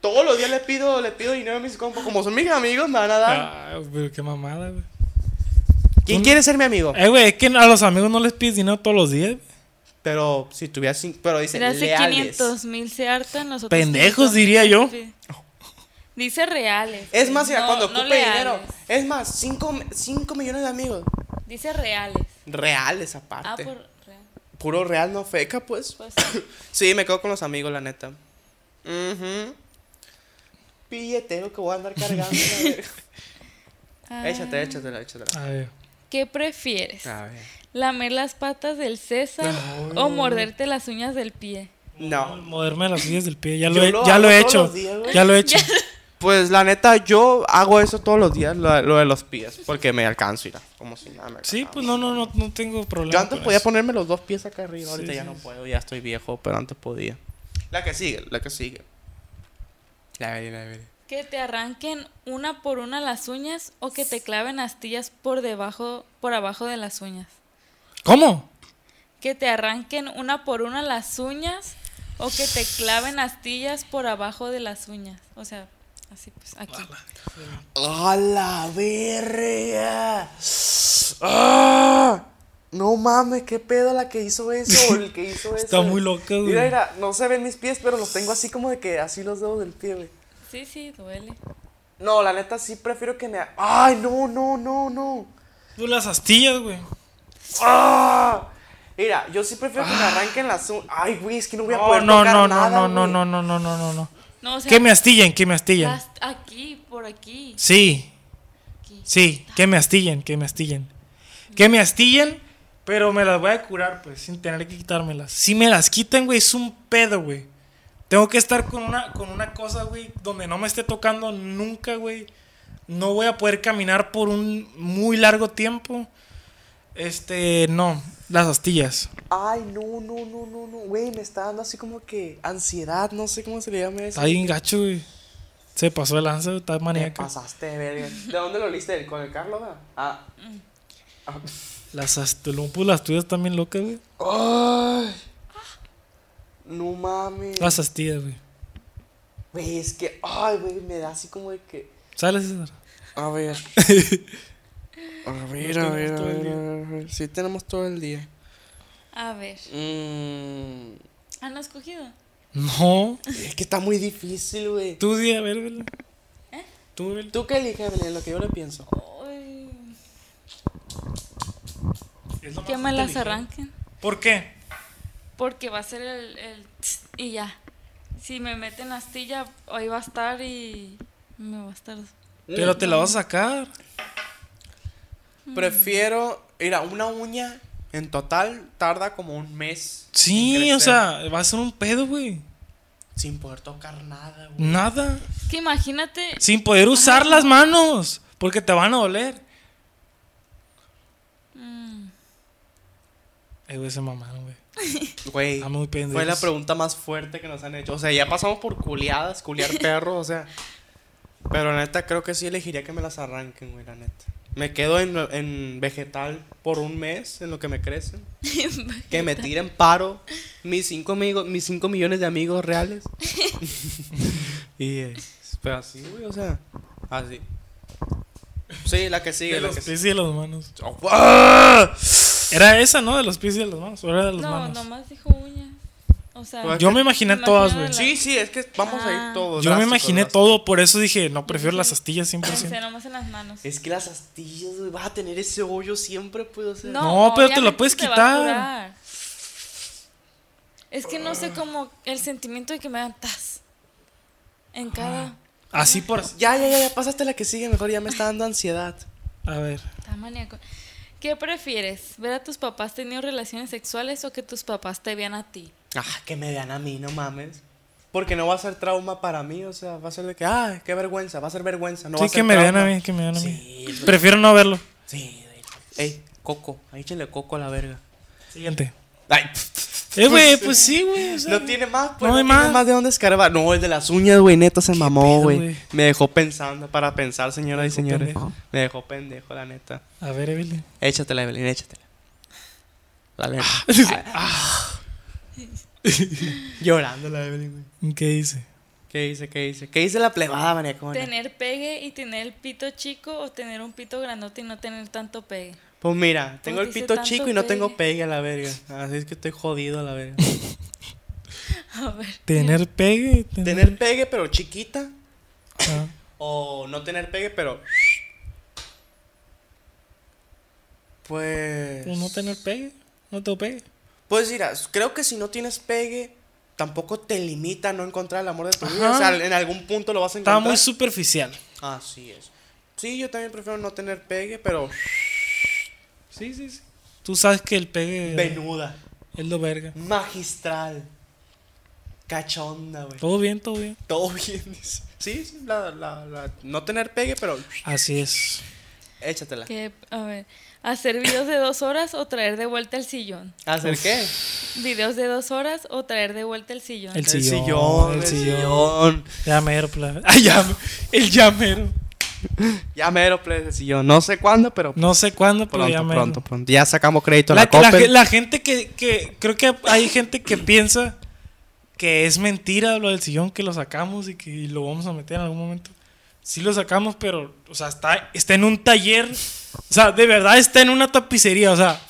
Speaker 2: todos los días le pido, le pido dinero a mis compas. Como son mis amigos, me van a dar.
Speaker 1: Ah, pero qué mamada, güey.
Speaker 2: ¿Quién
Speaker 1: un-
Speaker 2: quiere ser mi amigo?
Speaker 1: Eh, güey, es que a los amigos no les pides dinero todos los días.
Speaker 2: Pero si tuviera cinco, pero dice
Speaker 3: Le hace
Speaker 2: leales.
Speaker 3: 500 mil se hartan los otros.
Speaker 1: Pendejos,
Speaker 3: 500,000
Speaker 1: diría yo.
Speaker 3: sí. Dice reales.
Speaker 2: Es más, mira,
Speaker 3: No-
Speaker 2: cuando
Speaker 3: no
Speaker 2: ocupe
Speaker 3: leales.
Speaker 2: dinero. Es más, 5 cinco millones de amigos.
Speaker 3: Dice reales.
Speaker 2: Reales
Speaker 3: Ah,
Speaker 2: aparte.
Speaker 3: por real.
Speaker 2: Puro real no feca, pues.
Speaker 3: Pues,
Speaker 2: Sí, me quedo con los amigos, la neta. Ujú. Billetero que voy a andar cargando. la verga.
Speaker 3: ah.
Speaker 2: échatela, échatela, échatela.
Speaker 1: A ver.
Speaker 3: ¿Qué prefieres?
Speaker 2: A ver.
Speaker 3: ¿Lamer las patas del César o morderte las uñas del pie?
Speaker 2: No.
Speaker 1: Moderme las sillas del pie. Ya
Speaker 2: Ah. Yo
Speaker 1: lo he,
Speaker 2: lo
Speaker 1: ya
Speaker 2: hago
Speaker 1: lo he
Speaker 2: todos
Speaker 1: hecho.
Speaker 2: los días, güey.
Speaker 1: ya lo he hecho.
Speaker 2: Pues la neta, yo hago eso todos los días, lo, lo de los pies, porque me alcanzo, mira, como si nada me
Speaker 1: Sí,
Speaker 2: alcanzaba.
Speaker 1: pues no, no, no, no tengo problema.
Speaker 2: Yo antes
Speaker 1: con
Speaker 2: podía
Speaker 1: eso.
Speaker 2: ponerme los dos pies acá arriba, ahorita
Speaker 1: Sí,
Speaker 2: ya
Speaker 1: sí,
Speaker 2: no
Speaker 1: sí.
Speaker 2: puedo, ya estoy viejo, pero antes podía. La que sigue, la que sigue. La veré, la veré.
Speaker 3: ¿Que te arranquen una por una las uñas o que te claven astillas por debajo, por abajo de las uñas?
Speaker 1: ¿Cómo?
Speaker 3: ¿Que te arranquen una por una las uñas o que te claven astillas por abajo de las uñas? O sea, así pues, aquí.
Speaker 2: ¡A la verga! ¡Ah! No mames, qué pedo la que hizo eso, el que hizo eso.
Speaker 1: Está muy loca, güey.
Speaker 2: Mira, mira, no se ven mis pies, pero los tengo así como de que así los dedos del pie, güey.
Speaker 3: Sí, sí, duele.
Speaker 2: No, la neta sí prefiero que me. ¡Ay, no, no, no, no!
Speaker 1: Tú Pues las astillas, güey.
Speaker 2: ¡Ah! Mira, yo sí prefiero que me arranquen las. u- ¡Ay, güey! Es que no voy a
Speaker 1: Ah. No,
Speaker 2: poder
Speaker 1: no,
Speaker 2: tocar
Speaker 1: no,
Speaker 2: nada,
Speaker 1: no, no, no,
Speaker 2: güey.
Speaker 1: no, no, no, no, no, no.
Speaker 3: No, o sea,
Speaker 1: Que me astillen, que me astillen.
Speaker 3: las- aquí, por aquí,
Speaker 1: Sí,
Speaker 3: aquí.
Speaker 1: sí, que me astillen, que me astillen. Que me astillen, pero me las voy a curar, pues, sin tener que quitármelas. Si me las quitan, güey, es un pedo, güey. Tengo que estar con una, con una cosa, güey, donde no me esté tocando nunca, güey. No voy a poder caminar por un muy largo tiempo. Este, no, las astillas.
Speaker 2: ¡Ay, no, no, no, no, no! Güey, me está dando así como que ansiedad, no sé cómo se le llama eso.
Speaker 1: Está bien gacho, güey. Se pasó de lanza, está
Speaker 2: Te
Speaker 1: maníaca.
Speaker 2: pasaste, de verga. ¿De dónde lo liste? ¿Con el Carlos? va? Ah. Ah.
Speaker 1: Las astolumpus, las tuyas también locas, güey.
Speaker 2: Ay. No mames.
Speaker 1: Las astillas, güey.
Speaker 2: Güey, es que. Ay, güey, me da así como de que.
Speaker 1: ¿Sales, César?
Speaker 2: A ver. A ver, a
Speaker 1: tenemos
Speaker 2: ver, a
Speaker 1: todo el
Speaker 2: ver,
Speaker 1: día.
Speaker 2: a ver. Sí, tenemos todo el día.
Speaker 3: A ver, ¿Ah,
Speaker 2: Mm,
Speaker 3: ¿han escogido?
Speaker 1: No.
Speaker 2: es que está muy difícil, güey. ¿Tú,
Speaker 1: Tú di, a ver, vela. ¿Eh? Tú, vela.
Speaker 2: qué eliges, Belén? Lo que yo le pienso.
Speaker 3: Ay, que me las arranquen.
Speaker 1: ¿Por qué?
Speaker 3: Porque va a ser el, el tss y ya. Si me meten astilla, ahí va a estar y me va a estar.
Speaker 1: Pero te la vas a sacar. Mm.
Speaker 2: Prefiero. Mira, una uña en total tarda como un mes. en
Speaker 1: Sí,
Speaker 2: crecer,
Speaker 1: o sea, va a ser un pedo, güey.
Speaker 2: Sin poder tocar nada, güey.
Speaker 1: Nada.
Speaker 3: Es que imagínate,
Speaker 1: Sin poder usar las manos. Porque te van a doler.
Speaker 3: mm,
Speaker 1: Eh, güey, se mamaron, güey.
Speaker 2: Güey,
Speaker 1: Está muy pendejo.
Speaker 2: fue la pregunta más fuerte que nos han hecho. O sea, ya pasamos por culiadas, culiar perros, o sea. Pero la neta, creo que sí elegiría que me las arranquen, güey, la neta. Me quedo en, en vegetal por un mes, en lo que me crecen. que me tiren paro mis cinco, amigos, mis cinco millones de amigos reales. y eh, Pero así, güey, o sea, así. Sí, la que sigue,
Speaker 1: De
Speaker 2: la
Speaker 1: los
Speaker 2: que sigue.
Speaker 1: pies y de las manos.
Speaker 2: Oh, ¡ah!
Speaker 1: Era esa, ¿no? De los pies y de las manos. ¿O era de las
Speaker 3: no,
Speaker 1: manos?
Speaker 3: nomás dijo uñas. O O sea,
Speaker 1: Yo me imaginé
Speaker 3: imagino
Speaker 1: todas, güey.
Speaker 3: la-
Speaker 2: Sí, sí, es que vamos a
Speaker 3: Ah.
Speaker 2: ir todos.
Speaker 1: Yo me
Speaker 2: drásticos,
Speaker 1: imaginé
Speaker 2: drásticos.
Speaker 1: todo, por eso dije, no, prefiero las astillas
Speaker 3: O sea,
Speaker 1: 100%.
Speaker 3: nomás en las manos.
Speaker 2: Es que las astillas, güey, vas a tener ese hoyo siempre, pues, o sea.
Speaker 1: No, pero te lo
Speaker 3: obviamente
Speaker 1: puedes
Speaker 3: va a
Speaker 1: quitar.
Speaker 3: curar. Es que no sé cómo el sentimiento de que me dan tas. En cada.
Speaker 1: Así por...
Speaker 2: Ya, ya, ya, ya, pasaste la que sigue, mejor ya me está dando ansiedad.
Speaker 1: A ver.
Speaker 3: Está maníaco. ¿Qué prefieres? ¿Ver a tus papás teniendo relaciones sexuales o que tus papás te vean a ti?
Speaker 2: Ah, que me vean a mí, no mames. Porque no va a ser trauma para mí, o sea, va a ser de que, ah, qué vergüenza, va a ser vergüenza. No va
Speaker 1: Sí,
Speaker 2: a ser
Speaker 1: que me vean a
Speaker 2: trauma.
Speaker 1: mí, que me vean a mí.
Speaker 2: Sí, güey.
Speaker 1: Prefiero no verlo.
Speaker 2: Sí, güey. Ey, coco, ahí échenle coco a la verga.
Speaker 1: Siguiente.
Speaker 2: Ay,
Speaker 1: Eh, güey, pues sí, güey. o sea,
Speaker 2: no tiene más, pues.
Speaker 1: No
Speaker 2: No,
Speaker 1: hay
Speaker 2: tiene
Speaker 1: más.
Speaker 2: más. de dónde escarbar. No, el de las uñas, güey, neta se mamó,
Speaker 1: pedo,
Speaker 2: güey.
Speaker 1: güey?
Speaker 2: Me dejó pensando para pensar, señoras y
Speaker 1: dejó
Speaker 2: señores.
Speaker 1: pendejo.
Speaker 2: Me dejó pendejo, la neta.
Speaker 1: A ver, Evelyn.
Speaker 2: Échatela, Evelyn, échatela. La neta. Ah. Llorando la Evelyn, güey.
Speaker 1: ¿Qué dice?
Speaker 2: ¿Qué dice? ¿Qué dice? ¿Qué dice la plebada, maniacona?
Speaker 3: ¿Tener pegue y tener el pito chico o tener un pito grandote y no tener tanto pegue?
Speaker 2: Pues mira, tengo el
Speaker 3: dice
Speaker 2: pito
Speaker 3: tanto
Speaker 2: chico y no tengo
Speaker 3: pegue.
Speaker 2: pegue a la verga. Así es que estoy jodido a la verga.
Speaker 3: A ver.
Speaker 1: Tener pegue. Tener...
Speaker 2: tener pegue pero chiquita
Speaker 1: Ah.
Speaker 2: o no tener pegue pero Pues
Speaker 1: Pues no tener pegue. No tengo pegue.
Speaker 2: Pues mira, creo que si no tienes pegue tampoco te limita a no encontrar el amor de tu vida,
Speaker 1: Ajá.
Speaker 2: o sea, en algún punto lo vas a
Speaker 1: Estaba
Speaker 2: encontrar.
Speaker 1: muy superficial.
Speaker 2: Así es. Sí, yo también prefiero no tener pegue, pero
Speaker 1: Sí, sí, sí. Tú sabes que el pegue
Speaker 2: venuda,
Speaker 1: es lo verga.
Speaker 2: magistral, cachonda, güey.
Speaker 1: Todo bien, todo bien.
Speaker 2: Todo bien, dice. Sí, sí, la, la, la- no tener pegue, pero
Speaker 1: Así es.
Speaker 2: échatela.
Speaker 3: ¿Qué- a ver. ¿Hacer videos de dos horas o traer de vuelta el sillón?
Speaker 2: ¿Hacer qué?
Speaker 3: ¿Videos de dos horas o traer de vuelta el sillón?
Speaker 1: El-
Speaker 2: El
Speaker 1: sillón,
Speaker 2: sillón,
Speaker 1: el
Speaker 2: el
Speaker 1: sillón.
Speaker 2: sillón.
Speaker 1: Llamero, pla- Ah, llam- El llamero.
Speaker 2: Ya mero, please, el sillón. No sé cuándo, pero
Speaker 1: No sé cuándo, pero
Speaker 2: pronto,
Speaker 1: llamero.
Speaker 2: pronto, pronto. Ya sacamos crédito a
Speaker 1: La,
Speaker 2: la,
Speaker 1: la
Speaker 2: Coppel.
Speaker 1: ge- la gente que, que- Creo que hay gente que piensa que es mentira lo del sillón que lo sacamos y que y lo vamos a meter en algún momento. Sí lo sacamos, pero, o sea, está, está en un taller. O sea, de verdad está en una tapicería, o sea.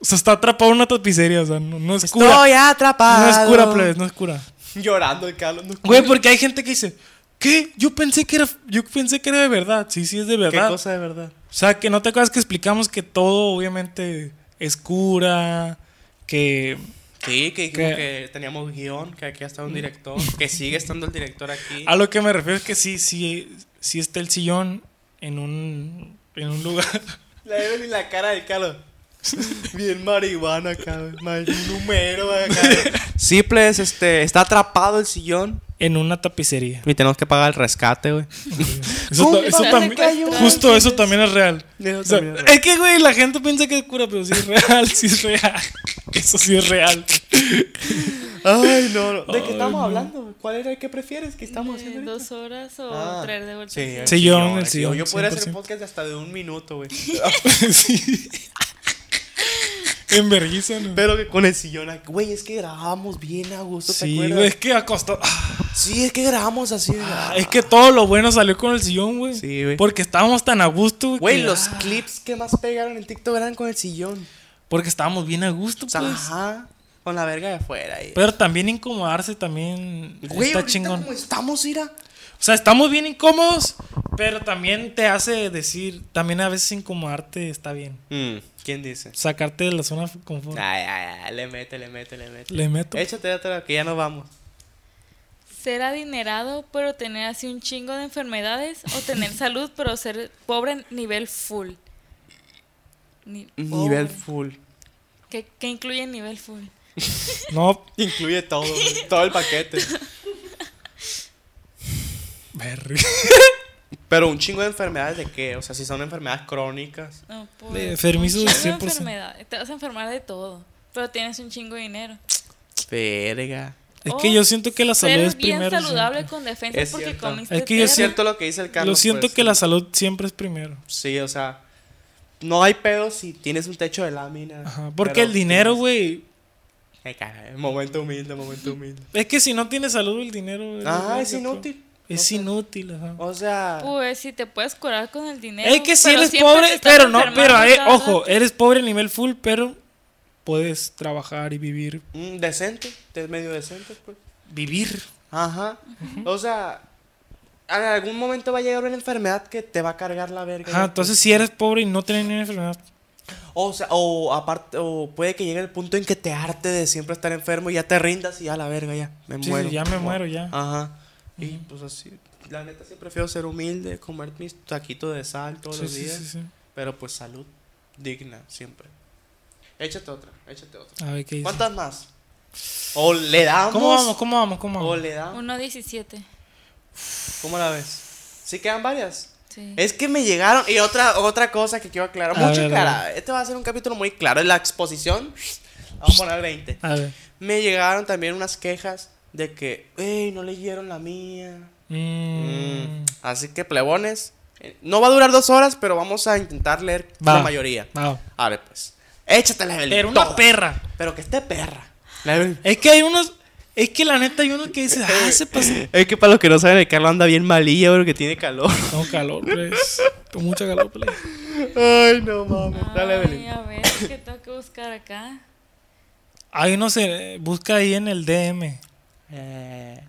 Speaker 1: O sea, está atrapado en una tapicería, o sea, no, no es cura.
Speaker 2: Estoy atrapado.
Speaker 1: No es cura, plebes, no es cura.
Speaker 2: Llorando el Carlos. no-
Speaker 1: Güey, porque hay gente que dice, ¿qué? Yo pensé que era, yo pensé que era de verdad. Sí, sí es de
Speaker 2: ¿Qué
Speaker 1: verdad.
Speaker 2: cosa de verdad?
Speaker 1: O sea, que no te acuerdas que explicamos que todo obviamente es cura, que
Speaker 2: Sí, que dijimos
Speaker 1: ¿Qué?
Speaker 2: que teníamos guión, que aquí ha
Speaker 1: Mm.
Speaker 2: estado un director, que sigue estando el director aquí.
Speaker 1: a lo que me refiero es que sí, sí, sí está el sillón en un, en un lugar.
Speaker 2: La Evelyn, la cara del Carlos. Bien marihuana acá, mal número acá. Sí, please, este, está atrapado el sillón.
Speaker 1: En una tapicería.
Speaker 2: Y tenemos que pagar el rescate, güey.
Speaker 1: Eso,
Speaker 2: ¿Cómo
Speaker 1: ta- eso
Speaker 3: se
Speaker 1: también.
Speaker 3: cayó?
Speaker 1: Justo eso también es real.
Speaker 2: Eso
Speaker 1: O sea,
Speaker 2: también es real.
Speaker 1: es que, güey, la gente piensa que es cura, pero sí es real, sí es real. Eso sí es real.
Speaker 2: Ay, no, no. ¿De
Speaker 1: Ay,
Speaker 2: qué estamos hablando? güey? ¿Cuál era el que prefieres que estamos
Speaker 3: ¿De
Speaker 2: haciendo?
Speaker 3: Eh, dos horas o
Speaker 2: Ah,
Speaker 3: traer de vuelta
Speaker 2: sí,
Speaker 3: el sillón?
Speaker 2: el
Speaker 1: Sí. Sillón, el sillón,
Speaker 2: Yo podría hacer
Speaker 1: 100%.
Speaker 2: podcast de hasta de un minuto, güey.
Speaker 1: sí. En vergüenza, ¿no?
Speaker 2: Pero que con el sillón aquí. Güey, es que grabamos bien a gusto, ¿te
Speaker 1: Sí,
Speaker 2: acuerdas?
Speaker 1: güey, es que acostó.
Speaker 2: Sí, es que grabamos así. güey.
Speaker 1: Ah, es que todo lo bueno salió con el sillón, güey.
Speaker 2: Sí, güey.
Speaker 1: Porque estábamos tan a gusto, güey.
Speaker 2: Güey,
Speaker 1: que-
Speaker 2: los
Speaker 1: ah,
Speaker 2: clips que más pegaron en TikTok eran con el sillón.
Speaker 1: Porque estábamos bien a gusto,
Speaker 2: O sea,
Speaker 1: pues.
Speaker 2: ajá, con la verga de afuera. ahí.
Speaker 1: Pero también incomodarse también
Speaker 2: Güey,
Speaker 1: está
Speaker 2: ahorita
Speaker 1: chingón.
Speaker 2: como estamos, ira.
Speaker 1: O sea, estamos bien incómodos, pero también te hace decir, también a veces incomodarte está bien.
Speaker 2: Mm, ¿Quién dice?
Speaker 1: Sacarte de la zona de confort.
Speaker 2: Ay, ay, ay, le mete, le mete, le mete.
Speaker 1: Le meto.
Speaker 2: Échate otra, que ya nos vamos.
Speaker 3: Ser adinerado pero tener así un chingo de enfermedades o tener salud pero ser pobre en nivel full. Ni-
Speaker 2: Nivel
Speaker 3: pobre.
Speaker 2: full.
Speaker 3: ¿Qué, qué incluye nivel full?
Speaker 1: No,
Speaker 2: Incluye todo, güey, todo el paquete.
Speaker 1: verga.
Speaker 2: Pero un chingo de enfermedades de qué? O sea, si son enfermedades crónicas.
Speaker 3: No,
Speaker 1: De
Speaker 3: pues,
Speaker 1: enfermizo
Speaker 3: un
Speaker 1: de
Speaker 3: chingo
Speaker 1: 100%.
Speaker 3: enfermedades. Te vas a enfermar de todo, pero tienes un chingo de dinero.
Speaker 2: Verga.
Speaker 1: Es
Speaker 3: O
Speaker 1: que yo siento que la Ah, salud
Speaker 3: Oh, ser
Speaker 1: es
Speaker 3: bien
Speaker 1: primero.
Speaker 3: saludable
Speaker 1: siempre.
Speaker 3: con defensa
Speaker 2: Es
Speaker 3: porque
Speaker 2: cierto.
Speaker 3: comiste
Speaker 1: Es que yo
Speaker 2: Es
Speaker 3: perro.
Speaker 1: siento-
Speaker 2: cierto lo que dice el Carlos.
Speaker 1: Lo siento
Speaker 2: pues,
Speaker 1: que
Speaker 2: sí.
Speaker 1: la salud siempre es primero.
Speaker 2: Sí, o sea, no hay pedo si tienes un techo de lámina.
Speaker 1: Ajá, porque
Speaker 2: pero-
Speaker 1: el dinero, güey.
Speaker 2: Ay, caray, Momento humilde, momento humilde.
Speaker 1: Es que si no tienes salud, el dinero. es
Speaker 2: Ah, es
Speaker 1: lógico.
Speaker 2: inútil.
Speaker 1: Es inútil, ajá.
Speaker 2: O sea,
Speaker 3: Pues si te puedes curar con el dinero.
Speaker 1: Es que si
Speaker 3: pero
Speaker 1: eres
Speaker 3: siempre
Speaker 1: pobre,
Speaker 3: te estás
Speaker 1: pero no, pero
Speaker 3: enfermando
Speaker 1: eh,
Speaker 3: cada
Speaker 1: ojo,
Speaker 3: rato.
Speaker 1: eres pobre a nivel full, pero puedes trabajar y vivir.
Speaker 2: Mm, decente, de- medio decente, pues.
Speaker 1: Vivir.
Speaker 2: Ajá. O sea, en algún momento va a llegar una enfermedad que te va a cargar la verga.
Speaker 1: Ajá, entonces si eres pobre y no tienes ni una enfermedad.
Speaker 2: O sea, o aparte, o puede que llegue el punto en que te harte de siempre estar enfermo y ya te rindas y ya la verga, ya. Me
Speaker 1: Sí,
Speaker 2: muero. Ah,
Speaker 1: sí, ya me muero, ya.
Speaker 2: Ajá. Y pues así, la neta sí prefiero ser humilde, comer mis taquitos de sal todos
Speaker 1: Sí,
Speaker 2: los
Speaker 1: sí,
Speaker 2: días.
Speaker 1: sí, sí.
Speaker 2: Pero pues salud digna, siempre. Échate otra, échate otra.
Speaker 1: A ver qué dice.
Speaker 2: ¿Cuántas más? O le damos.
Speaker 1: ¿Cómo vamos? ¿Cómo vamos? ¿Cómo
Speaker 2: O
Speaker 1: vamos?
Speaker 2: le damos.
Speaker 3: 1.17.
Speaker 2: ¿Cómo la ves? ¿Sí quedan varias?
Speaker 3: Sí.
Speaker 2: Es que me llegaron. Y otra, otra cosa que quiero aclarar.
Speaker 1: A
Speaker 2: Mucho
Speaker 1: ver, a
Speaker 2: clara. Este va a ser un capítulo muy claro. La exposición. Vamos a poner 20.
Speaker 1: A ver.
Speaker 2: Me llegaron también unas quejas de que, ¡Ey! No leyeron la mía.
Speaker 1: Mm.
Speaker 2: Mm, Así que, plebones. eh, No va a durar dos horas, pero vamos a intentar leer
Speaker 1: Va.
Speaker 2: Mm, la mayoría.
Speaker 1: Va.
Speaker 2: A ver, pues. Échatela, Evelyn.
Speaker 1: Pero una
Speaker 2: toda.
Speaker 1: perra.
Speaker 2: Pero que esté perra. La Evelyn.
Speaker 1: Es que hay unos. Es que la neta hay unos que dicen, ah, se pasó.
Speaker 2: Es que para los que no saben, el Carlos anda bien malilla, bro, que tiene calor.
Speaker 1: Tengo calor, pues. Tengo mucho calor, pues.
Speaker 2: Ay, no mames. Dale,
Speaker 3: Ay,
Speaker 2: Evelyn.
Speaker 3: a ver, que tengo que buscar acá.
Speaker 1: Hay uno se busca ahí en el DM.
Speaker 2: Eh,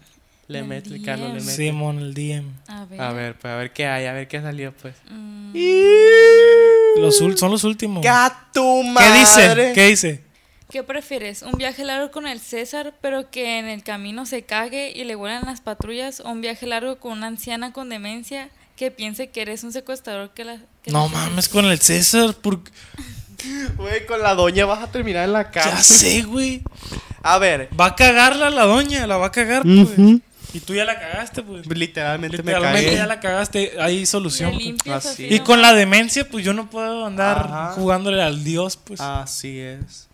Speaker 2: le
Speaker 3: Del
Speaker 2: mete,
Speaker 3: DM.
Speaker 2: Carlos, le mete.
Speaker 1: Simón, el DM.
Speaker 3: A ver.
Speaker 2: A ver, pues a ver qué hay, a ver qué ha salido, pues.
Speaker 3: Mm,
Speaker 1: Los ul- son los últimos.
Speaker 2: tu
Speaker 1: ¿Qué dice? ¿Qué dice?
Speaker 3: ¿Qué prefieres? ¿Un viaje largo con el César, pero que en el camino se cague y le vuelan las patrullas? ¿O un viaje largo con una anciana con demencia que piense que eres un secuestrador que la... que
Speaker 1: No
Speaker 3: la-
Speaker 1: mames con el César. Por...
Speaker 2: Güey, con la doña vas a terminar en la
Speaker 1: Ya
Speaker 2: casa.
Speaker 1: sé, güey.
Speaker 2: A ver,
Speaker 1: Va a cagarla la doña, la va a cagar, pues. Y tú ya la cagaste, pues.
Speaker 2: literalmente me
Speaker 1: Literalmente
Speaker 2: cagué.
Speaker 1: ya la cagaste, hay solución.
Speaker 3: Le
Speaker 1: pues.
Speaker 3: limpias
Speaker 2: Así.
Speaker 3: así.
Speaker 1: Y con la demencia, pues yo no puedo andar
Speaker 2: Ajá. Ah.
Speaker 1: jugándole al dios, pues.
Speaker 2: Así es.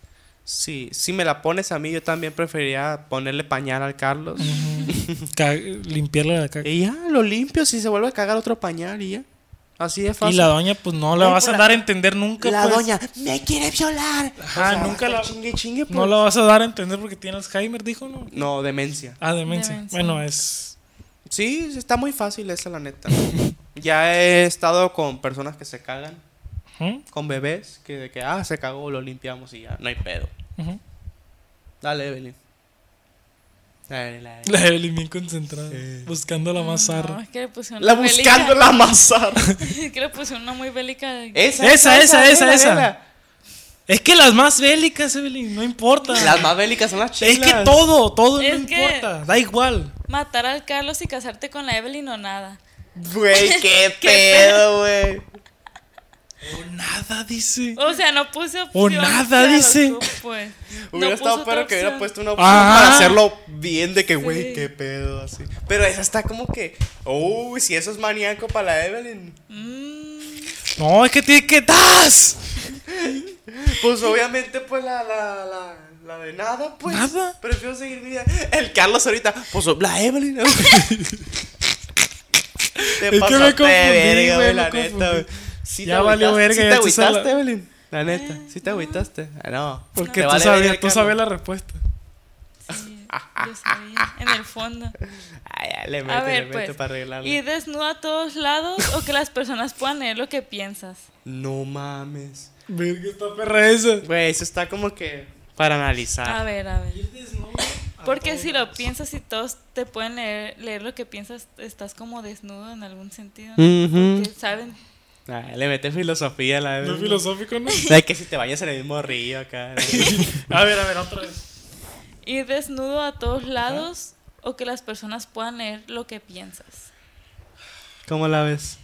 Speaker 2: Sí, si me la pones a mí, yo también preferiría ponerle pañal al Carlos.
Speaker 1: Mm. Ca- limpiarle la caca.
Speaker 2: Y ya, lo limpio, si se vuelve a cagar otro pañal y ya. Así de
Speaker 1: Y
Speaker 2: fácil.
Speaker 1: la doña, pues no la
Speaker 2: Oye,
Speaker 1: vas a
Speaker 2: pues,
Speaker 1: dar a entender nunca,
Speaker 2: La
Speaker 1: pues.
Speaker 2: doña, me quiere violar.
Speaker 1: Ajá, nunca la-
Speaker 2: Chingue, chingue,
Speaker 1: No
Speaker 2: pues.
Speaker 1: la vas a dar a entender porque tiene Alzheimer, dijo, ¿no?
Speaker 2: No, demencia.
Speaker 1: Ah, demencia.
Speaker 3: Demencia.
Speaker 1: Bueno, es.
Speaker 2: Sí, sí, está muy fácil esa, la neta. ya he estado con personas que se cagan,
Speaker 1: ¿Mm?
Speaker 2: con bebés, que de que, ah, se cagó, lo limpiamos y ya, no hay pedo.
Speaker 1: Ujú.
Speaker 2: Dale, Evelyn. Dale, la, Evelyn.
Speaker 1: La Evelyn bien concentrada, buscando la más
Speaker 3: No,
Speaker 1: zarra.
Speaker 3: es que le puse una
Speaker 2: la
Speaker 3: muy
Speaker 2: buscando la mazar.
Speaker 3: bélica. Es que le puse una muy bélica. de-
Speaker 2: Esa,
Speaker 1: Esa, esa, esa,
Speaker 2: vela,
Speaker 1: esa.
Speaker 2: vela.
Speaker 1: Es que las más bélicas, Evelyn, no importa.
Speaker 2: Las más bélicas son las
Speaker 1: es
Speaker 2: chicas.
Speaker 1: que todo, todo
Speaker 3: Es
Speaker 1: no
Speaker 3: que-
Speaker 1: importa, da igual.
Speaker 3: Matar al Carlos y casarte con la Evelyn o nada.
Speaker 2: Güey, qué pedo, güey.
Speaker 1: O nada, dice.
Speaker 3: O sea, no puse
Speaker 1: O
Speaker 3: opción,
Speaker 1: nada,
Speaker 3: a lo
Speaker 1: dice.
Speaker 3: tú, pues. No
Speaker 2: Hubiera
Speaker 3: puse
Speaker 2: estado
Speaker 3: otra
Speaker 2: perro que hubiera
Speaker 3: opción.
Speaker 2: puesto una opción
Speaker 1: Ajá.
Speaker 2: para hacerlo bien de que, güey,
Speaker 3: Sí.
Speaker 2: qué pedo, así. Pero esa está como que, uy, si eso es maníaco para la Evelyn.
Speaker 3: Mm,
Speaker 1: No, es que tiene que. ¡Das!
Speaker 2: Pues obviamente, pues la, la, la, la de nada, pues.
Speaker 1: Nada.
Speaker 2: Prefiero seguir mi vida. El Carlos ahorita, pues la Evelyn. ¿no? Te
Speaker 1: que me
Speaker 2: pasaste
Speaker 1: confundí,
Speaker 2: de verga,
Speaker 1: güey,
Speaker 2: güey,
Speaker 1: me
Speaker 2: la neta, güey.
Speaker 1: confundí.
Speaker 2: Sí
Speaker 1: Ya
Speaker 2: te
Speaker 1: valió
Speaker 2: agüitaste-
Speaker 1: verga,
Speaker 2: sí
Speaker 1: ya
Speaker 2: te
Speaker 1: tú sabes
Speaker 2: agüitaste,
Speaker 1: la-
Speaker 2: Evelyn. La neta, sí te agüitaste. Ah, no. Te
Speaker 1: Porque tú,
Speaker 2: vale
Speaker 1: sabías,
Speaker 2: verga,
Speaker 1: tú
Speaker 2: Carlos.
Speaker 1: sabías la respuesta.
Speaker 3: sí, yo sabía, en el fondo.
Speaker 2: Ay, ay, le mete,
Speaker 3: A ver,
Speaker 2: le mete
Speaker 3: pues.
Speaker 2: para arreglarlo.
Speaker 3: Ir desnudo a todos lados o que las personas puedan leer lo que piensas.
Speaker 2: No mames.
Speaker 1: Verga, esta perra esa.
Speaker 2: Güey, eso está como que para
Speaker 3: A
Speaker 1: Ah.
Speaker 2: analizar.
Speaker 3: ver, a ver. Porque si lo piensas y todos te pueden leer, leer lo que piensas, estás como desnudo en algún sentido. ¿no?
Speaker 2: Ujú.
Speaker 3: Porque saben.
Speaker 2: Ay, Ah, le mete filosofía a la
Speaker 1: No
Speaker 2: Evelyn.
Speaker 1: es filosófico, ¿no?
Speaker 2: De que si te bañas en el mismo río acá.
Speaker 1: A ver, a ver, otra vez.
Speaker 3: Ir desnudo a todos lados o que las personas puedan leer lo que piensas.
Speaker 2: ¿Cómo la ves?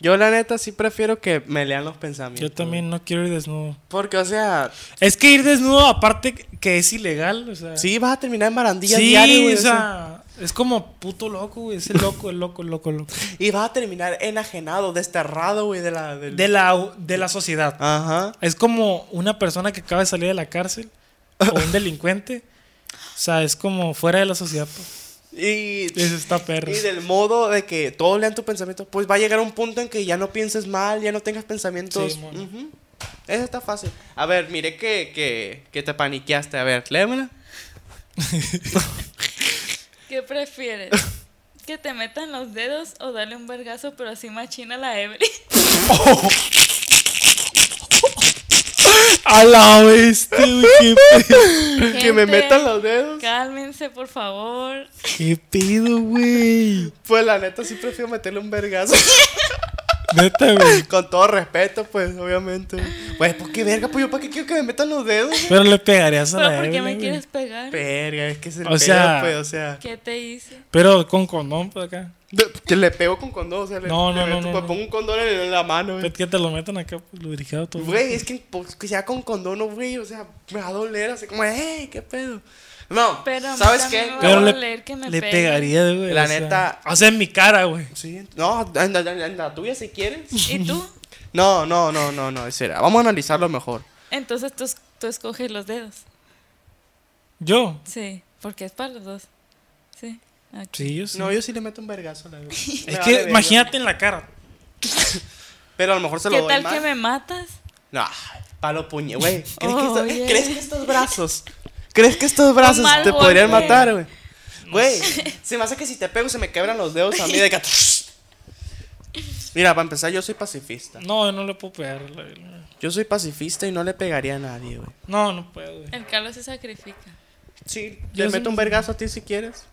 Speaker 2: Yo la neta sí prefiero que me lean los pensamientos.
Speaker 1: Yo también no quiero ir desnudo.
Speaker 2: Porque, o sea,
Speaker 1: Es que ir desnudo, aparte que es ilegal, o sea.
Speaker 2: sí vas a terminar en barandilla
Speaker 1: Sí,
Speaker 2: diario, güey,
Speaker 1: o
Speaker 2: o sea,
Speaker 1: sea, es como puto loco, güey. Es el loco, el loco, el loco, el loco.
Speaker 2: Y vas a terminar enajenado, desterrado, güey, de la... del-
Speaker 1: De la, de la sociedad.
Speaker 2: Ajá.
Speaker 1: Es como una persona que acaba de salir de la cárcel o un delincuente. O sea, es como fuera de la sociedad. pues.
Speaker 2: Y...
Speaker 1: Es esta perra.
Speaker 2: Y del modo de que todos lean tu pensamiento, pues va a llegar un punto en que ya no pienses mal, ya no tengas pensamientos.
Speaker 1: Sí, mono.
Speaker 2: Ujú. Eso está fácil. A ver, miré que, que, que te paniqueaste. A ver, léemela.
Speaker 3: ¿Qué prefieres? ¿Que te metan los dedos o darle un vergazo pero así machina a la Evelyn?
Speaker 1: A la bestia, güey. Qué, pe-
Speaker 2: Que me
Speaker 3: Gente,
Speaker 2: metan los dedos.
Speaker 3: Cálmense, por favor.
Speaker 1: Pues qué pedo, güey.
Speaker 2: Pues la neta sí prefiero meterle un vergazo.
Speaker 1: Neta, güey.
Speaker 2: Con todo respeto, pues, obviamente. Pues, pues qué verga, pues yo para qué quiero que me metan los dedos. güey?
Speaker 1: Pero le pegarías a
Speaker 3: ¿Pero
Speaker 1: la
Speaker 3: por qué
Speaker 1: Evelyn,
Speaker 3: me
Speaker 1: güey.
Speaker 3: quieres pegar?
Speaker 2: Verga, es que es el
Speaker 1: O
Speaker 2: pedo,
Speaker 1: sea-
Speaker 2: pues, o sea.
Speaker 3: ¿Qué te hice?
Speaker 1: Pero con condón por acá.
Speaker 2: De- que le pego con condón, o sea, le,
Speaker 1: No,
Speaker 2: le
Speaker 1: no, no,
Speaker 2: meto-
Speaker 1: no,
Speaker 2: pues,
Speaker 1: no.
Speaker 2: pongo un condón en en la mano, güey.
Speaker 1: Pero Que te lo metan acá pues, lubricado todo.
Speaker 2: Güey, es que, pues, que sea con condón, no, güey, o sea, me va a doler, así como, ey, qué pedo. No,
Speaker 3: Pero a mí
Speaker 2: ¿sabes
Speaker 3: también
Speaker 2: qué?
Speaker 3: me va a
Speaker 1: Pero le,
Speaker 3: doler que me
Speaker 1: le
Speaker 3: peguen.
Speaker 1: pegaría, güey.
Speaker 2: La
Speaker 1: o sea.
Speaker 2: neta-
Speaker 1: o sea, en mi cara, güey.
Speaker 2: Sí, no, en la- en la- en la tuya si quieres.
Speaker 3: ¿Y tú?
Speaker 2: No, no, no, no, no, será. Vamos a analizarlo mejor.
Speaker 3: Entonces tú, es- tú escoges los dedos.
Speaker 1: Yo.
Speaker 3: Sí, porque es para los dos. Sí. ok.
Speaker 1: Sí, yo sí.
Speaker 2: No, yo sí le meto un vergazo, la verdad. Me
Speaker 1: es
Speaker 2: vale
Speaker 1: que
Speaker 2: verga.
Speaker 1: imagínate en la cara.
Speaker 2: Pero a lo mejor se lo
Speaker 3: ¿Qué
Speaker 2: doy
Speaker 3: tal
Speaker 2: mal.
Speaker 3: que me matas?
Speaker 2: No, palo puñe, güey. ¿Crees, que esto-
Speaker 3: Oye.
Speaker 2: crees que estos brazos? ¿Crees que estos brazos
Speaker 3: mal
Speaker 2: te podrían
Speaker 3: golpe.
Speaker 2: matar, güey? Güey, se me hace que si te pego se me quebran los dedos a mí de que... Mira, para empezar, yo soy pacifista.
Speaker 1: No, no le puedo pegar. a la Evelyn.
Speaker 2: Yo soy pacifista y no le pegaría a nadie, güey.
Speaker 1: No, no puedo, güey.
Speaker 3: El Carlos se sacrifica.
Speaker 2: Sí,
Speaker 1: Yo
Speaker 2: le
Speaker 1: sí
Speaker 2: meto
Speaker 1: me-
Speaker 2: un vergazo a ti si quieres.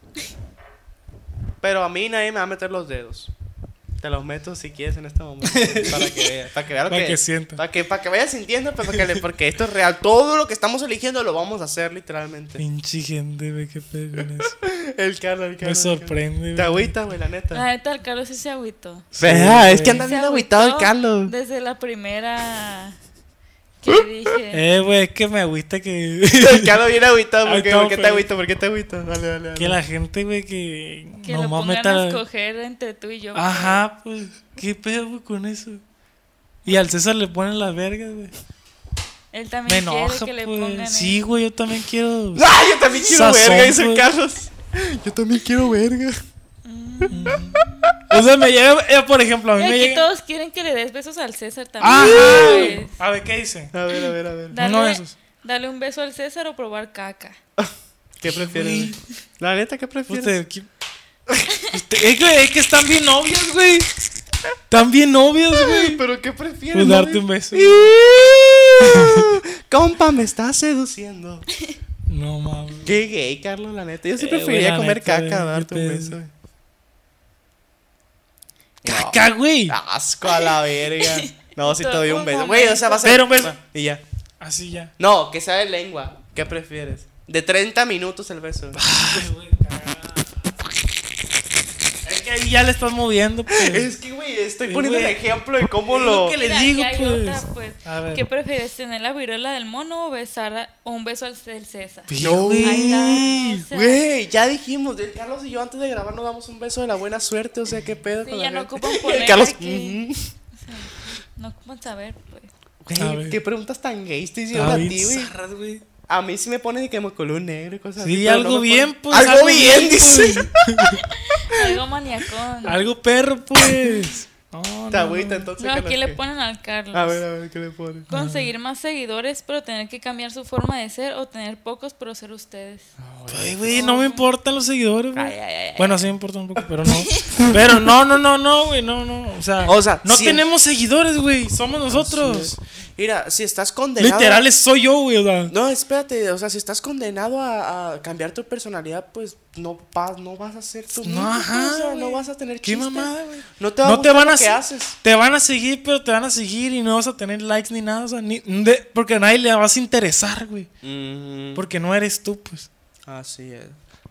Speaker 2: Pero a mí nadie me va a meter los dedos. Te los meto si quieres en este momento. para que veas. Para que veas lo
Speaker 1: Para que sienta.
Speaker 2: Para que, para que vayas sintiendo, pero para que le- porque esto es real. Todo lo que estamos eligiendo lo vamos a hacer, literalmente.
Speaker 1: Pinche gente, güey, qué pedo con eso.
Speaker 2: El carro, el carro.
Speaker 1: Me sorprende,
Speaker 2: Te
Speaker 1: güey.
Speaker 2: agüita, güey, la neta.
Speaker 3: La neta, el Carlos sí se agüitó.
Speaker 2: Vea, es que
Speaker 1: güey.
Speaker 2: anda
Speaker 3: Se
Speaker 2: bien agüitado el
Speaker 3: agüitó
Speaker 2: Carlos.
Speaker 3: Desde la primera que dije.
Speaker 1: Eh, güey, es que me agüita que.
Speaker 2: El Carlos bien agüitado. ¿Por
Speaker 1: Ay,
Speaker 2: qué,
Speaker 1: todo
Speaker 2: ¿Por qué te
Speaker 1: feliz.
Speaker 2: agüita? ¿Por qué te agüita? Dale, dale, dale.
Speaker 1: que la gente, güey, que.
Speaker 3: Que lo
Speaker 1: nomás
Speaker 3: pongan
Speaker 1: meta-
Speaker 3: a escoger entre tú y yo.
Speaker 1: Ajá, pues. ¿Qué pedo, güey, con eso? Y al César le ponen las vergas, güey.
Speaker 3: Él
Speaker 1: Me
Speaker 3: también quiere
Speaker 1: enoja,
Speaker 3: que le pongan.
Speaker 1: pues. Sí, güey, yo también quiero.
Speaker 2: ¡Ah, yo también quiero
Speaker 1: Sazón,
Speaker 2: verga! Dice el
Speaker 1: güey.
Speaker 2: Carlos. Yo también quiero verga.
Speaker 1: O sea, me llega. eh, por ejemplo, a mí
Speaker 3: Y
Speaker 1: me
Speaker 3: aquí
Speaker 1: llega.
Speaker 3: todos quieren que le des besos al César también.
Speaker 1: Ajá, güey.
Speaker 3: pues.
Speaker 1: A ver, ¿qué dice?
Speaker 2: A ver, a ver, a ver.
Speaker 3: Dale,
Speaker 1: Uno de esos.
Speaker 3: dale un beso al César o probar caca.
Speaker 2: ¿Qué prefieres?
Speaker 1: Güey.
Speaker 2: güey? La neta, ¿qué prefieres?
Speaker 1: Usted, ¿qué- Usted- Este, es, que, es que están bien novias, güey. Están bien novias, güey.
Speaker 2: ¿Pero qué prefieres?
Speaker 1: Pues
Speaker 2: no,
Speaker 1: darte
Speaker 2: güey?
Speaker 1: un beso.
Speaker 2: Compa, me estás seduciendo.
Speaker 1: No mames.
Speaker 2: Qué gay, Carlos, la neta. Yo sí
Speaker 1: Eh,
Speaker 2: preferiría
Speaker 1: güey, la
Speaker 2: comer
Speaker 1: neta,
Speaker 2: caca a
Speaker 1: güey,
Speaker 2: darte
Speaker 1: qué
Speaker 2: un
Speaker 1: pedo.
Speaker 2: beso. güey.
Speaker 1: Caca, güey.
Speaker 2: Asco a la verga. No, si te doy un
Speaker 3: Un
Speaker 2: beso. Güey, o sea, vas a. Ah,
Speaker 1: Pero un beso.
Speaker 2: Y ya.
Speaker 1: Así ya.
Speaker 2: No, que sea de lengua. ¿Qué prefieres? De 30 minutos el beso.
Speaker 1: Es que ahí ya le estás moviendo, pues.
Speaker 2: es que, güey, estoy
Speaker 1: Sí,
Speaker 2: poniendo
Speaker 1: güey.
Speaker 2: el ejemplo de cómo
Speaker 1: Es lo
Speaker 2: lo.
Speaker 1: que le- Les
Speaker 3: Mira,
Speaker 1: digo,
Speaker 3: aquí hay
Speaker 1: pues.
Speaker 3: otra, pues.
Speaker 1: A ver.
Speaker 3: ¿Qué prefieres, tener la viruela del mono o besar a- o un beso al del César?
Speaker 2: No,
Speaker 3: Ay, no, o sea,
Speaker 2: Güey, ya dijimos, el Carlos y yo antes de grabar nos damos un beso de la buena suerte, o sea, qué pedo
Speaker 3: Sí,
Speaker 2: con la
Speaker 3: ya no
Speaker 2: gente?
Speaker 3: ocupan
Speaker 2: El
Speaker 3: poner
Speaker 2: Carlos,
Speaker 3: aquí.
Speaker 2: ujú.
Speaker 3: No, ¿cómo saber? Pues.
Speaker 2: Güey,
Speaker 1: A ver.
Speaker 2: qué preguntas tan gays te hicieron
Speaker 1: Está
Speaker 2: a
Speaker 1: bien
Speaker 2: ti, güey.
Speaker 1: zarras, güey.
Speaker 2: A mí sí me pone de que me coló un negro y cosas así.
Speaker 1: Sí,
Speaker 2: pero
Speaker 1: algo
Speaker 2: no me
Speaker 1: bien, pues.
Speaker 2: pone- Algo bien,
Speaker 1: pues.
Speaker 2: dice.
Speaker 3: Algo maniacón.
Speaker 1: Algo perro, pues. No, no,
Speaker 2: Te
Speaker 1: no.
Speaker 2: agüita, entonces.
Speaker 3: No,
Speaker 2: Carlos,
Speaker 3: aquí le
Speaker 2: ¿qué?
Speaker 3: ponen al Carlos.
Speaker 2: A ver, a ver, ¿qué le pone?
Speaker 3: Conseguir más seguidores, pero tener que cambiar su forma de ser o tener pocos, pero ser ustedes.
Speaker 1: Ay, güey, no me importan los seguidores, güey.
Speaker 2: Ay, ay, ay, ay.
Speaker 1: Bueno, sí me importa un poco, pero no. Pero no, no, no, no, güey, no, no. O sea,
Speaker 2: O sea,
Speaker 1: no
Speaker 2: sí. Ah,
Speaker 1: tenemos seguidores, güey. Somos nosotros.
Speaker 2: Mira, si estás condenado.
Speaker 1: Literales soy yo, güey. o sea.
Speaker 2: No, espérate, o sea, si estás condenado a, a cambiar tu personalidad, pues no, vas no vas a ser tú mismo.
Speaker 1: No, ajá,
Speaker 2: Pues o sea, no
Speaker 1: güey.
Speaker 2: vas a tener
Speaker 1: Qué
Speaker 2: chiste.
Speaker 1: mamada, güey.
Speaker 2: No te, va a van a ¿Qué
Speaker 1: se-
Speaker 2: haces?
Speaker 1: Te van a seguir, pero te van a seguir y no vas a tener likes ni nada. O sea, ni, de- porque a nadie le vas a interesar, güey. Porque no eres tú, pues.
Speaker 2: Mm, Así es.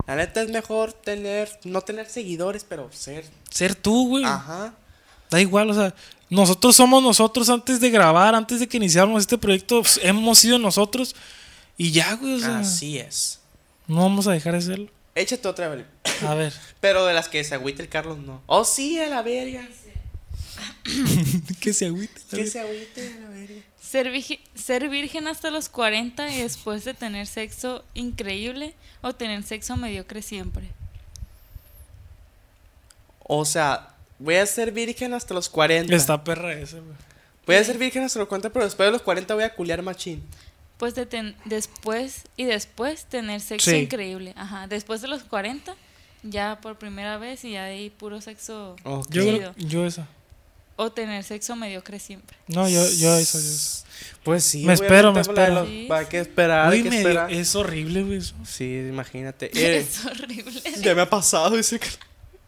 Speaker 2: La neta es mejor tener, no tener seguidores, pero ser.
Speaker 1: Ser tú, güey.
Speaker 2: Ajá.
Speaker 1: Da igual, o sea, nosotros somos nosotros antes de grabar, antes de que iniciáramos este proyecto, pues, hemos sido nosotros y ya, güey, o sea,
Speaker 2: Así es.
Speaker 1: no vamos a dejar de serlo.
Speaker 2: Échate otra vez.
Speaker 1: A ver,
Speaker 2: Pero de las que se agüita el Carlos, no. Oh, sí, a la verga.
Speaker 1: que se agüite.
Speaker 2: Que se agüite a la verga.
Speaker 3: Ser, virgi- ser virgen hasta los 40 y después de tener sexo increíble o tener sexo mediocre siempre.
Speaker 2: O sea, voy a ser virgen hasta los 40.
Speaker 1: Está perra esa, güey.
Speaker 2: Voy a ser virgen hasta los 40, pero después de los 40 voy a culear machín.
Speaker 3: Pues de ten- después y después tener sexo
Speaker 1: Sí.
Speaker 3: increíble. Ajá, después de los 40 ya por primera vez y ya de ahí puro sexo
Speaker 2: Ok.
Speaker 1: Yo,
Speaker 3: chido.
Speaker 1: creo- yo esa.
Speaker 3: o tener sexo mediocre siempre.
Speaker 1: No, yo, yo eso, yo eso.
Speaker 2: Pues sí.
Speaker 1: Me
Speaker 2: güey,
Speaker 1: espero, me
Speaker 2: ahorita la de
Speaker 1: espero.
Speaker 2: los-
Speaker 3: Sí,
Speaker 2: ¿Para qué esperar?
Speaker 1: Güey,
Speaker 2: Ah, ¿Qué
Speaker 1: me- eh.
Speaker 2: esperar?
Speaker 1: es horrible, güey, eso.
Speaker 2: Sí, imagínate. Eh,
Speaker 3: Es horrible.
Speaker 2: ya me ha pasado ese. car-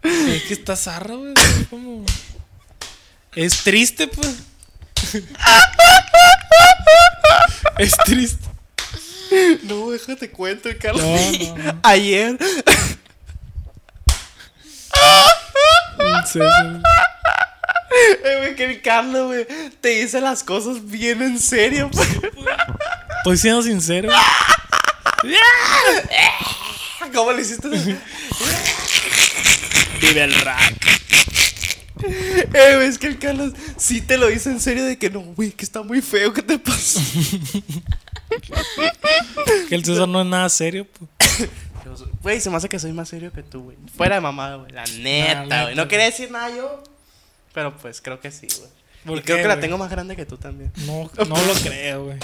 Speaker 1: Es que está zarra, güey. Es como- Es triste, pues. es triste.
Speaker 2: No, déjate cuento,
Speaker 1: No,
Speaker 2: Carlos.
Speaker 1: no, no.
Speaker 2: Ayer.
Speaker 1: Sí, sí.
Speaker 2: eh, güey, que el Carlos, güey, te dice las cosas bien en serio. pues.
Speaker 1: Estoy siendo sincero. güey.
Speaker 2: ¿Cómo le hiciste?
Speaker 1: Vive el rap.
Speaker 2: Eh, güey, es que el Carlos sí te lo dice en serio de que no, güey, que está muy feo, ¿qué te pasa?
Speaker 1: Que el César no es nada serio, pues.
Speaker 2: Yo soy- Güey, se me hace que soy más serio que tú, güey. Fuera de mamada, güey. La neta,
Speaker 1: neta,
Speaker 2: güey. No
Speaker 1: güey.
Speaker 2: quería decir nada yo. Pero pues creo que sí, güey.
Speaker 1: ¿Por
Speaker 2: Y creo
Speaker 1: qué,
Speaker 2: que la
Speaker 1: güey?
Speaker 2: tengo más grande que tú también.
Speaker 1: No, no lo creo, güey.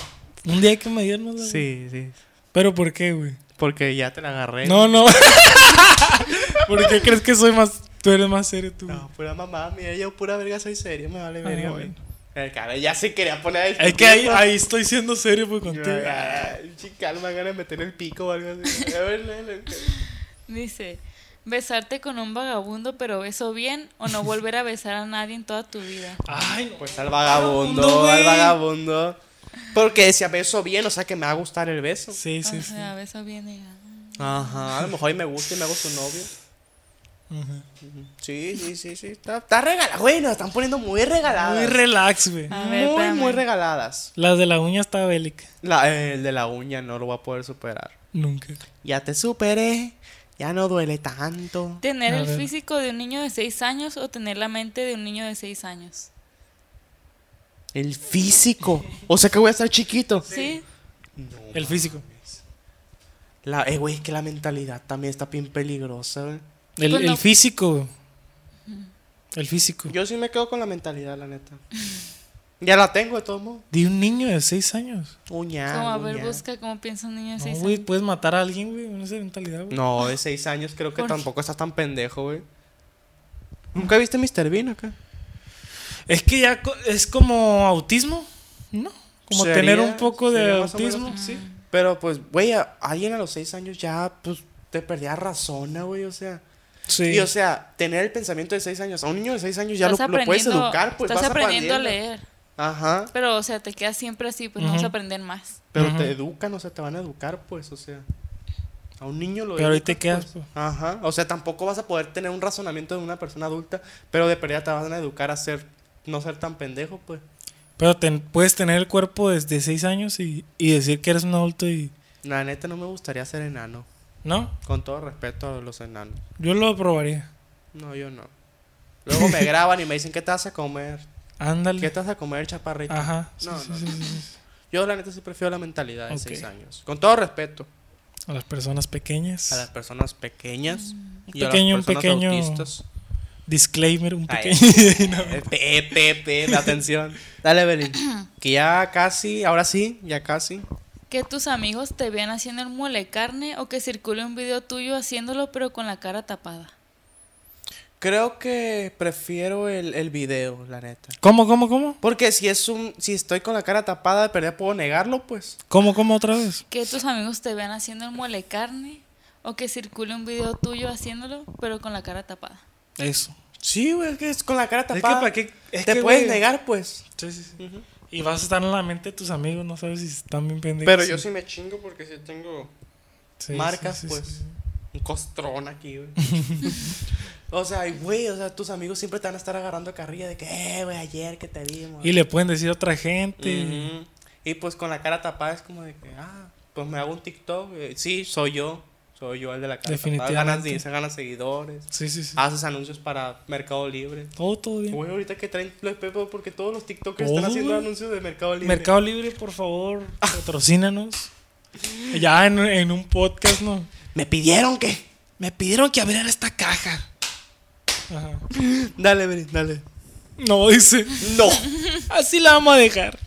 Speaker 1: Un día hay que medirnos, güey.
Speaker 2: Sí, Eh. sí.
Speaker 1: ¿Pero por qué, güey?
Speaker 2: Porque ya te la agarré.
Speaker 1: No, no. ¿Por qué crees que soy más. Tú eres más serio, tú?
Speaker 2: No, pura mamá, mira, yo pura verga soy serio, me vale
Speaker 1: Ah,
Speaker 2: verga, güey.
Speaker 1: güey.
Speaker 2: El cara ya se quería poner ahí.
Speaker 1: Es que ahí, ahí estoy siendo serio, pues,
Speaker 2: Yo, eh.
Speaker 1: contigo.
Speaker 2: ay, sí, Calma, ganas de meter el pico o algo así. A ver, no, no,
Speaker 3: Dice, besarte con un vagabundo, pero eso bien, o no volver a besar a nadie en toda tu vida.
Speaker 1: Ay, no.
Speaker 2: Pues al vagabundo,
Speaker 1: Vagabundo,
Speaker 2: al
Speaker 1: güey.
Speaker 2: vagabundo. Porque decía beso bien, o sea que me va a gustar el beso.
Speaker 1: Sí, sí,
Speaker 3: o
Speaker 1: sí.
Speaker 3: sea, beso bien. y ya.
Speaker 2: Ajá, a lo mejor y me gusta y me hago su novio.
Speaker 1: Ajá.
Speaker 2: Sí, sí, sí, sí. Está, está regalada. Güey, nos están poniendo muy regaladas.
Speaker 1: Muy relax, güey.
Speaker 3: Ah. A ver,
Speaker 2: muy,
Speaker 3: espérame.
Speaker 2: muy regaladas.
Speaker 1: Las de la uña está bélica.
Speaker 2: La- el de la uña no lo va a poder superar.
Speaker 1: Nunca.
Speaker 2: Ya te superé, ya no duele tanto.
Speaker 3: Tener
Speaker 1: A
Speaker 3: el
Speaker 1: ver.
Speaker 3: físico de un niño de 6 años o tener la mente de un niño de 6 años.
Speaker 2: El físico. O sea que voy a estar chiquito.
Speaker 3: Sí.
Speaker 1: El físico.
Speaker 2: La, eh, güey, es que la mentalidad también está bien peligrosa, güey.
Speaker 1: El,
Speaker 3: Pues no.
Speaker 1: el físico. güey. El físico.
Speaker 2: Yo sí me quedo con la mentalidad, la neta. Ya la tengo de todo modo.
Speaker 1: De un niño de 6 años.
Speaker 2: Uña.
Speaker 3: Como a ver,
Speaker 2: uña.
Speaker 3: busca cómo piensa un niño de
Speaker 1: No,
Speaker 3: 6
Speaker 1: güey,
Speaker 3: años.
Speaker 1: puedes matar a alguien, güey, con esa mentalidad, güey.
Speaker 2: No, de seis años creo que
Speaker 3: ¿Por qué?
Speaker 2: tampoco estás tan pendejo, güey. ¿Nunca viste Mr. Bean acá?
Speaker 1: Es que ya co- es como autismo, ¿no? Como
Speaker 2: Sería-
Speaker 1: tener un poco de
Speaker 2: sería más o menos
Speaker 1: autismo, sí.
Speaker 3: Mm.
Speaker 2: Pero pues, güey, a- alguien a los seis años ya, pues, te perdía razón, ah, güey, o sea.
Speaker 1: Sí.
Speaker 2: Y o sea, tener el pensamiento de seis años, a un niño de seis años ya lo,
Speaker 3: Estás
Speaker 2: lo puedes
Speaker 3: aprendiendo-
Speaker 2: educar, pues
Speaker 3: Estás
Speaker 2: vas
Speaker 3: aprendiendo a
Speaker 2: aprendiendo.
Speaker 3: leer.
Speaker 2: Ajá.
Speaker 3: Pero, o sea, te quedas siempre así, pues no vas a aprender más.
Speaker 2: Pero
Speaker 1: Ujú.
Speaker 2: te educan, o sea, te van a educar, pues, o sea. A un niño lo
Speaker 1: Pero ahí
Speaker 2: educas,
Speaker 1: te quedas, pues.
Speaker 2: pues. Ajá. O sea, tampoco vas a poder tener un razonamiento de una persona adulta, pero de pérdida te van a educar a ser, no ser tan pendejo, pues.
Speaker 1: Pero ten- puedes tener el cuerpo desde 6 años y, y decir que eres un adulto y.
Speaker 2: La neta no me gustaría ser enano.
Speaker 1: ¿No?
Speaker 2: Con todo respeto a los enanos.
Speaker 1: Yo lo probaría.
Speaker 2: No, yo no. Luego me graban y me dicen, ¿qué te vas a comer? ¿Qué
Speaker 1: Ándale.
Speaker 2: te vas a comer, chaparrito?
Speaker 1: Ajá. Sí,
Speaker 2: No,
Speaker 1: sí,
Speaker 2: no,
Speaker 1: sí, sí, sí.
Speaker 2: Yo la neta sí prefiero la mentalidad de
Speaker 1: Ok.
Speaker 2: seis años. Con todo respeto
Speaker 1: A las personas pequeñas.
Speaker 2: a las personas pequeñas y
Speaker 1: pequeño, Mm. un
Speaker 2: a las personas
Speaker 1: pequeño-
Speaker 2: autistas.
Speaker 1: Disclaimer, un
Speaker 2: Ay,
Speaker 1: pequeño.
Speaker 2: Eh, pe, pe, pe, la atención. Dale, Belín. Que ya casi, ahora sí, ya casi.
Speaker 3: Que tus amigos te vean haciendo el mole carne o que circule un video tuyo haciéndolo pero con la cara tapada.
Speaker 2: Creo que prefiero el, el video, la neta.
Speaker 1: ¿Cómo, cómo, cómo?
Speaker 2: Porque si es un, si estoy con la cara tapada de perder, puedo negarlo, pues.
Speaker 1: ¿Cómo, cómo otra vez?
Speaker 3: Que tus amigos te vean haciendo el mole carne o que circule un video tuyo haciéndolo pero con la cara tapada.
Speaker 1: Eso.
Speaker 2: Sí, güey, es que es con la cara
Speaker 1: que
Speaker 2: tapada.
Speaker 1: pa' qué- es
Speaker 2: te
Speaker 1: que,
Speaker 2: puedes
Speaker 1: güey.
Speaker 2: negar, pues.
Speaker 1: Sí, sí, sí. Y vas a estar en la mente de tus amigos, no sabes si están bien pendejos.
Speaker 2: Pero yo sí me chingo porque si tengo
Speaker 1: Sí,
Speaker 2: marcas,
Speaker 1: sí, sí,
Speaker 2: pues.
Speaker 1: sí.
Speaker 2: Un costrón aquí, güey. o sea, y, güey, o sea, tus amigos siempre te van a estar agarrando carrilla de que, eh, güey, ayer que te vimos.
Speaker 1: Y le pueden decir a otra gente.
Speaker 2: Ujú. Y pues con la cara tapada es como de que, ah, pues me hago un TikTok. eh, sí, soy yo. Soy yo el de la cara
Speaker 1: Definitivamente.
Speaker 2: tapada. Ganas, se ganan seguidores.
Speaker 1: Sí, sí, sí.
Speaker 2: Haces anuncios para Mercado Libre.
Speaker 1: Todo, todo bien.
Speaker 2: Güey, ahorita que traen los pepos porque todos los TikTokers
Speaker 1: Todo,
Speaker 2: están haciendo
Speaker 1: güey.
Speaker 2: anuncios de Oh. Mercado Libre. Ah.
Speaker 1: Mercado Libre, por favor, patrocínanos. ya en, en un podcast, ¿no?
Speaker 2: Me pidieron que.
Speaker 4: Me pidieron que abriera esta caja.
Speaker 1: Ajá.
Speaker 2: Dale, Brin, dale.
Speaker 1: No, dice.
Speaker 2: No.
Speaker 1: Así la vamos a dejar.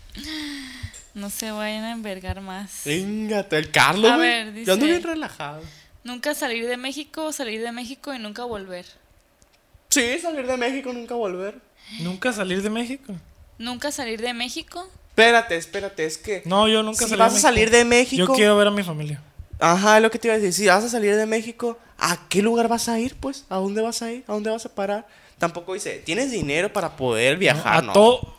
Speaker 3: No se vayan a envergar más.
Speaker 2: Vengate, el Carlos.
Speaker 3: A
Speaker 2: güey.
Speaker 3: ver, dice-
Speaker 2: Yo ando bien relajado.
Speaker 3: Nunca salir de México o salir de México y nunca volver.
Speaker 2: Sí, salir de México, nunca volver.
Speaker 1: Nunca salir de México.
Speaker 3: Nunca salir de México.
Speaker 2: Espérate, espérate, es que.
Speaker 1: No, yo nunca
Speaker 2: si
Speaker 1: salí
Speaker 2: vas a salir de México.
Speaker 1: Yo quiero ver a mi familia.
Speaker 2: Ajá, es lo que te iba a decir. Si vas a salir de México, ¿a qué lugar vas a ir, pues? ¿A dónde vas a ir? ¿A dónde vas a parar? Tampoco dice, ¿tienes dinero para poder viajar?
Speaker 1: a
Speaker 2: no.
Speaker 1: todo.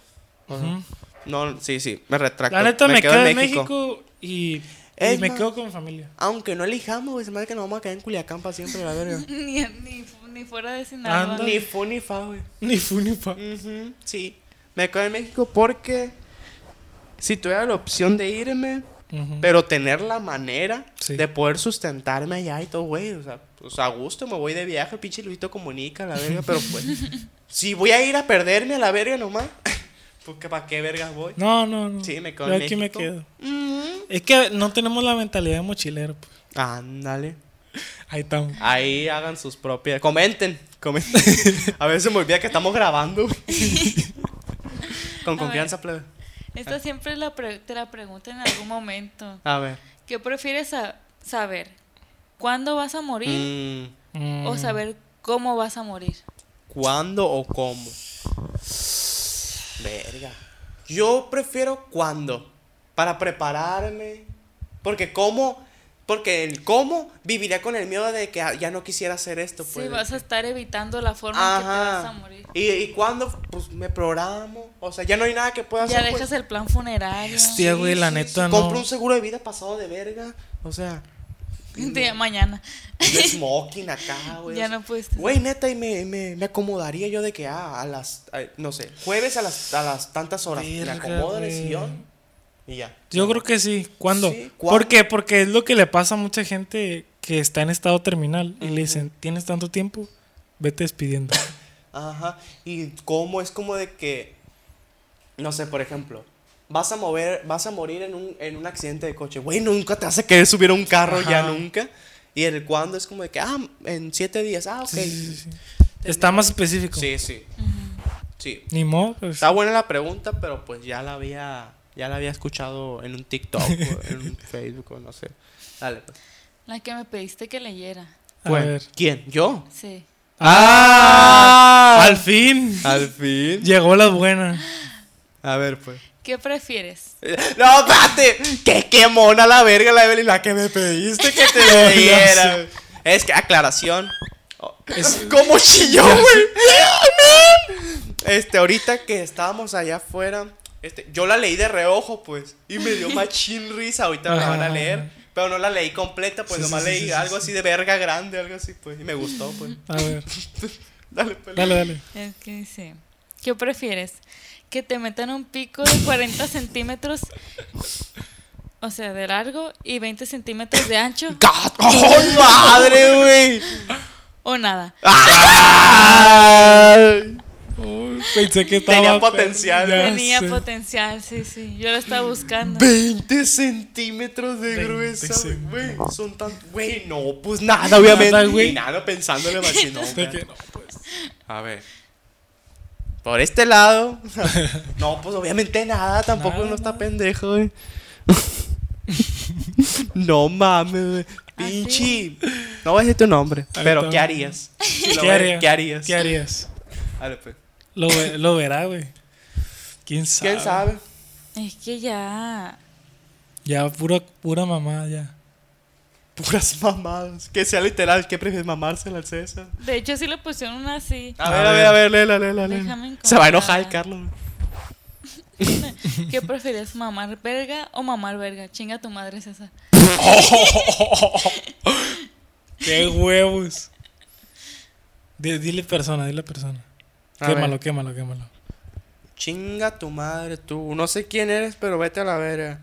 Speaker 2: No, sí, sí, me retracto.
Speaker 1: La neta me,
Speaker 2: quedo
Speaker 1: quedo en México, y, y
Speaker 2: Es
Speaker 1: me
Speaker 2: más-
Speaker 1: quedo con mi familia.
Speaker 2: Aunque no elijamos, güey. Se me hace que nos vamos a quedar en Culiacán para siempre, la verga.
Speaker 3: ni, ni, fu- ni fuera de Sinaloa.
Speaker 1: Ándale.
Speaker 2: ni fu ni fa, güey.
Speaker 1: Ni fu ni fa.
Speaker 2: Ujú, Sí, me quedo en México porque si tuviera la opción de irme,
Speaker 1: Ujú.
Speaker 2: pero tener la manera
Speaker 1: Sí.
Speaker 2: de poder sustentarme allá y todo, güey, o sea, pues a gusto me voy de viaje, pinche Luisito comunica, la verga, pero pues, si voy a ir a perderme a la verga nomás, porque para qué vergas voy.
Speaker 1: No, no, no.
Speaker 2: Sí, me quedo
Speaker 1: Yo
Speaker 2: en
Speaker 1: aquí me
Speaker 2: México. Mm.
Speaker 1: quedo.
Speaker 2: Ujú.
Speaker 1: Es que no tenemos la mentalidad de mochilero. pues.
Speaker 2: Ándale.
Speaker 1: Ahí estamos.
Speaker 2: Ahí hagan sus propias. Comenten, comenten. A veces me olvida que estamos grabando. güey. Con
Speaker 3: ver.
Speaker 2: confianza, plebe.
Speaker 3: Esta siempre la pre- te la pregunto en algún momento.
Speaker 2: A ver.
Speaker 3: ¿Qué prefieres sa- saber? ¿Cuándo vas a morir?
Speaker 2: Mm,
Speaker 3: O saber cómo vas a morir.
Speaker 2: ¿Cuándo o cómo? Verga. Yo prefiero cuándo. Para prepararme. Porque cómo. Porque el cómo viviría con el miedo de que ah, ya no quisiera hacer esto.
Speaker 3: Si
Speaker 2: pues, de
Speaker 3: vas a
Speaker 2: que-
Speaker 3: estar evitando la forma en que te vas a
Speaker 2: Ajá.
Speaker 3: morir.
Speaker 2: Y, y cuándo, pues me programo. O sea, ya no hay nada que pueda
Speaker 3: Ya
Speaker 2: hacer. pues.
Speaker 3: dejas el plan funerario.
Speaker 1: Hostia, güey, la neta no.
Speaker 2: Compro un seguro de vida pasado de verga. O sea,
Speaker 3: De mañana.
Speaker 2: un Pues smoking acá, güey.
Speaker 3: Ya no puedes-
Speaker 2: Güey, neta, y me, me, me acomodaría yo de que, ah, a las, a- no sé, jueves a las, a las tantas horas. me
Speaker 1: Verga,
Speaker 2: acomodo en el
Speaker 1: güey.
Speaker 2: sillón y ya.
Speaker 1: Yo creo que sí. ¿Cuándo?
Speaker 2: Sí, ¿cuándo?
Speaker 1: ¿Por qué? Porque es lo que le pasa a mucha gente que está en estado terminal y le dicen, tienes tanto tiempo, vete despidiendo.
Speaker 2: Ajá. Y cómo es como de que, no sé, por ejemplo, vas a mover, vas a morir en un, en un accidente de coche. Güey, nunca te hace querer subir a un carro, ya
Speaker 1: Ajá.
Speaker 2: nunca. Y el cuándo es como de que, ah, en siete días, ah, ok.
Speaker 1: Sí, sí, sí. Está más específico.
Speaker 2: Sí, sí. Sí.
Speaker 1: Ni modo. pues.
Speaker 2: Está buena la pregunta, pero pues ya la había ya la había escuchado en un TikTok o en un Facebook o no sé. Dale, pues.
Speaker 3: La que me pediste que leyera.
Speaker 1: A
Speaker 2: Bueno,
Speaker 1: ver.
Speaker 2: ¿Quién? ¿Yo?
Speaker 3: Sí.
Speaker 1: ¡Ah! Al fin.
Speaker 2: Al fin.
Speaker 1: Llegó la buena.
Speaker 2: A ver, pues.
Speaker 3: ¿Qué prefieres?
Speaker 2: No, espérate. Que qué mona la verga la Evelyn, la que me pediste que te leyera. es que aclaración. Oh, ¿Cómo chilló, güey? Este, ahorita que estábamos allá afuera, este, yo la leí de reojo, pues, y me dio machín risa. Ahorita me la van a leer, pero no la leí completa, pues
Speaker 1: Ah. Sí, sí,
Speaker 2: nomás
Speaker 1: sí,
Speaker 2: leí
Speaker 1: sí, sí,
Speaker 2: algo así de verga grande, algo así, pues, y me gustó, pues.
Speaker 1: A ver.
Speaker 2: Dale, pues.
Speaker 1: Dale, dale.
Speaker 3: Es que dice, ¿Qué prefieres? ¿Que te metan un pico de 40 centímetros, o sea, de largo y 20 centímetros de ancho?
Speaker 2: God, ¡Oh, madre, güey!
Speaker 3: ¿O nada?
Speaker 2: Ah, ¡Ay!
Speaker 1: Uy, pensé que estaba.
Speaker 2: Tenía potencial.
Speaker 1: Ya
Speaker 3: Tenía
Speaker 1: sé.
Speaker 3: potencial, sí, sí. Yo lo estaba buscando.
Speaker 2: 20 centímetros de
Speaker 1: 20
Speaker 2: gruesa, güey.
Speaker 1: centímetros.
Speaker 2: Son tan. Güey, no, pues nada, obviamente.
Speaker 1: Nada,
Speaker 2: güey.
Speaker 1: güey.
Speaker 2: Nada pensándole más que no.
Speaker 1: De que
Speaker 2: espérate.
Speaker 1: no, pues.
Speaker 2: A ver. Por este lado. no, pues obviamente nada. Tampoco
Speaker 1: Nada,
Speaker 2: uno está
Speaker 1: nada.
Speaker 2: pendejo, güey. no mames, güey.
Speaker 1: Ah,
Speaker 2: Pinche. No voy a decir tu nombre.
Speaker 1: Ahí
Speaker 2: Pero,
Speaker 1: está.
Speaker 2: ¿qué harías? Si lo
Speaker 1: ¿Qué,
Speaker 2: ves,
Speaker 1: haría?
Speaker 2: ¿Qué harías?
Speaker 1: ¿Qué harías?
Speaker 2: A ver, pues.
Speaker 1: Lo, ve- lo verá, güey. ¿Quién sabe?
Speaker 2: ¿Quién sabe?
Speaker 3: Es que ya.
Speaker 1: Ya, pura, pura mamá, ya.
Speaker 2: Puras mamadas. Que sea literal. ¿Qué prefieres mamársela al César?
Speaker 3: De hecho, sí le pusieron una así.
Speaker 2: A ver, a ver, a ver, léela, léela,
Speaker 3: Déjame
Speaker 2: léela.
Speaker 3: encontrar.
Speaker 2: Se va a enojar el Carlos.
Speaker 3: ¿Qué prefieres, mamar verga o mamar verga? Chinga tu madre, César.
Speaker 1: ¡Qué huevos! Di- dile persona, dile persona.
Speaker 2: A
Speaker 1: quémalo,
Speaker 2: ver.
Speaker 1: quémalo, quémalo.
Speaker 2: Chinga tu madre, tú. No sé quién eres, pero vete a la verga.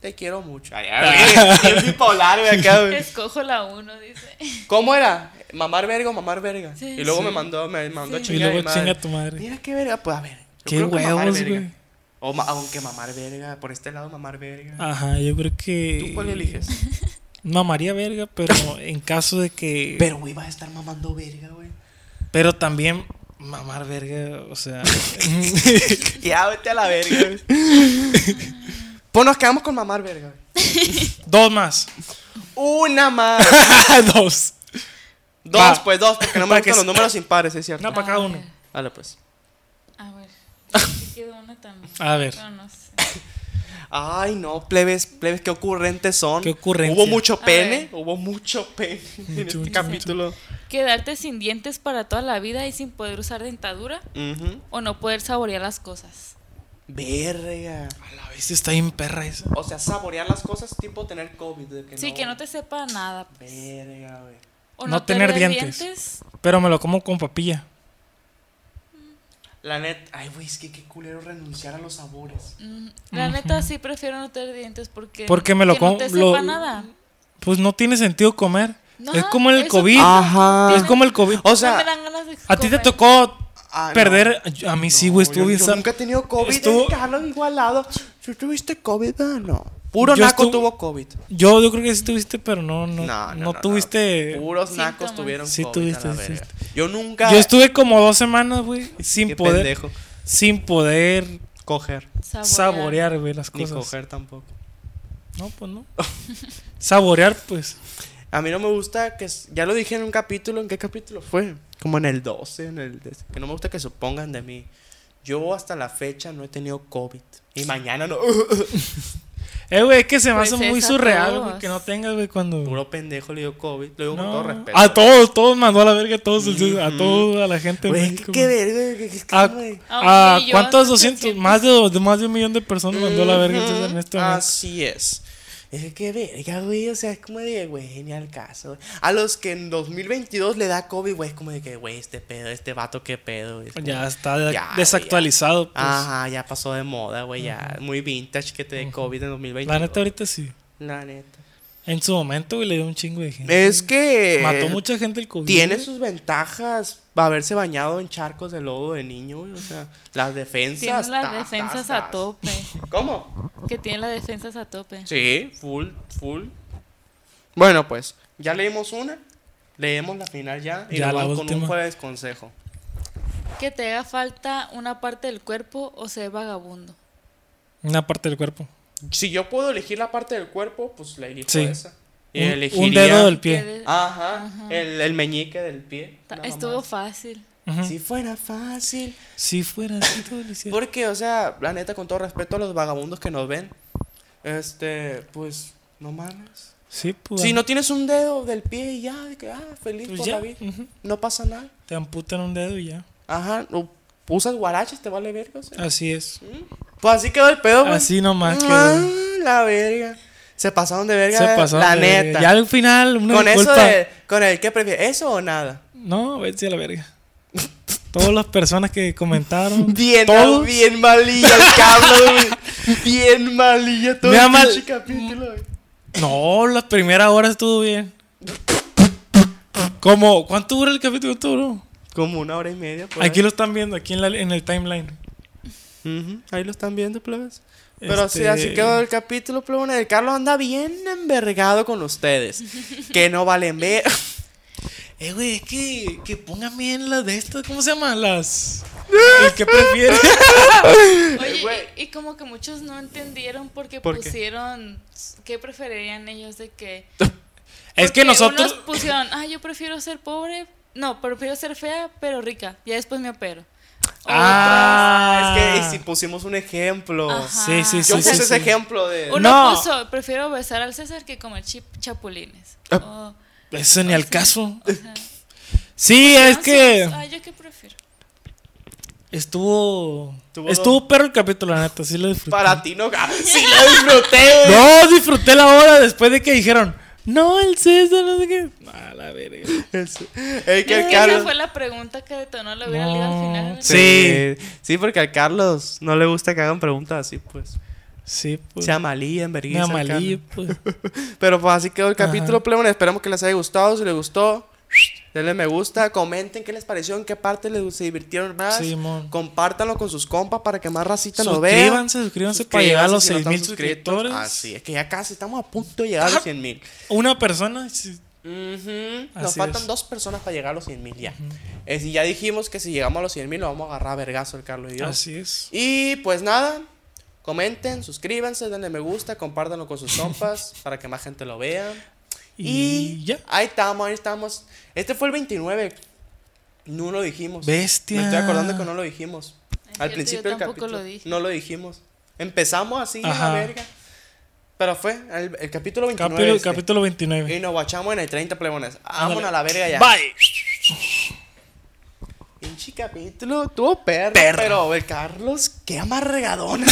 Speaker 2: Te quiero mucho. Ay,
Speaker 1: Ah.
Speaker 2: es bipolar, güey, acá,
Speaker 1: Pues.
Speaker 2: güey.
Speaker 3: Escojo la uno, dice.
Speaker 2: ¿Cómo era? Mamar verga o mamar verga.
Speaker 3: Sí.
Speaker 2: y luego me mandó, me mandó a
Speaker 1: Y
Speaker 2: chingar. a mi
Speaker 1: luego
Speaker 2: madre.
Speaker 1: chinga tu madre.
Speaker 2: Mira qué verga. Pues a ver. yo
Speaker 1: ¡Qué
Speaker 2: creo que mamar
Speaker 1: huevos,
Speaker 2: verga.
Speaker 1: güey!
Speaker 2: O ma- aunque mamar verga, por este lado mamar verga.
Speaker 1: Ajá, yo creo que.
Speaker 2: ¿Tú cuál eliges?
Speaker 1: Mamaría verga, pero en caso de que.
Speaker 2: Pero güey, vas a estar mamando verga, güey.
Speaker 1: Pero también mamar verga, o sea.
Speaker 2: Ya, vete a la verga, güey. Pues nos quedamos con mamar verga, güey.
Speaker 1: dos más.
Speaker 2: Una más.
Speaker 1: dos.
Speaker 2: Dos,
Speaker 1: Va.
Speaker 2: pues dos, porque no me
Speaker 1: Para que
Speaker 2: gustan los
Speaker 1: se-
Speaker 2: números impares, es cierto.
Speaker 1: Una para cada Ah, uno.
Speaker 2: Dale, pues.
Speaker 3: Aquí quedó una también.
Speaker 1: A ver.
Speaker 3: Pero no sé.
Speaker 2: Ay, no, plebes, plebes, qué ocurrentes son.
Speaker 1: Qué ocurrencia.
Speaker 2: Hubo mucho
Speaker 3: A
Speaker 2: pene,
Speaker 3: ver.
Speaker 2: hubo mucho pene en
Speaker 1: Mucho,
Speaker 2: este
Speaker 1: mucho,
Speaker 2: capítulo.
Speaker 3: Quedarte sin dientes para toda la vida y sin poder usar dentadura
Speaker 2: Ujú.
Speaker 3: o no poder saborear las cosas.
Speaker 2: Verga.
Speaker 1: A la vez está bien perra esa.
Speaker 2: O sea, saborear las cosas tipo tener COVID. de que
Speaker 3: sí, que no te sepa nada. pues.
Speaker 2: Verga, güey.
Speaker 3: O
Speaker 1: No tener
Speaker 3: perder
Speaker 1: dientes. Pero me lo como con papilla.
Speaker 2: La neta, ay, güey, es que qué culero renunciar a los sabores.
Speaker 3: Mm, La neta sí prefiero no tener dientes porque
Speaker 1: Porque me lo
Speaker 3: que
Speaker 1: como-
Speaker 3: no te
Speaker 1: lo-
Speaker 3: sepa nada.
Speaker 1: Pues no tiene sentido comer.
Speaker 3: No,
Speaker 1: es como el
Speaker 3: eso-
Speaker 1: COVID.
Speaker 2: Ajá.
Speaker 1: Es como el COVID.
Speaker 2: O
Speaker 3: No me
Speaker 2: sea,
Speaker 3: dan ganas de
Speaker 1: A ti te
Speaker 3: comer.
Speaker 1: tocó
Speaker 2: ah, no.
Speaker 1: perder. A mí sí, güey, estuvo
Speaker 2: yo,
Speaker 1: bien
Speaker 2: yo
Speaker 1: sa-
Speaker 2: nunca he tenido COVID,
Speaker 1: estuvo-
Speaker 2: estuvo... Carlos igualado. ¿Tú tuviste COVID? Ah, no. Puro
Speaker 1: Yo
Speaker 2: naco
Speaker 1: estuvo-
Speaker 2: tuvo COVID.
Speaker 1: Yo, yo creo que sí tuviste, pero no, no, no, tuviste.
Speaker 2: Puros
Speaker 3: Síntomas.
Speaker 2: nacos tuvieron
Speaker 1: Sí
Speaker 2: COVID.
Speaker 1: tuviste,
Speaker 2: a la
Speaker 1: sí
Speaker 2: verga.
Speaker 1: tuviste.
Speaker 2: Yo nunca.
Speaker 1: Yo estuve como dos semanas, güey, sin
Speaker 2: Qué
Speaker 1: poder,
Speaker 2: pendejo.
Speaker 1: sin poder
Speaker 2: Coger.
Speaker 1: saborear, güey, las
Speaker 2: Ni
Speaker 1: cosas.
Speaker 2: coger tampoco.
Speaker 1: No, pues no. saborear, pues.
Speaker 2: A mí no me gusta que. s- Ya lo dije en un capítulo. ¿En qué capítulo fue? Como en el 12. En el de- que no me gusta que supongan de mí. Yo hasta la fecha no he tenido COVID. Y mañana no.
Speaker 1: Eh, güey, es que se me
Speaker 3: Pues
Speaker 1: hace muy
Speaker 3: es a
Speaker 1: surreal, güey,
Speaker 3: todos.
Speaker 1: que no tengas, güey, cuando.
Speaker 2: Puro pendejo le dio COVID. Lo digo
Speaker 1: No. Ah,
Speaker 2: con todo respeto.
Speaker 1: A todos, todos mandó a la verga, a todos, el- a
Speaker 2: Ujú.
Speaker 1: toda la gente. en
Speaker 2: Güey,
Speaker 1: México,
Speaker 2: qué
Speaker 1: güey.
Speaker 2: verga. qué- qué- qué-
Speaker 1: ¿A,
Speaker 2: güey.
Speaker 3: A
Speaker 1: a
Speaker 3: un millón,
Speaker 1: cuántos?
Speaker 3: no sé
Speaker 1: 200,
Speaker 3: si-
Speaker 1: más de, dos- más de un millón de personas mandó a la verga entonces, en este
Speaker 2: Ujú, Ah,
Speaker 1: momento.
Speaker 2: Así es. Es que verga, güey. O sea, es como de, güey, ni al caso. güey. A los que en 2022 le da COVID, güey, es como de que, güey, este pedo, este vato, qué pedo. güey. Es como-
Speaker 1: Ya está de-
Speaker 2: Ya,
Speaker 1: desactualizado, pues.
Speaker 2: Ajá, ya pasó de moda, güey, ya. Muy vintage que te dé COVID en 2022.
Speaker 1: La neta, ahorita sí.
Speaker 2: La neta.
Speaker 1: En su momento, güey, le dio un chingo de gente.
Speaker 2: Es que.
Speaker 1: Mató mucha gente el COVID.
Speaker 2: Eh, Tiene
Speaker 1: güey.
Speaker 2: sus ventajas haberse bañado en charcos de lodo de niño, güey. O sea, las defensas.
Speaker 3: Tienes las
Speaker 2: tas,
Speaker 3: defensas
Speaker 2: tas,
Speaker 3: a
Speaker 2: tas.
Speaker 3: tope.
Speaker 2: ¿Cómo?
Speaker 3: Que tiene las defensas a tope.
Speaker 2: Sí, full, full. Bueno, pues, ya leímos una, leemos la final ya y
Speaker 1: Ya,
Speaker 2: nos
Speaker 1: la
Speaker 2: vamos con un
Speaker 1: última.
Speaker 2: jueves consejo.
Speaker 3: Que te haga falta una parte del cuerpo o ser vagabundo.
Speaker 1: Una parte del cuerpo.
Speaker 2: Si yo puedo elegir la parte del cuerpo, pues la elijo
Speaker 1: Sí.
Speaker 2: esa. Y
Speaker 1: Un-
Speaker 2: elegiría...
Speaker 1: un dedo del
Speaker 3: Que
Speaker 1: pie.
Speaker 3: de-
Speaker 2: Ajá, El, el meñique del pie.
Speaker 3: ta-
Speaker 2: una
Speaker 3: Estuvo
Speaker 2: mamada.
Speaker 3: fácil.
Speaker 1: Ujú.
Speaker 2: Si fuera fácil.
Speaker 1: Si fuera así, todo lo hiciera.
Speaker 2: Porque, o sea, la neta, con todo respeto a los vagabundos que nos ven, este, pues, no mames.
Speaker 1: Sí, pues.
Speaker 2: Si no tienes un dedo del pie y ya, de que, ah, feliz
Speaker 1: Pues
Speaker 2: por
Speaker 1: ya,
Speaker 2: la vida.
Speaker 1: ujú.
Speaker 2: No pasa nada.
Speaker 1: Te amputan un dedo y ya.
Speaker 2: Ajá, o usas guaraches, te vale verga, o sea.
Speaker 1: Así es.
Speaker 2: Pues así quedó el pedo, güey.
Speaker 1: Así nomás quedó.
Speaker 2: Ah, la verga. Se pasaron de verga.
Speaker 1: Se
Speaker 2: eh,
Speaker 1: pasó.
Speaker 2: La
Speaker 1: de-
Speaker 2: neta.
Speaker 1: Ya al final, una
Speaker 2: con eso
Speaker 1: disculpa.
Speaker 2: de, con el que prefiere, eso o nada.
Speaker 1: No, vete a la verga. Todas las personas que comentaron.
Speaker 2: Bien,
Speaker 1: todos.
Speaker 2: bien malilla el Carlos, güey. Bien malilla todo este
Speaker 1: Me
Speaker 2: el
Speaker 1: ama-
Speaker 2: pinche capítulo, güey.
Speaker 1: No, la primera hora estuvo bien. Como, ¿cuánto dura el capítulo? ¿Cuánto duró?
Speaker 2: Como una hora y media, por
Speaker 1: Aquí
Speaker 2: ahí.
Speaker 1: lo están viendo, aquí en, la- en el timeline.
Speaker 2: Ujú, ahí lo están viendo, plebes. Pero sí,
Speaker 1: Este-
Speaker 2: así quedó el capítulo, plebes. El Carlos anda bien envergado con ustedes. que no valen ver.
Speaker 1: Eh, güey, es que, que pongan bien las de estas, ¿cómo se llaman? Las. El que prefiere.
Speaker 3: Oye,
Speaker 2: güey.
Speaker 3: y, y como que muchos no entendieron porque
Speaker 2: ¿Por qué?
Speaker 3: pusieron qué preferirían ellos de que
Speaker 1: es que
Speaker 3: porque
Speaker 1: nosotros.
Speaker 3: unos pusieron, ah, yo prefiero ser pobre, no, prefiero ser fea pero rica, ya después me opero.
Speaker 1: Ah,
Speaker 2: Es que y si pusimos un ejemplo.
Speaker 3: Ajá.
Speaker 1: Sí, sí, sí.
Speaker 2: Yo puse
Speaker 1: sí,
Speaker 2: ese
Speaker 1: sí.
Speaker 2: ejemplo de.
Speaker 3: Uno
Speaker 1: No.
Speaker 3: puso, prefiero besar al César que comer chip chapulines.
Speaker 1: Ah.
Speaker 3: Oh, O-
Speaker 1: Eso
Speaker 2: Ah,
Speaker 1: ni al caso. Sí, es
Speaker 3: Ah,
Speaker 1: que.
Speaker 3: sí, Ah, yo qué prefiero.
Speaker 1: Estuvo.
Speaker 2: Tuvo
Speaker 1: Estuvo perro el capítulo, la neta. Sí lo disfruté.
Speaker 2: Para ti no Si lo disfruté. güey.
Speaker 1: No, disfruté la hora después de que dijeron. No, el César, no sé qué. A la verga.
Speaker 2: Es- es que
Speaker 3: Es
Speaker 2: el
Speaker 3: que esa
Speaker 2: Carlos.
Speaker 3: fue la pregunta que detonó la hubiera leído al final.
Speaker 1: No.
Speaker 2: Sí. sí, porque al Carlos no le gusta que hagan preguntas así, pues.
Speaker 1: Sí, pues.
Speaker 2: Sea malilla, en
Speaker 1: Me amalí, pues.
Speaker 2: Pero pues así quedó el capítulo,
Speaker 1: Ajá.
Speaker 2: plebón. Esperamos que les haya gustado. Si les gustó, denle me gusta. Comenten qué les pareció, en qué parte les se divirtieron más.
Speaker 1: Simón.
Speaker 2: Compártanlo Ah, con sus compas para que más racita nos vea.
Speaker 1: Suscríbanse, suscríbanse para llegar a los
Speaker 2: si no
Speaker 1: 6
Speaker 2: están
Speaker 1: mil
Speaker 2: suscritos.
Speaker 1: suscriptores.
Speaker 2: Así es que ya casi estamos a punto de llegar a los 100 mil.
Speaker 1: Una persona. sí.
Speaker 2: Nos
Speaker 1: Así
Speaker 2: faltan
Speaker 1: es.
Speaker 2: dos personas para llegar a los 100 mil ya. Es decir, ya dijimos que si llegamos a los 100 mil lo vamos a agarrar a vergazo el Carlos y yo.
Speaker 1: Así es.
Speaker 2: Y pues nada, comenten, suscríbanse, denle me gusta, compártanlo con sus compas para que más gente lo vea. Y,
Speaker 1: Y ya.
Speaker 2: ahí estamos, ahí estamos. Este fue el 29. No lo dijimos.
Speaker 1: Bestia.
Speaker 2: Me estoy acordando que no lo dijimos.
Speaker 3: Ay,
Speaker 2: Al
Speaker 3: Cierto,
Speaker 2: principio
Speaker 3: yo
Speaker 2: del
Speaker 3: tampoco
Speaker 2: capítulo.
Speaker 3: lo dije.
Speaker 2: No lo dijimos. Empezamos así, a la
Speaker 1: Ajá.
Speaker 2: verga. Pero fue el, el capítulo 29.
Speaker 1: Capítulo,
Speaker 2: este.
Speaker 1: capítulo 29.
Speaker 2: Y nos guachamos en el 30 plebones. Vámonos a la verga ya.
Speaker 1: Bye.
Speaker 2: Pinche capítulo, tuvo perro, Pero el Carlos, qué amarregadón.